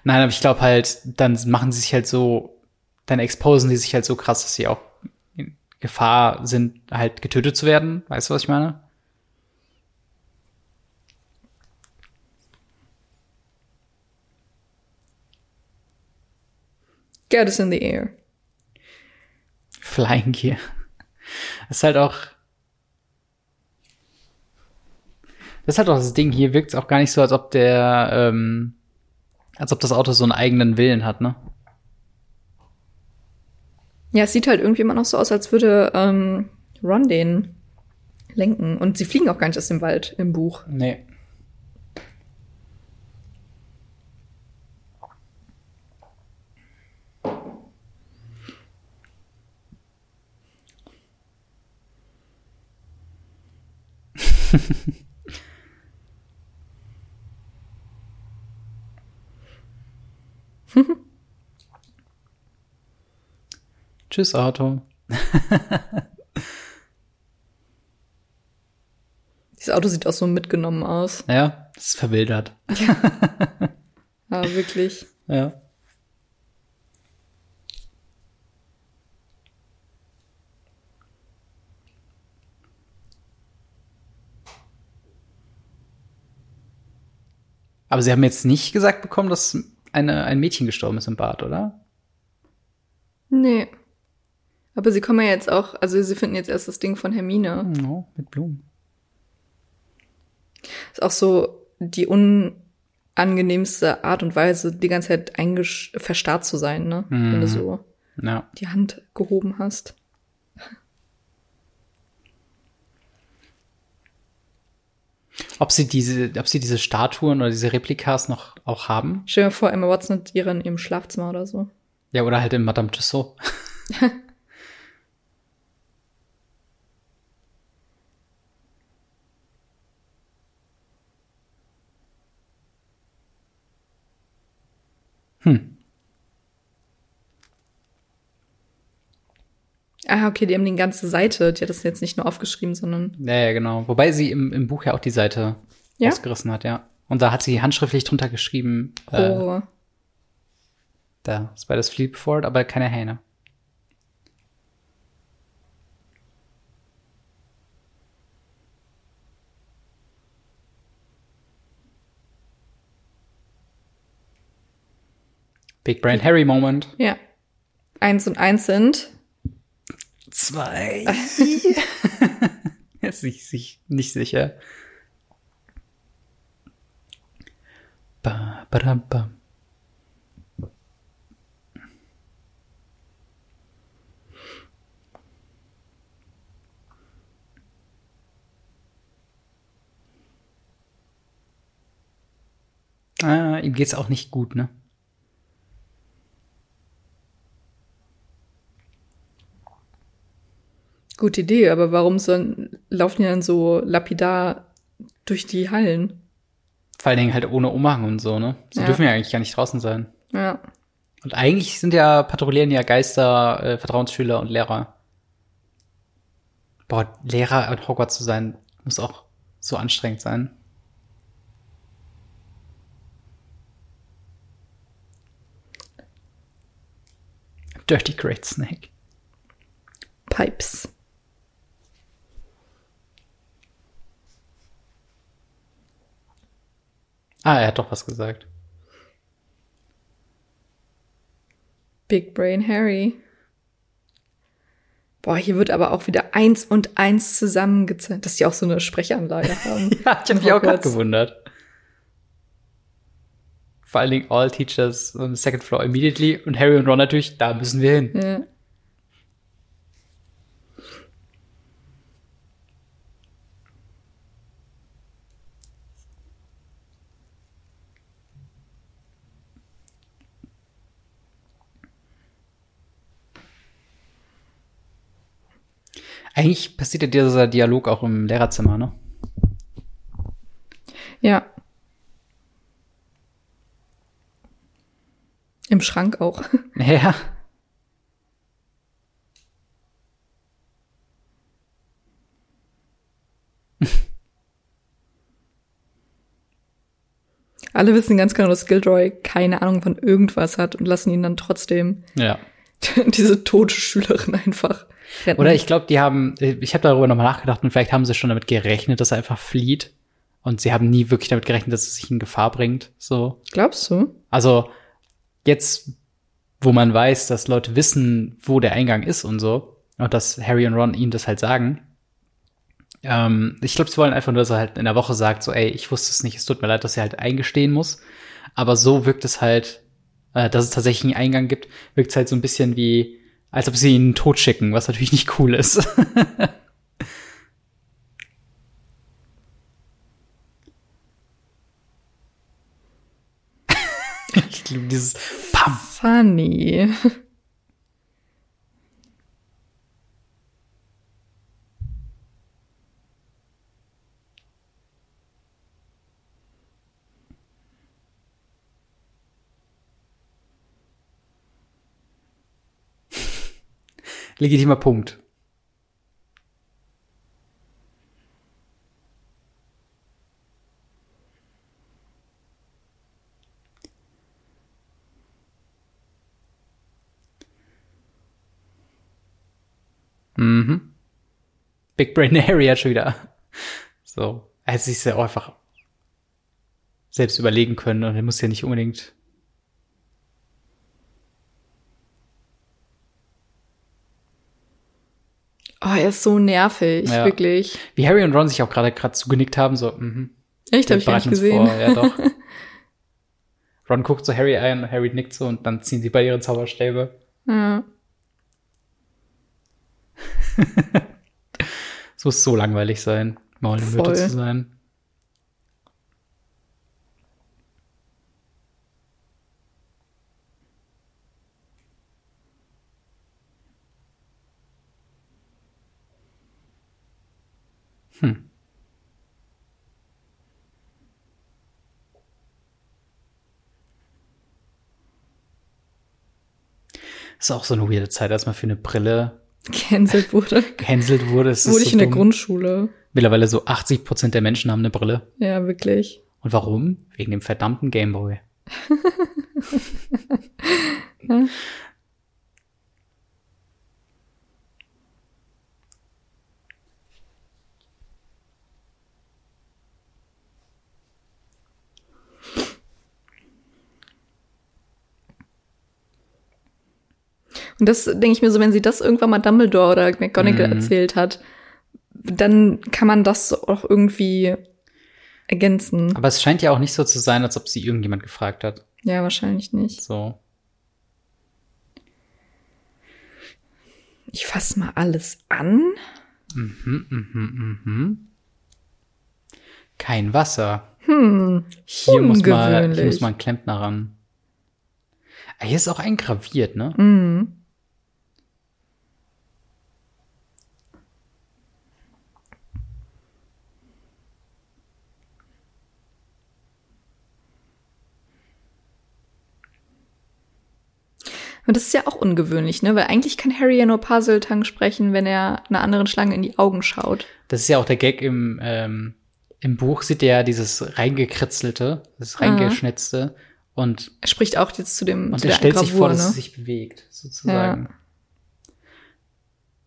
B: Nein, aber ich glaube halt, dann machen sie sich halt so, dann exposen die sich halt so krass, dass sie auch in Gefahr sind, halt getötet zu werden. Weißt du, was ich meine?
A: Get us in the air.
B: Flying Gear. Das ist halt auch. Das ist halt auch das Ding. Hier wirkt es auch gar nicht so, als ob der, ähm, als ob das Auto so einen eigenen Willen hat, ne?
A: Ja, es sieht halt irgendwie immer noch so aus, als würde ähm, Ron den lenken. Und sie fliegen auch gar nicht aus dem Wald im Buch.
B: Nee. Tschüss, Auto.
A: Dieses Auto sieht auch so mitgenommen aus.
B: Ja, das ist verwildert.
A: Ja, Ah, wirklich.
B: Ja. Aber sie haben jetzt nicht gesagt bekommen, dass eine, ein Mädchen gestorben ist im Bad, oder?
A: Nee. Aber sie kommen ja jetzt auch, also sie finden jetzt erst das Ding von Hermine.
B: No, mit Blumen.
A: Ist auch so die unangenehmste Art und Weise, die ganze Zeit eingesch- verstarrt zu sein, ne? Wenn du so
B: Ja.
A: die Hand gehoben hast.
B: Ob sie diese, ob sie diese Statuen oder diese Replikas noch auch haben?
A: Stell dir mal vor, Emma Watson hat ihre in ihrem Schlafzimmer oder so.
B: Ja, oder halt in Madame Tussaud.
A: Ah, okay, die haben die ganze Seite. Die hat das jetzt nicht nur aufgeschrieben, sondern
B: Ja, ja, genau. Wobei sie im, im Buch ja auch die Seite
A: Ja?
B: ausgerissen hat, ja. Und da hat sie handschriftlich drunter geschrieben, äh,
A: Rohre.
B: da ist beides Fleetford, aber keine Hähne. Big Brain Harry Moment.
A: Ja. Eins und eins sind.
B: Zwei. Jetzt sich, sich nicht sicher. Ba, badam, bam. Ah, ihm geht's auch nicht gut, ne?
A: Gute Idee, aber warum sollen, laufen die dann so lapidar durch die Hallen?
B: Vor allen Dingen halt ohne Umhang und so, ne? Sie
A: Ja.
B: dürfen ja eigentlich gar nicht draußen sein.
A: Ja.
B: Und eigentlich sind ja, patrouillieren ja Geister, äh, Vertrauensschüler und Lehrer. Boah, Lehrer an Hogwarts zu sein, muss auch so anstrengend sein. Dirty Great Snake.
A: Pipes.
B: Ah, er hat doch was gesagt.
A: Big Brain Harry. Boah, hier wird aber auch wieder eins und eins zusammengezählt, dass die auch so eine Sprechanlage haben.
B: Ja, ich habe mich auch gerade gewundert. Vor allen Dingen all teachers on the second floor immediately und Harry und Ron natürlich, da müssen wir hin.
A: Ja.
B: Eigentlich passiert ja dieser Dialog auch im Lehrerzimmer, ne?
A: ja. Im Schrank auch.
B: Ja.
A: Alle wissen ganz genau, dass Gilroy keine Ahnung von irgendwas hat und lassen ihn dann trotzdem
B: Ja.
A: diese tote Schülerin einfach retten.
B: Oder ich glaube, die haben, ich habe darüber nochmal nachgedacht und vielleicht haben sie schon damit gerechnet, dass er einfach flieht. Und sie haben nie wirklich damit gerechnet, dass es sich in Gefahr bringt. So.
A: Glaubst du?
B: Also jetzt, wo man weiß, dass Leute wissen, wo der Eingang ist und so, und dass Harry und Ron ihm das halt sagen, ähm, ich glaube, sie wollen einfach nur, dass er halt in der Woche sagt, so, ey, ich wusste es nicht, es tut mir leid, dass er halt eingestehen muss. Aber so wirkt es halt, äh, dass es tatsächlich einen Eingang gibt, wirkt es halt so ein bisschen wie, als ob sie ihn tot schicken, was natürlich nicht cool ist. ich liebe dieses Pam.
A: Funny.
B: Legitimer Punkt. Mhm. Big Brain Harry hat schon wieder. So. Er hätte sich ja auch einfach selbst überlegen können und er muss ja nicht unbedingt
A: Oh, er ist so nervig,
B: Ja.
A: wirklich.
B: wie Harry und Ron sich auch gerade gerade zugenickt haben, so, mhm.
A: Echt,
B: Wir
A: habe ich gar nicht
B: bereiten uns
A: gesehen.
B: Vor. Ja, doch. Ron guckt so Harry ein, Harry nickt so und dann ziehen sie bei ihren Zauberstäbe.
A: Ja.
B: Es muss so langweilig sein, Maulmütter
A: Voll.
B: zu sein. Hm. Ist auch so eine weirde Zeit, als man für eine Brille
A: Cancelt wurde.
B: gehänselt wurde. Es
A: wurde
B: ist
A: ich
B: so
A: in der
B: dumm.
A: Grundschule.
B: Mittlerweile so 80 Prozent der Menschen haben eine Brille.
A: Ja, wirklich.
B: Und warum? Wegen dem verdammten Gameboy.
A: Und das denke ich mir so, wenn sie das irgendwann mal Dumbledore oder McGonagall
B: Mhm.
A: erzählt hat, dann kann man das auch irgendwie ergänzen.
B: Aber es scheint ja auch nicht so zu sein, als ob sie irgendjemand gefragt hat.
A: Ja, wahrscheinlich nicht.
B: So.
A: Ich fasse mal alles an.
B: Mhm, mhm, mhm. Kein Wasser.
A: Hm.
B: Hier muss, mal, hier
A: Ungewöhnlich.
B: muss mal ein Klempner ran. Ah, Hier ist auch eingraviert, ne?
A: Mhm. Und das ist ja auch ungewöhnlich, ne? Weil eigentlich kann Harry ja nur Parseltang sprechen, wenn er einer anderen Schlange in die Augen schaut.
B: Das ist ja auch der Gag im, ähm, im Buch, sieht ihr ja dieses reingekritzelte, das reingeschnitzte. Und,
A: Er spricht auch jetzt zu dem
B: und
A: zu
B: er
A: der
B: stellt sich
A: Gravur,
B: vor, dass
A: ne?
B: es sich bewegt, sozusagen.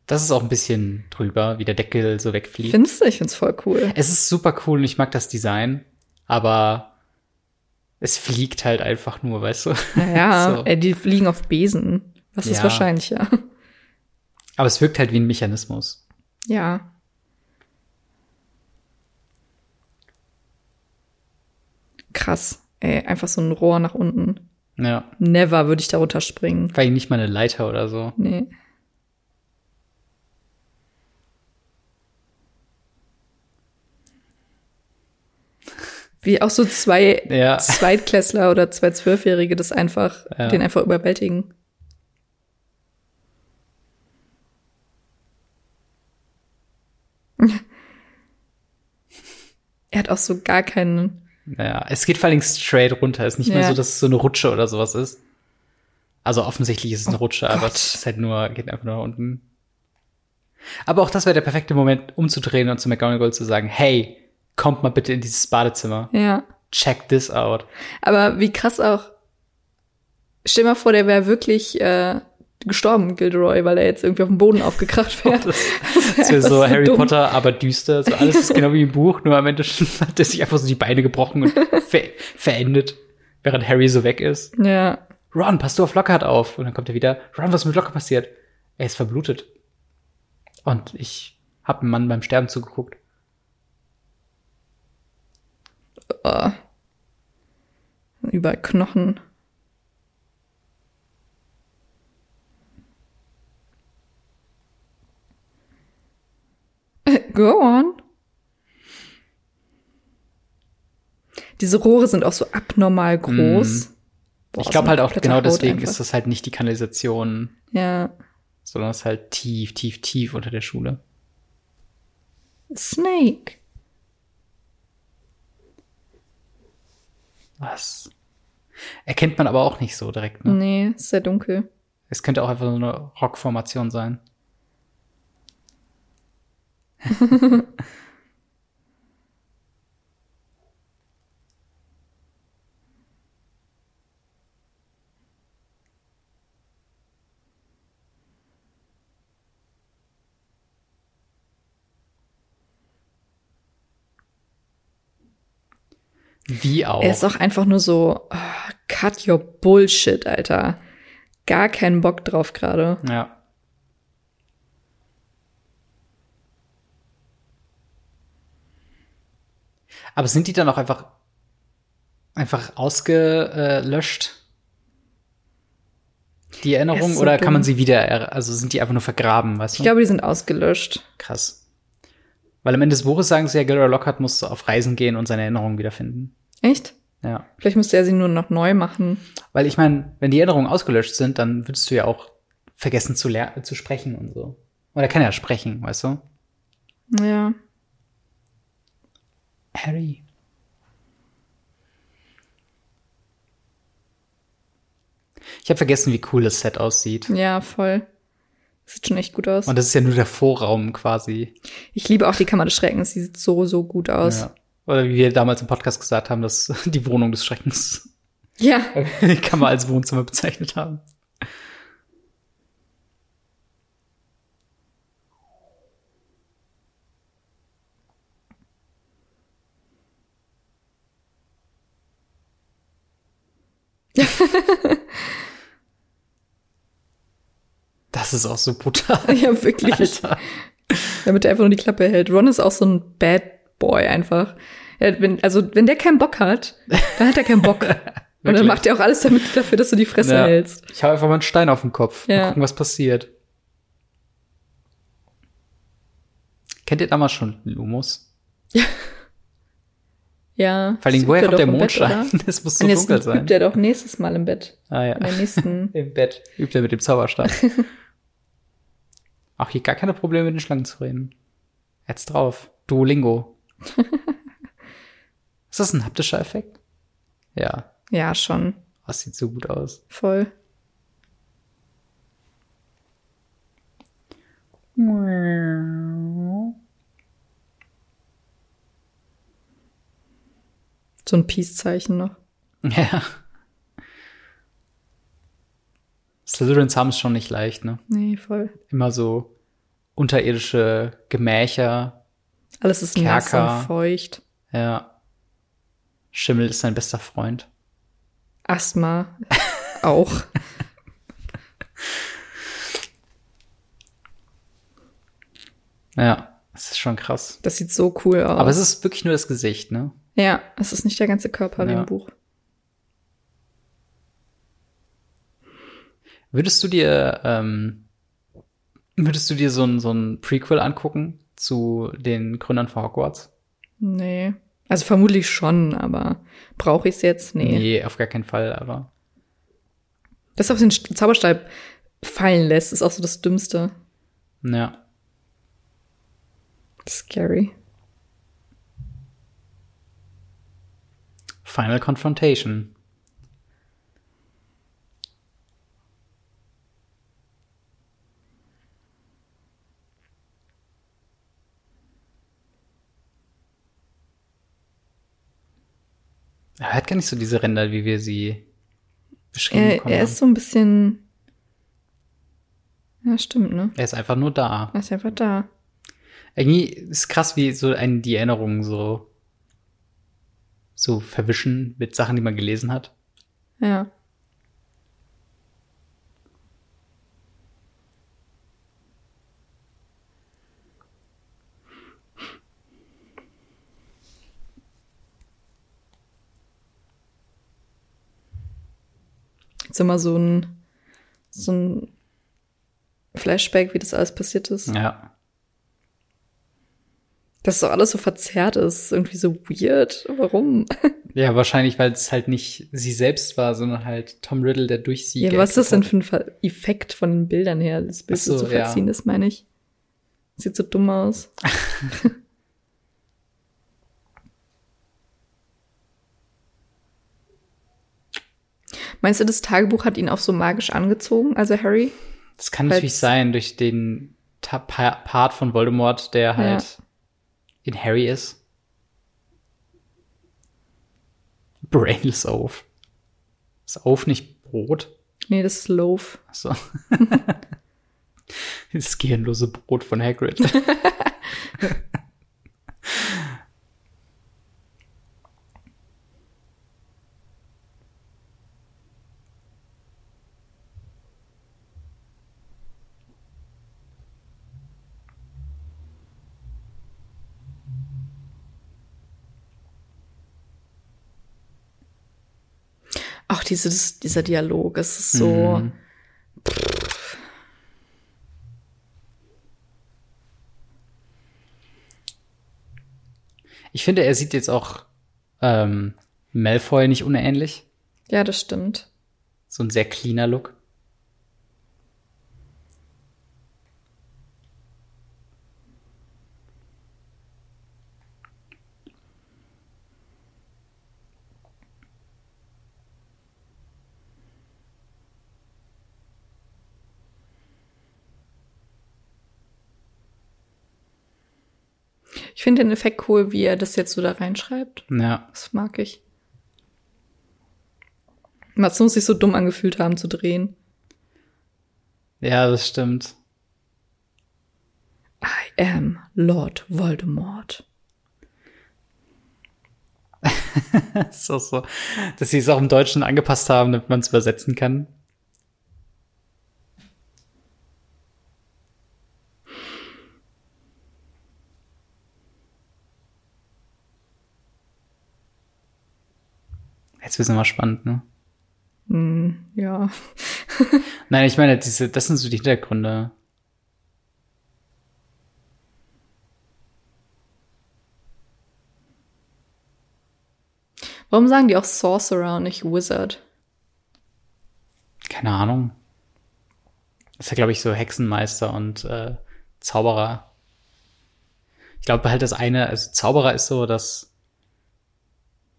B: Das ist auch ein bisschen drüber, wie der Deckel so wegfliegt.
A: Findest du? Ich find's voll cool.
B: Es ist super cool und ich mag das Design, aber es fliegt halt einfach nur, weißt du?
A: Naja,
B: So.
A: äh, die fliegen auf Besen. Das ist
B: Ja.
A: wahrscheinlich, ja.
B: Aber es wirkt halt wie ein Mechanismus.
A: Ja. Krass. Ey, einfach so ein Rohr nach unten.
B: Ja.
A: Never würde ich da runterspringen.
B: Weil nicht mal eine Leiter oder so.
A: Nee. Wie auch so zwei
B: Ja.
A: Zweitklässler oder zwei Zwölfjährige das einfach,
B: Ja.
A: den einfach überwältigen. er hat auch so gar keinen.
B: ja. Es geht vor allem straight runter. Es ist nicht mehr
A: Ja.
B: so, dass es so eine Rutsche oder sowas ist. Also offensichtlich ist es eine Rutsche, aber
A: Oh Gott.
B: es ist halt nur, geht einfach nur nach unten. Aber auch das wäre der perfekte Moment, umzudrehen und zu McGonagall zu sagen, hey, kommt mal bitte in dieses Badezimmer.
A: Ja.
B: Check this out.
A: Aber wie krass auch. Stell mal vor, der wäre wirklich äh, gestorben, Gilderoy, weil er jetzt irgendwie auf dem Boden aufgekracht wäre.
B: Das,
A: wär
B: Das wäre
A: einfach
B: so Harry
A: dumm.
B: Potter, aber düster. So alles ist genau wie im Buch, nur am Ende hat er sich einfach so die Beine gebrochen und ver verendet, während Harry so weg ist.
A: Ja.
B: Ron, pass du auf Lockhart auf. Und dann kommt er wieder. Ron, was ist mit Lockhart passiert? Er ist verblutet. Und ich hab einem Mann beim Sterben zugeguckt.
A: Oh. Überall Knochen. Äh, Go on. Diese Rohre sind auch so abnormal groß. Boah,
B: Mhm. ich
A: so
B: glaube
A: eine
B: halt auch
A: komplette
B: genau
A: Haut
B: deswegen
A: einfach.
B: ist das halt nicht die Kanalisation,
A: Ja.
B: sondern es ist halt tief, tief, tief unter der Schule.
A: Snake.
B: Was? Erkennt man aber auch nicht so direkt, ne?
A: Nee, ist sehr dunkel.
B: Es könnte auch einfach so eine Rockformation sein. Wie auch.
A: Er ist auch einfach nur so, ah, cut your bullshit, Alter. Gar keinen Bock drauf gerade.
B: ja. Aber sind die dann auch einfach, einfach ausgelöscht? Die
A: Er
B: Erinnerung?
A: ist so
B: oder kann man
A: dumm.
B: sie wieder, er- also sind die einfach nur vergraben, weißt
A: Ich
B: du?
A: glaube, die sind ausgelöscht.
B: Krass. Weil am Ende des Buches sagen sie ja, Gilroy Lockhart muss auf Reisen gehen und seine Erinnerungen wiederfinden.
A: Echt?
B: Ja.
A: Vielleicht müsste er sie nur noch neu machen.
B: Weil ich meine, wenn die Erinnerungen ausgelöscht sind, dann würdest du ja auch vergessen zu, ler- zu sprechen und so. Oder kann ja sprechen, weißt du?
A: Ja.
B: Harry. Ich habe vergessen, wie cool das Set aussieht.
A: Ja, voll. Sieht schon echt gut aus.
B: Und das ist ja nur der Vorraum quasi.
A: ich liebe auch die Kammer des Schreckens. Die sieht so, so gut aus.
B: Ja. Oder wie wir damals im Podcast gesagt haben, dass die Wohnung des Schreckens
A: Ja.
B: die Kammer als Wohnzimmer bezeichnet haben. Das ist auch so brutal.
A: ja, wirklich.
B: Alter.
A: Damit er einfach nur die Klappe hält. Ron ist auch so ein Bad Boy einfach. Er, wenn, also, wenn der keinen Bock hat, dann hat er keinen Bock. Und
B: Wirklich.
A: dann macht er auch alles damit, dafür, dass du die Fresse
B: Ja.
A: hältst.
B: Ich habe einfach mal einen Stein auf dem Kopf. Mal
A: Ja.
B: gucken, was passiert. Kennt ihr damals schon Lumos?
A: Ja.
B: Vor allem,
A: das
B: woher
A: übt
B: kommt
A: er
B: der
A: doch im
B: Mondschein?
A: Bett, oder?
B: das muss so
A: Und jetzt
B: dunkel sein.
A: übt er doch nächstes Mal im Bett.
B: ah, ja.
A: In der nächsten.
B: Im Bett übt er mit dem Zauberstab. Auch hier gar keine Probleme mit den Schlangen zu reden. Jetzt drauf. Duolingo. Ist das ein haptischer Effekt? Ja, Oh,
A: Ja, schon.
B: das sieht so gut aus.
A: Voll. So ein Peace-Zeichen noch.
B: Ja. Slytherins haben es schon nicht leicht, ne?
A: Nee, voll.
B: Immer so unterirdische Gemächer.
A: Alles ist nass
B: Kerker.
A: und feucht.
B: Ja. Schimmel ist sein bester Freund.
A: Asthma auch.
B: Ja, das ist schon krass.
A: Das sieht so cool aus.
B: Aber es ist wirklich nur das Gesicht, ne?
A: ja, es ist nicht der ganze Körper wie
B: Ja.
A: im Buch.
B: Würdest du dir, ähm, würdest du dir so ein, so ein Prequel angucken zu den Gründern von Hogwarts?
A: Nee. Also vermutlich schon, aber brauche ich es jetzt? Nee.
B: Nee, auf gar keinen Fall, aber.
A: Dass er auch den St- Zauberstab fallen lässt, ist auch so das Dümmste.
B: Ja.
A: Scary.
B: Final Confrontation. Er hat gar nicht so diese Ränder, wie wir sie beschrieben
A: Er,
B: bekommen
A: Äh, er ist so ein bisschen. Ja, stimmt, ne?
B: haben. Er ist einfach nur da.
A: Er ist einfach da.
B: Irgendwie ist krass, wie so einen die Erinnerungen so, so verwischen mit Sachen, die man gelesen hat.
A: Ja. Jetzt immer so ein, so ein Flashback, wie das alles passiert ist.
B: Ja.
A: Dass so alles so verzerrt ist, irgendwie so weird. Warum?
B: Ja, wahrscheinlich, weil es halt nicht sie selbst war, sondern halt Tom Riddle, der durch sie.
A: Ja, was ist das denn
B: geactet
A: für ein Ver- Effekt von den Bildern her? Das Bild
B: Ach
A: so,
B: so,
A: zu verziehen ist, meine ich. Sieht so dumm aus. Meinst du, das Tagebuch hat ihn auch so magisch angezogen, also Harry?
B: hat? Das kann
A: Weil-
B: natürlich sein, durch den Ta pa Part von Voldemort, der halt in Harry ist. Brainless auf. Ist auf nicht Brot?
A: Nee, das ist Loaf.
B: Ach so. das gehirnlose Brot von Hagrid.
A: Auch dieses, dieser Dialog, es ist so.
B: Mhm. Ich finde, er sieht jetzt auch ähm, Malfoy nicht unähnlich.
A: Ja, das stimmt.
B: So ein sehr cleaner Look.
A: Ich finde den Effekt cool, wie er das jetzt so da reinschreibt.
B: Ja.
A: Das mag ich. Mats muss sich so dumm angefühlt haben zu drehen.
B: ja, das stimmt.
A: I am Lord Voldemort.
B: Das ist auch so, dass sie es auch im Deutschen angepasst haben, damit man es übersetzen kann. Jetzt wird's nochmal spannend, ne?
A: Hm, ja.
B: Nein, ich meine, diese, das sind so die Hintergründe.
A: Warum sagen die auch Sorcerer und nicht Wizard?
B: Keine Ahnung. Das ist ja, glaube ich, so Hexenmeister und äh, Zauberer. Ich glaube halt das eine, also Zauberer ist so das,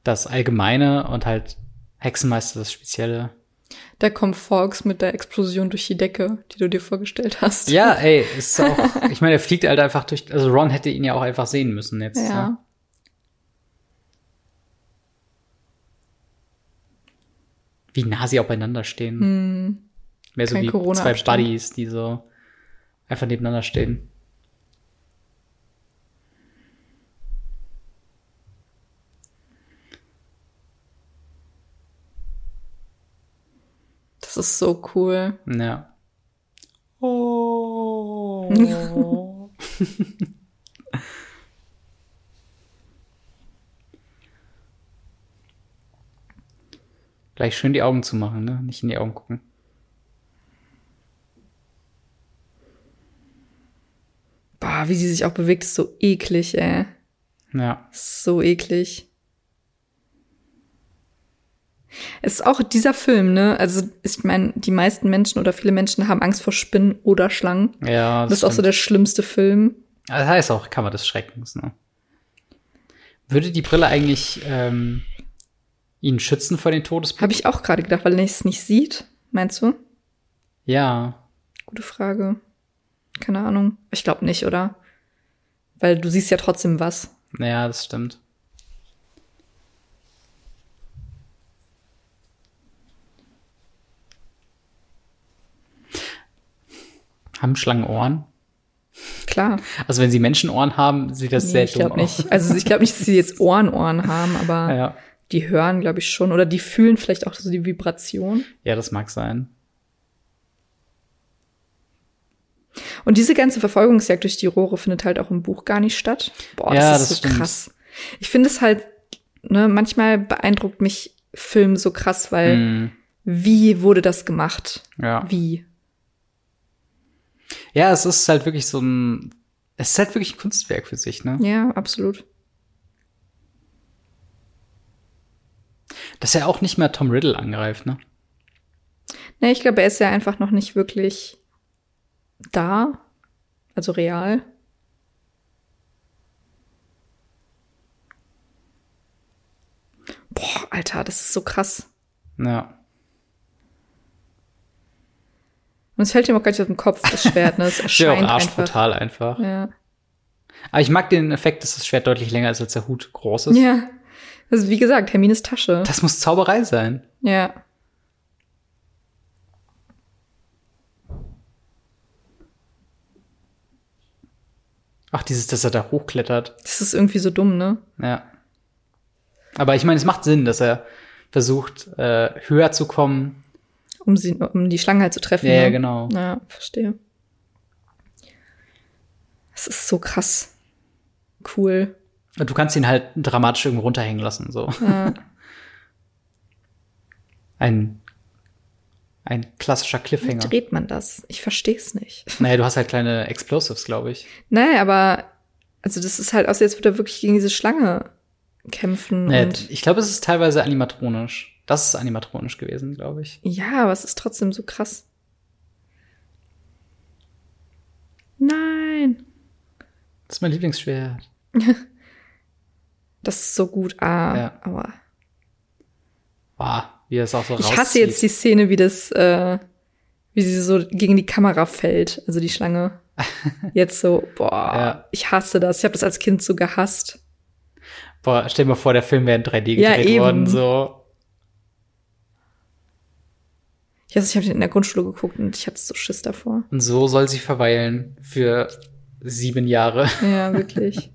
B: das Allgemeine und halt Hexenmeister das Spezielle.
A: Da kommt Fox mit der Explosion durch die Decke, die du dir vorgestellt hast.
B: Ja, ey, ist auch, ich meine, er fliegt halt einfach durch, also Ron hätte ihn ja auch einfach sehen müssen jetzt. Ne?
A: Ja.
B: Wie nah sie aufeinander stehen.
A: Hm.
B: Mehr so
A: Kein
B: wie zwei
A: Corona-Abstand.
B: Buddies, die so einfach nebeneinander stehen.
A: Das ist so cool.
B: Ja.
A: Oh.
B: Gleich schön die Augen zu machen, ne? Nicht in die Augen gucken.
A: Boah, wie sie sich auch bewegt, ist so eklig, ey.
B: Ja.
A: So eklig. Es ist auch dieser Film, ne? Also, ich meine, die meisten Menschen oder viele Menschen haben Angst vor Spinnen oder Schlangen.
B: Ja,
A: Das, ist auch so
B: stimmt.
A: der schlimmste Film.
B: Das heißt auch Kammer des Schreckens, ne? Würde die Brille eigentlich ähm, ihn schützen vor den Todesblicken?
A: Habe ich auch gerade gedacht, weil er es nicht sieht, meinst du?
B: Ja.
A: Gute Frage. Keine Ahnung. Ich glaube nicht, oder? Weil du siehst ja trotzdem was.
B: Naja, das stimmt. Haben Schlangen Ohren?
A: Klar.
B: Also wenn sie Menschenohren haben, sieht das sehr
A: ich
B: dumm
A: glaube
B: aus.
A: nicht. Also ich glaube nicht, dass sie jetzt Ohren-Ohren haben, aber
B: Ja.
A: die hören, glaube ich, schon. Oder die fühlen vielleicht auch so die Vibration.
B: ja, das mag sein.
A: Und diese ganze Verfolgungsjagd durch die Rohre findet halt auch im Buch gar nicht statt. Boah,
B: Ja,
A: das ist
B: das
A: so
B: stimmt.
A: krass. Ich finde es halt, ne, manchmal beeindruckt mich Film so krass, weil
B: Hm,
A: wie wurde das gemacht?
B: ja.
A: Wie?
B: ja, es ist halt wirklich so ein. Es ist halt wirklich ein Kunstwerk für sich, ne?
A: Ja, absolut.
B: Dass er auch nicht mehr Tom Riddle angreift, ne?
A: Ne, ich glaube, er ist ja einfach noch nicht wirklich da, also real. Boah, Alter, das ist so krass.
B: Ja.
A: Und es fällt ihm auch gar nicht auf den Kopf, das Schwert, ne? Es
B: Ist ja auch
A: erscheint einfach.
B: arschbrutal einfach.
A: Ja.
B: Aber ich mag den Effekt, dass das Schwert deutlich länger ist, als der Hut groß ist.
A: ja. Also wie gesagt, Hermines Tasche.
B: Das muss Zauberei sein.
A: ja.
B: Ach, dieses, dass er da hochklettert.
A: Das ist irgendwie so dumm, ne?
B: Ja. Aber ich meine, es macht Sinn, dass er versucht, äh, höher zu kommen.
A: Um sie, um die Schlange halt zu treffen.
B: Ja, ja,
A: ne?
B: genau.
A: Ja, verstehe. Das ist so krass. Cool.
B: Und du kannst ihn halt dramatisch irgendwo runterhängen lassen, so.
A: Ja.
B: Ein, ein klassischer
A: Wie
B: Cliffhanger.
A: dreht man das? Ich verstehe es nicht.
B: Naja, du hast halt kleine Explosives, glaube ich.
A: Nein, aber also das ist halt, außer jetzt wird er wirklich gegen diese Schlange kämpfen.
B: Naja,
A: und
B: ich glaube, es ist teilweise animatronisch. Das ist animatronisch gewesen, glaube ich.
A: ja, aber es ist trotzdem so krass. Nein.
B: Das ist mein Lieblingsschwert.
A: Das ist so gut. Ah,
B: Ja.
A: aber
B: Wow, wie er es auch so
A: ich hasse jetzt die Szene, wie das, äh, wie sie so gegen die Kamera fällt, also die Schlange. Jetzt so, boah,
B: Ja.
A: ich hasse das. Ich habe das als Kind so gehasst.
B: Boah, stell dir mal vor, der Film wäre in 3D gedreht
A: Ja, eben.
B: worden, so.
A: Ich, weiß, ich habe den in der Grundschule geguckt und ich hatte so Schiss davor.
B: Und so soll sie verweilen für sieben Jahre.
A: Ja, wirklich.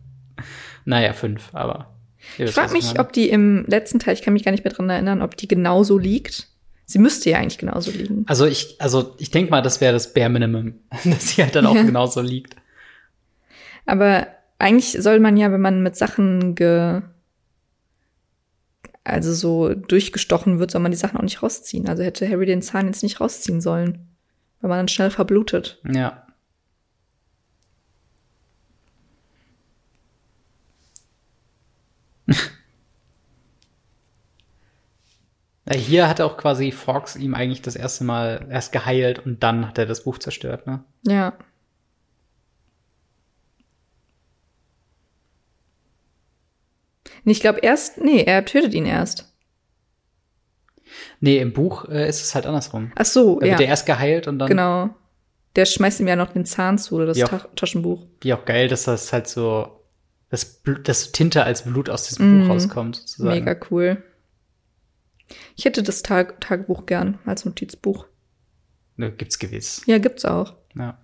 B: Naja, fünf, aber. ihr
A: Ich
B: wisst, was
A: frage mich,
B: meine.
A: ob die im letzten Teil, ich kann mich gar nicht mehr dran erinnern, ob die genauso liegt. Sie müsste ja eigentlich genauso liegen.
B: Also ich, also ich denke mal, das wäre das Bare Minimum, dass sie halt dann auch
A: Ja.
B: genauso liegt.
A: Aber eigentlich soll man ja, wenn man mit Sachen ge also so durchgestochen wird, soll man die Sachen auch nicht rausziehen. Also hätte Harry den Zahn jetzt nicht rausziehen sollen, weil man dann schnell verblutet.
B: Ja. Ja, Hier hat auch quasi Fox ihm eigentlich das erste Mal erst geheilt und dann hat er das Buch zerstört, ne?
A: Ja. Nee, ich glaube erst, nee, er tötet ihn erst.
B: Nee, im Buch äh, ist es halt andersrum.
A: Ach so,
B: Da
A: ja,
B: wird er erst geheilt und dann.
A: genau. Der schmeißt ihm ja noch den Zahn zu oder das
B: Ja.
A: Ta Taschenbuch.
B: Wie auch geil, dass das halt so. Das, Blut- das Tinte als Blut aus diesem
A: Mhm.
B: Buch rauskommt, sozusagen.
A: Mega cool. Ich hätte das Tag Tagebuch gern als Notizbuch.
B: Ne, Gibt's gewiss.
A: Ja, gibt's auch.
B: Ja.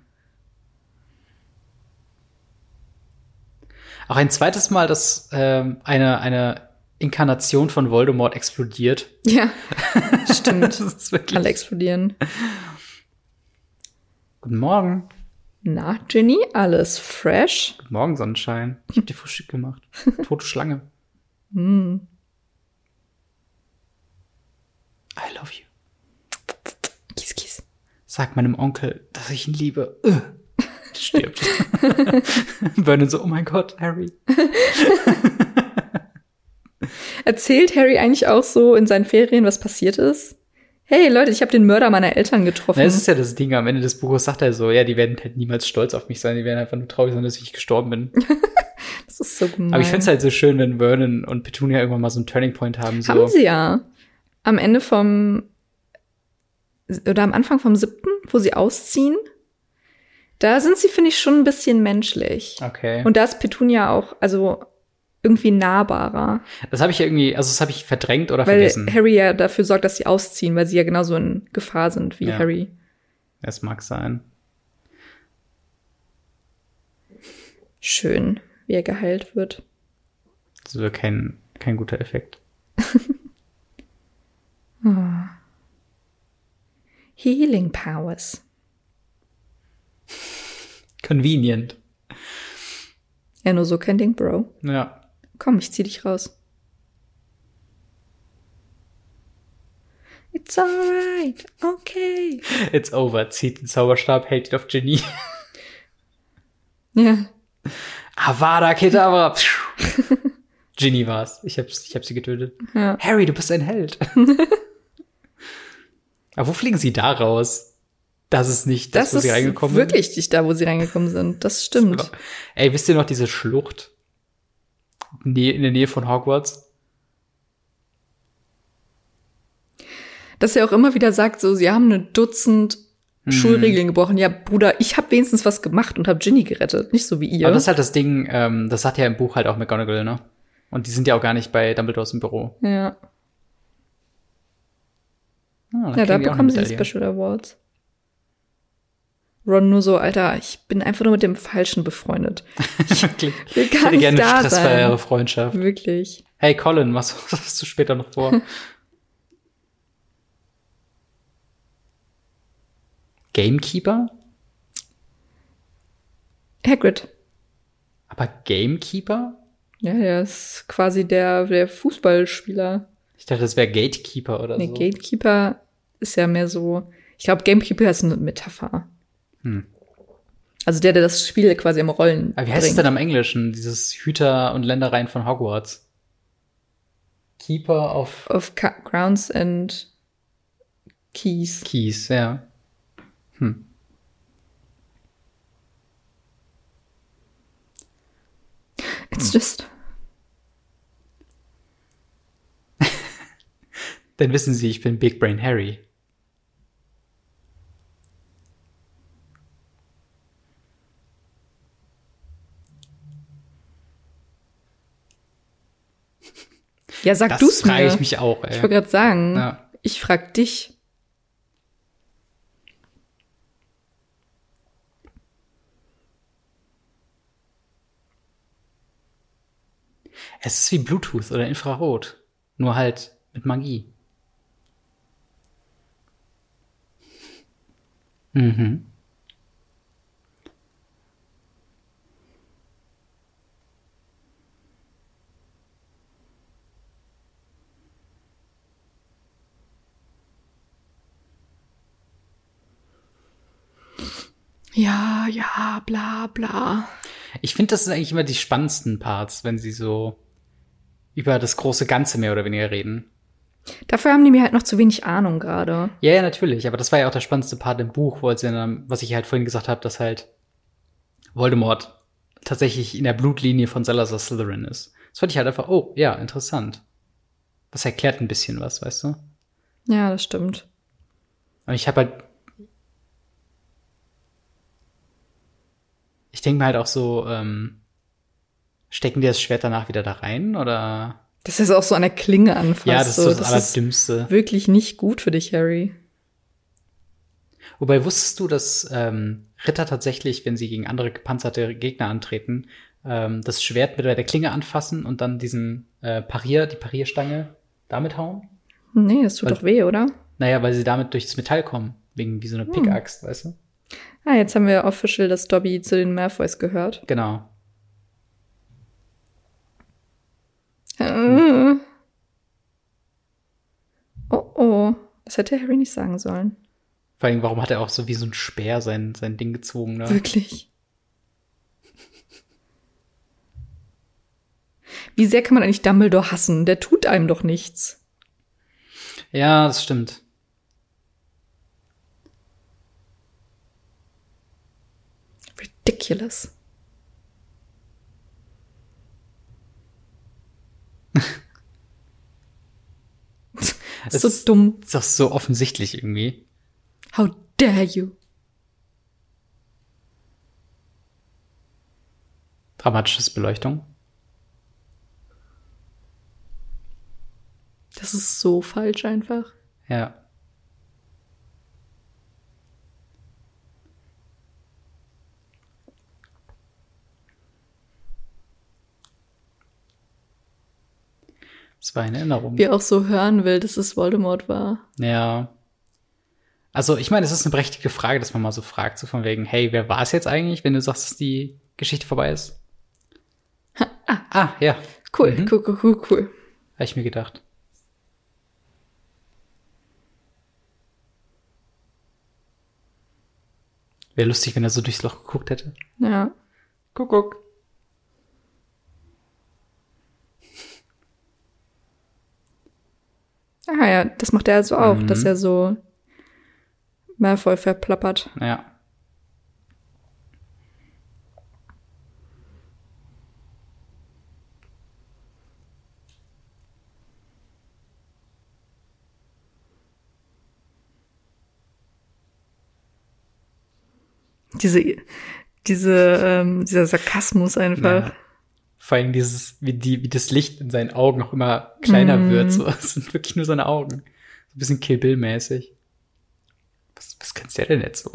B: Auch ein zweites Mal, dass ähm, eine, eine Inkarnation von Voldemort explodiert.
A: Ja, stimmt.
B: ist wirklich.
A: Alle explodieren.
B: Guten Morgen.
A: Na, Ginny, alles fresh?
B: Guten Morgen, Sonnenschein. Ich hab dir Frühstück gemacht. Tote Schlange.
A: Hm.
B: I love you.
A: Kies, kies.
B: Sag meinem Onkel, dass ich ihn liebe. Äh. Ugh. Stirbt. Vernon so, oh mein Gott, Harry.
A: Erzählt Harry eigentlich auch so in seinen Ferien, was passiert ist? Hey Leute, ich habe den Mörder meiner Eltern getroffen.
B: Na, das ist ja das Ding. Am Ende des Buches sagt er so, ja, die werden halt niemals stolz auf mich sein. Die werden einfach nur traurig sein, dass ich gestorben bin.
A: Das ist so gemein.
B: Aber ich find's halt so schön, wenn Vernon und Petunia irgendwann mal so einen Turning Point haben. So.
A: Haben sie ja. Am Ende vom oder am Anfang vom siebten, wo sie ausziehen, da sind sie, finde ich, schon ein bisschen menschlich.
B: Okay.
A: Und da ist Petunia auch, also irgendwie nahbarer.
B: das habe ich ja irgendwie, also das habe ich verdrängt oder
A: Weil
B: vergessen.
A: Harry ja dafür sorgt, dass sie ausziehen, weil sie ja genauso in Gefahr sind wie
B: Ja.
A: Harry.
B: Es mag sein.
A: Schön, wie er geheilt wird.
B: Das ist wohl kein, kein guter Effekt.
A: Healing Powers.
B: Convenient.
A: Ja, nur so kein Ding, Bro.
B: Ja.
A: Komm, ich zieh dich raus. It's alright, okay.
B: It's over. Zieht den Zauberstab, hält ihn auf Genie.
A: Ja,
B: Avada Kedavra. Ginny war's. Ich hab, ich hab sie getötet.
A: ja.
B: Harry, du bist ein Held. Aber wo fliegen sie da raus? Das ist nicht das,
A: Das,
B: wo
A: ist
B: sie reingekommen sind.
A: wirklich nicht da, wo sie reingekommen sind. Das stimmt.
B: Ey, wisst ihr noch diese Schlucht? Nä- In der Nähe von Hogwarts?
A: Dass er auch immer wieder sagt, so, sie haben ein Dutzend
B: Mhm.
A: Schulregeln gebrochen. Ja, Bruder, ich habe wenigstens was gemacht und habe Ginny gerettet. Nicht so wie ihr.
B: Aber das ist halt das Ding, ähm, das hat ja im Buch halt auch McGonagall, ne? Und die sind ja auch gar nicht bei Dumbledores im Büro.
A: ja.
B: Ah,
A: ja,
B: dann
A: da
B: kriegen die auch
A: bekommen sie
B: eine
A: die
B: Medaille.
A: Special Awards. Ron nur so, Alter, ich bin einfach nur mit dem Falschen befreundet.
B: Wirklich.
A: Ich will
B: Ich
A: gar
B: hätte
A: nicht
B: gerne eine
A: da
B: stressfreiere
A: sein.
B: Freundschaft.
A: Wirklich.
B: Hey Colin, was was hast du später noch vor? Gamekeeper?
A: Hagrid.
B: Aber Gamekeeper?
A: Ja, der ist quasi der, der Fußballspieler.
B: Ich dachte, das wäre Gatekeeper oder
A: Nee,
B: so.
A: Gatekeeper ist ja mehr so. Ich glaube, Gamekeeper ist eine Metapher.
B: Hm.
A: Also der, der das Spiel quasi im Rollen.
B: Aber wie heißt es
A: bringt.
B: denn am Englischen? Dieses Hüter und Ländereien von Hogwarts. Keeper of
A: Of Ca- Grounds and Keys.
B: Keys, ja. Hm.
A: It's just.
B: Dann wissen Sie, ich bin Big Brain Harry.
A: Ja, sag
B: Das
A: du's
B: frage
A: mir.
B: ich mich auch, ey.
A: Ich wollte gerade sagen,
B: Ja.
A: ich frag dich.
B: es ist wie Bluetooth oder Infrarot. Nur halt mit Magie. Mhm.
A: Ja, ja, bla, bla.
B: Ich finde, das sind eigentlich immer die spannendsten Parts, wenn sie so über das große Ganze mehr oder weniger reden.
A: Dafür haben die mir halt noch zu wenig Ahnung gerade.
B: Ja, ja, natürlich. Aber das war ja auch der spannendste Part im Buch, wo als wir dann, was ich halt vorhin gesagt habe, dass halt Voldemort tatsächlich in der Blutlinie von Salazar Slytherin ist. Das fand ich halt einfach, oh, ja, interessant. Das erklärt ein bisschen was, weißt du?
A: Ja, das stimmt.
B: Und ich habe halt. Ich denke mir halt auch so, ähm, stecken die das Schwert danach wieder da rein oder?
A: Das ist auch so an der Klinge anfasst.
B: Ja, das ist
A: so.
B: so das, Allerdümmste.
A: wirklich nicht gut für dich, Harry.
B: Wobei wusstest du, dass ähm, Ritter tatsächlich, wenn sie gegen andere gepanzerte Gegner antreten, ähm, das Schwert mit der Klinge anfassen und dann diesen äh, Parier, die Parierstange damit hauen?
A: Nee, das tut
B: Weil-
A: doch weh, oder?
B: Naja, weil sie damit durchs Metall kommen, wegen wie so eine Pickaxt, weißt du?
A: Ah, jetzt haben wir official, dass Dobby zu den Malfoys gehört.
B: Genau. Hm.
A: Äh. Oh, oh. Das hätte Harry nicht sagen sollen.
B: Vor allem, warum hat er auch so wie so ein Speer sein, sein Ding gezogen? Ne?
A: Wirklich. Wie sehr kann man eigentlich Dumbledore hassen? Der tut einem doch nichts.
B: Ja, das stimmt.
A: Ridiculous.
B: Es
A: so
B: ist-
A: dumm.
B: Ist doch so offensichtlich irgendwie.
A: How dare you?
B: Dramatisches Beleuchtung.
A: Das ist so falsch einfach.
B: Ja. Das war eine Erinnerung.
A: Wie er auch so hören will, dass es Voldemort war.
B: Ja. Also, ich meine, es ist eine berechtigte Frage, dass man mal so fragt, so von wegen, hey, wer war es jetzt eigentlich, wenn du sagst, dass die Geschichte vorbei ist? Ah, ah ja,
A: Cool,
B: Mhm.
A: cool, cool, cool, cool.
B: habe ich mir gedacht. Wäre lustig, wenn er so durchs Loch geguckt hätte.
A: Ja.
B: Guck, guck.
A: Ah ja, das macht er also auch,
B: Mhm.
A: dass er so Malfoy verplappert.
B: Ja.
A: Diese, diese, ähm, dieser Sarkasmus einfach.
B: Ja. Vor allem dieses, wie, die, wie das Licht in seinen Augen auch immer kleiner
A: Mhm.
B: wird. So. Es sind wirklich nur seine Augen. So ein bisschen Kill Bill-mäßig. Was, was kannst der denn jetzt so?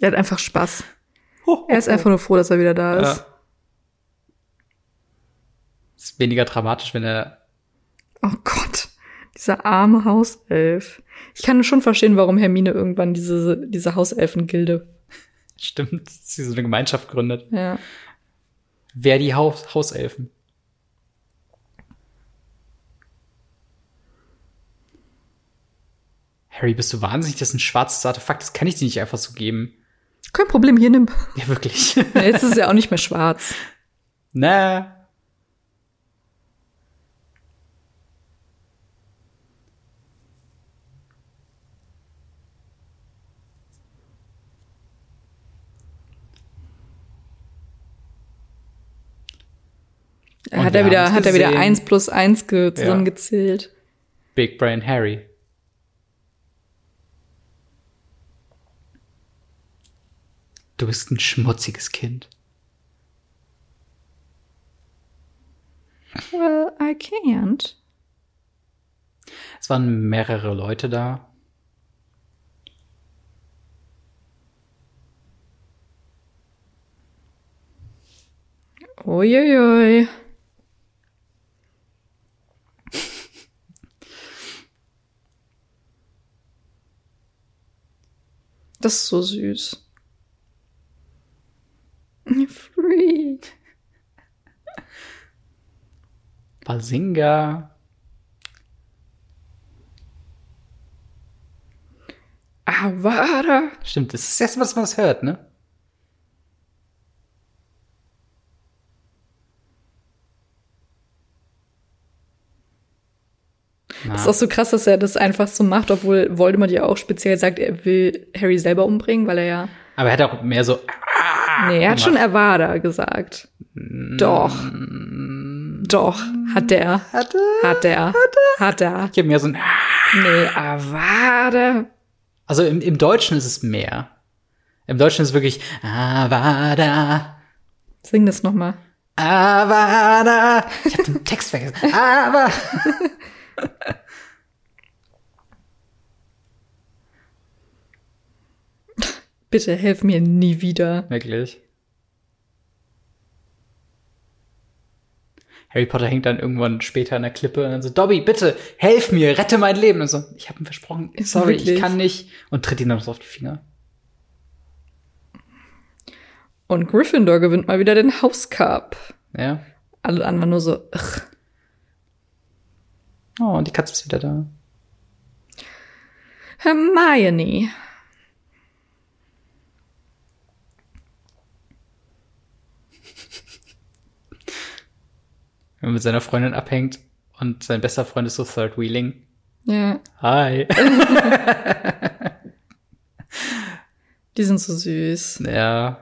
A: Er hat einfach Spaß. Er ist einfach nur froh, dass er wieder da ist.
B: Ja. Ist weniger dramatisch, wenn er.
A: Oh Gott, dieser arme Hauself. Ich kann schon verstehen, warum Hermine irgendwann diese, diese Hauselfengilde.
B: Stimmt, dass sie so eine Gemeinschaft gründet.
A: Ja.
B: Wer die Haus Hauselfen? Harry, bist du wahnsinnig? Das ist ein schwarzes Artefakt. Das kann ich dir nicht einfach so geben.
A: Kein Problem, hier nimm.
B: Ja, wirklich.
A: Na, Jetzt ist er auch nicht mehr schwarz.
B: Na. Und
A: hat
B: wir
A: er wieder,
B: haben's
A: hat er wieder
B: gesehen.
A: eins plus eins ge zusammengezählt.
B: Big Brain Harry. Du bist ein schmutziges Kind.
A: Well, I can't.
B: Es waren mehrere Leute da.
A: Uiuiui. Das ist so süß. Free.
B: Basinga.
A: Awada.
B: Stimmt, das ist das erste Mal, dass man das hört, ne?
A: Das ist auch so krass, dass er das einfach so macht, obwohl Voldemort ja auch speziell sagt, er will Harry selber umbringen, weil er ja.
B: Aber er hat auch mehr so.
A: Nee, er hat schon Avada gesagt. Doch. Doch, hat er.
B: Hat er?
A: Mm. Hat er. Hat er.
B: Ich habe mehr so ein.
A: Nee, ah, Avada.
B: Also im, im Deutschen ist es mehr. Im Deutschen ist es wirklich Avada,
A: Sing das nochmal.
B: Avada. Ich habe den Text vergessen. Aber.
A: Bitte helf mir nie wieder.
B: Wirklich. Harry Potter hängt dann irgendwann später an der Klippe und dann so, Dobby, bitte, helf mir, rette mein Leben. Und so, ich habe ihm versprochen,
A: Ist
B: sorry, ich
A: wirklich?
B: kann nicht. Und tritt ihn dann so auf die Finger.
A: Und Gryffindor gewinnt mal wieder den Hauscup.
B: Ja.
A: Alle anderen nur so, ach.
B: Oh, und die Katze ist wieder da.
A: Hermione.
B: Wenn er mit seiner Freundin abhängt und sein bester Freund ist so Third Wheeling.
A: Ja,
B: Hi.
A: die sind so süß.
B: ja.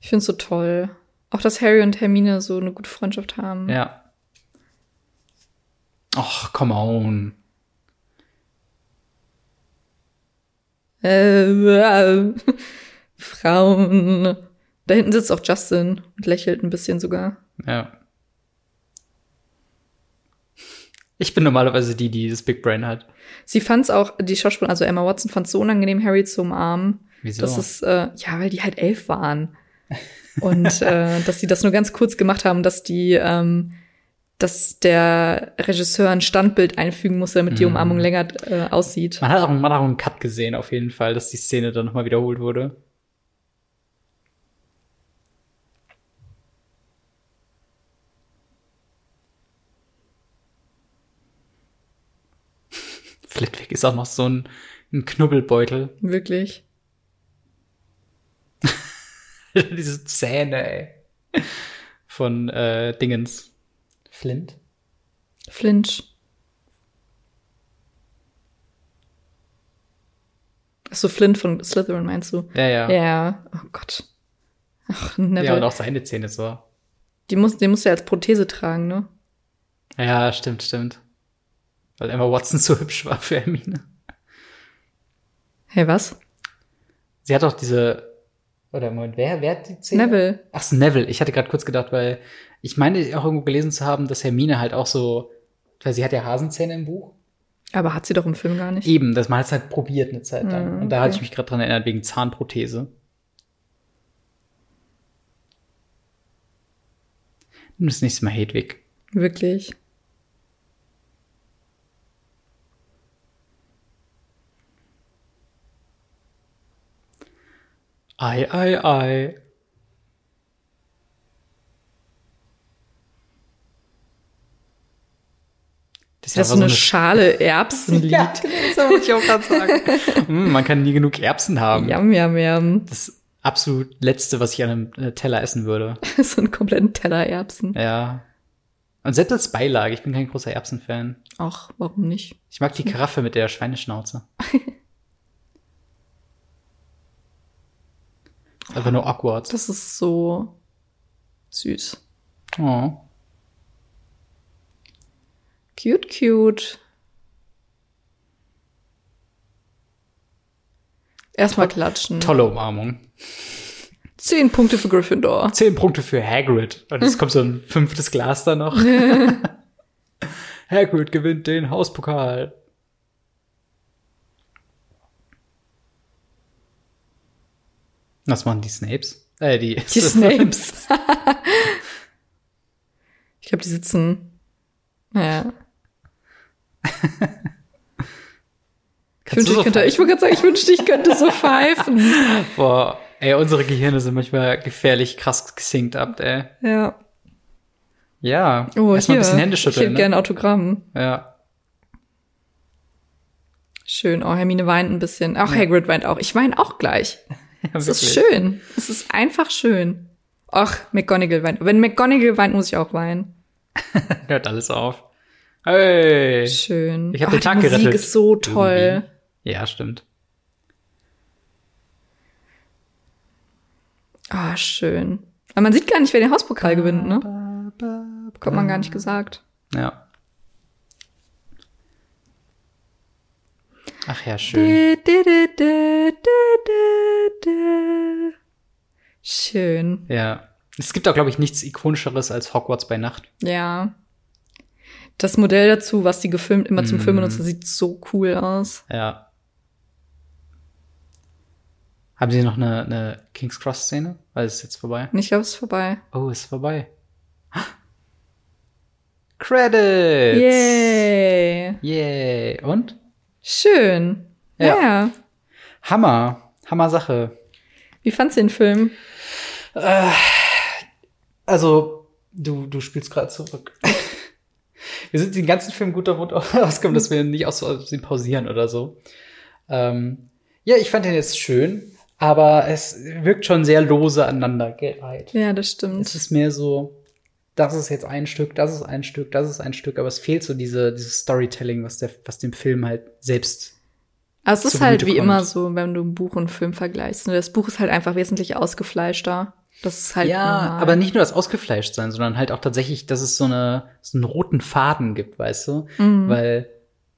A: Ich find's so toll. Auch, dass Harry und Hermine so eine gute Freundschaft haben.
B: Ja. Och, come on.
A: Äh, äh, Frauen. Da hinten sitzt auch Justin und lächelt ein bisschen sogar.
B: Ja. Ich bin normalerweise die, die das Big Brain hat.
A: Sie fand's auch, die Schauspielerin, also Emma Watson, fand's so unangenehm, Harry zu umarmen.
B: Wieso?
A: Das ist, äh, ja, weil die halt elf waren. Und äh, dass sie das nur ganz kurz gemacht haben, dass die, ähm, dass der Regisseur ein Standbild einfügen musste, damit die
B: Mhm. Ah.
A: Umarmung länger äh, aussieht.
B: man hat auch, man hat auch einen Cut gesehen, auf jeden Fall, dass die Szene dann nochmal wiederholt wurde. Flitwick ist auch noch so ein, ein Knubbelbeutel.
A: Wirklich.
B: Diese Zähne, ey. Von äh, Dingens. Flint?
A: Flinch. Ach so, Flint von Slytherin meinst du?
B: Ja, ja. Ja,
A: Ja, oh Gott. Ach, Neville.
B: und auch seine Zähne so.
A: die muss, den musst du ja als Prothese tragen, ne?
B: Ja, stimmt, stimmt. Weil Emma Watson so hübsch war für Hermine.
A: Hey, was?
B: Sie hat auch diese. Oder Moment, wer, wer hat die Zähne?
A: Neville.
B: Ach, so, Neville. Ich hatte gerade kurz gedacht, weil ich meine auch irgendwo gelesen zu haben, dass Hermine halt auch so. Weil sie hat ja Hasenzähne im Buch.
A: Aber hat sie doch im Film gar nicht.
B: Eben, dass man hat's halt probiert eine Zeit lang.
A: Mhm,
B: Und da hatte ich
A: okay.
B: mich gerade dran erinnert, wegen Zahnprothese. Nimm das nächste Mal Hedwig.
A: Wirklich.
B: Ei, ei, ei.
A: Das ist so eine Schale Erbsenlied.
B: Ja, das wollte ich auch gerade sagen. mm, man kann nie genug Erbsen haben.
A: Yam, yam, yam.
B: Das absolut letzte, was ich an einem äh, Teller essen würde.
A: so einen kompletten Teller Erbsen.
B: Ja. Und selbst als Beilage, ich bin kein großer Erbsenfan.
A: Ach, warum nicht?
B: Ich mag die Karaffe mit der Schweineschnauze. Ist Einfach nur awkward.
A: Das ist so süß.
B: Oh.
A: Cute, cute. Erstmal klatschen.
B: Tolle Umarmung.
A: Zehn Punkte für Gryffindor.
B: Zehn Punkte für Hagrid. Und es kommt so ein fünftes Glas da noch. Hagrid gewinnt den Hauspokal. Was machen die Snapes? Äh, die,
A: Die Snapes. ich glaube, die sitzen. Ja. Ich wünschte,
B: Kannst du so
A: ich könnte. Ich wollte gerade sagen, ich wünschte, ich könnte so pfeifen.
B: Boah, ey, unsere Gehirne sind manchmal gefährlich krass gesinkt ab, ey.
A: Ja.
B: Ja.
A: Oh, hier.
B: Erstmal ein bisschen Hände
A: ich hätte
B: schütteln. Ne?
A: gerne Autogramm.
B: Ja.
A: Schön. Oh, Hermine weint ein bisschen. Auch Hagrid weint auch. Ich weine auch gleich. Es ist schön. Es ist einfach schön. Och, McGonagall weint. Wenn McGonagall weint, muss ich auch weinen.
B: Hört alles auf. Hey.
A: Schön.
B: Ich hab den
A: Oh, die
B: Tag
A: Musik
B: gerettet.
A: ist so toll.
B: Irgendwie. Ja, stimmt.
A: Ah, schön. Aber man sieht gar nicht, wer den Hauspokal gewinnt, ne? Kommt man gar nicht gesagt.
B: Ja. Ach ja, schön.
A: Du, du, du, du, du, du, du. Schön.
B: Ja. Es gibt auch, glaube ich, nichts Ikonischeres als Hogwarts bei Nacht.
A: Ja. Das Modell dazu, was die gefilmt, immer zum
B: Mhm.
A: Filmen nutzen, sieht so cool aus.
B: Ja. Haben Sie noch eine, eine King's Cross-Szene? Weil es ist jetzt vorbei.
A: Und ich glaube, es ist vorbei.
B: Oh, ist vorbei. Credits!
A: Yay.
B: Yay! Und?
A: Schön. Ja.
B: Ja. Hammer. Hammer Sache.
A: Wie fandst du den Film?
B: Also, du, du spielst gerade zurück. wir sind den ganzen Film gut damit ausgekommen, dass wir ihn nicht aus Versehen pausieren oder so. Ähm, ja, ich fand den jetzt schön, aber es wirkt schon sehr lose aneinandergereiht.
A: Ja, das stimmt.
B: Es ist mehr so, das ist jetzt ein Stück, das ist ein Stück, das ist ein Stück, aber es fehlt so diese, dieses Storytelling, was, der, was dem Film halt selbst.
A: Aber es ist
B: zugute
A: halt wie
B: kommt.
A: immer so, wenn du ein Buch und einen Film vergleichst. ne? Das Buch ist halt einfach wesentlich ausgefleischter. Das ist halt normal.
B: aber nicht nur das ausgefleischt sein, sondern halt auch tatsächlich, dass es so, eine, so einen roten Faden gibt, weißt du?
A: Mhm.
B: Weil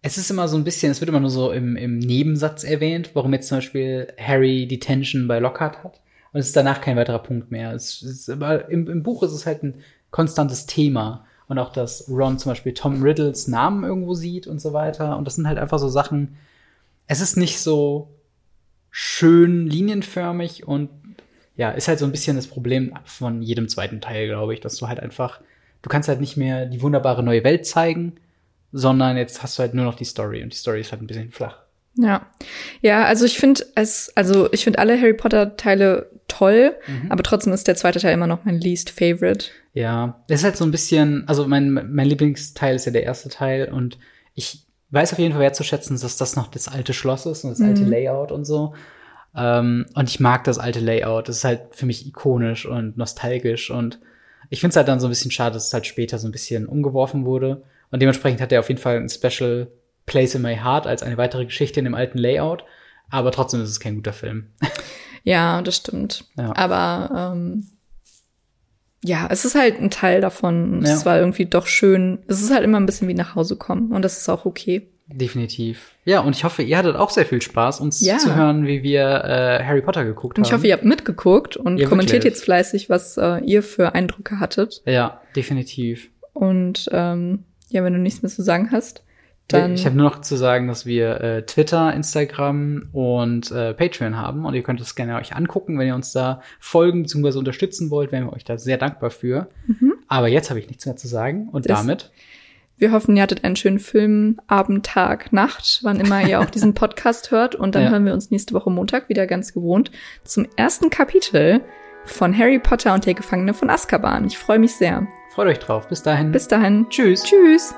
B: es ist immer so ein bisschen, es wird immer nur so im, im Nebensatz erwähnt, warum jetzt zum Beispiel Harry die Tension bei Lockhart hat. Und es ist danach kein weiterer Punkt mehr. Es ist, aber im, im Buch ist es halt ein konstantes Thema. Und auch, dass Ron zum Beispiel Tom Riddles Namen irgendwo sieht und so weiter. Und das sind halt einfach so Sachen. Es ist nicht so schön linienförmig und ja, ist halt so ein bisschen das Problem von jedem zweiten Teil, glaube ich, dass du halt einfach, du kannst halt nicht mehr die wunderbare neue Welt zeigen, sondern jetzt hast du halt nur noch die Story und die Story ist halt ein bisschen flach.
A: Ja. Ja, also ich finde es, also ich finde alle Harry Potter Teile toll,
B: Mhm.
A: aber trotzdem ist der zweite Teil immer noch mein least favorite.
B: Ja, das ist halt so ein bisschen, also mein, mein Lieblingsteil ist ja der erste Teil und ich weiß auf jeden Fall wertzuschätzen, dass das noch das alte Schloss ist und das alte
A: Mhm.
B: Layout und so. Ähm, und ich mag das alte Layout. Das ist halt für mich ikonisch und nostalgisch und ich finde es halt dann so ein bisschen schade, dass es halt später so ein bisschen umgeworfen wurde. Und dementsprechend hat er auf jeden Fall ein Special Place in My Heart als eine weitere Geschichte in dem alten Layout. Aber trotzdem ist es kein guter Film.
A: Ja, das stimmt.
B: Ja.
A: Aber ähm, ja, es ist halt ein Teil davon.
B: Ja.
A: Es war irgendwie doch schön. Es ist halt immer ein bisschen wie nach Hause kommen und das ist auch okay.
B: Definitiv. Ja, und ich hoffe, ihr hattet auch sehr viel Spaß, uns
A: Ja.
B: zu hören, wie wir äh, Harry Potter geguckt haben.
A: Und ich hoffe, ihr habt mitgeguckt und
B: Ja,
A: kommentiert
B: wirklich.
A: jetzt fleißig, was äh, ihr für Eindrücke hattet.
B: Ja, definitiv.
A: Und ähm, ja, wenn du nichts mehr zu sagen hast, dann
B: ich habe nur noch zu sagen, dass wir äh, Twitter, Instagram und äh, Patreon haben und ihr könnt es gerne euch angucken, wenn ihr uns da folgen bzw. unterstützen wollt, wären wir euch da sehr dankbar für.
A: Mhm.
B: Aber jetzt habe ich nichts mehr zu sagen und
A: Das-
B: damit
A: wir hoffen, ihr hattet einen schönen Film, Abend, Tag, Nacht, wann immer ihr auch diesen Podcast hört. Und dann
B: Ja.
A: hören wir uns nächste Woche Montag wieder ganz gewohnt zum ersten Kapitel von Harry Potter und der Gefangene von Azkaban. Ich freue mich sehr.
B: freut euch drauf. Bis dahin.
A: Bis dahin.
B: Tschüss.
A: Tschüss.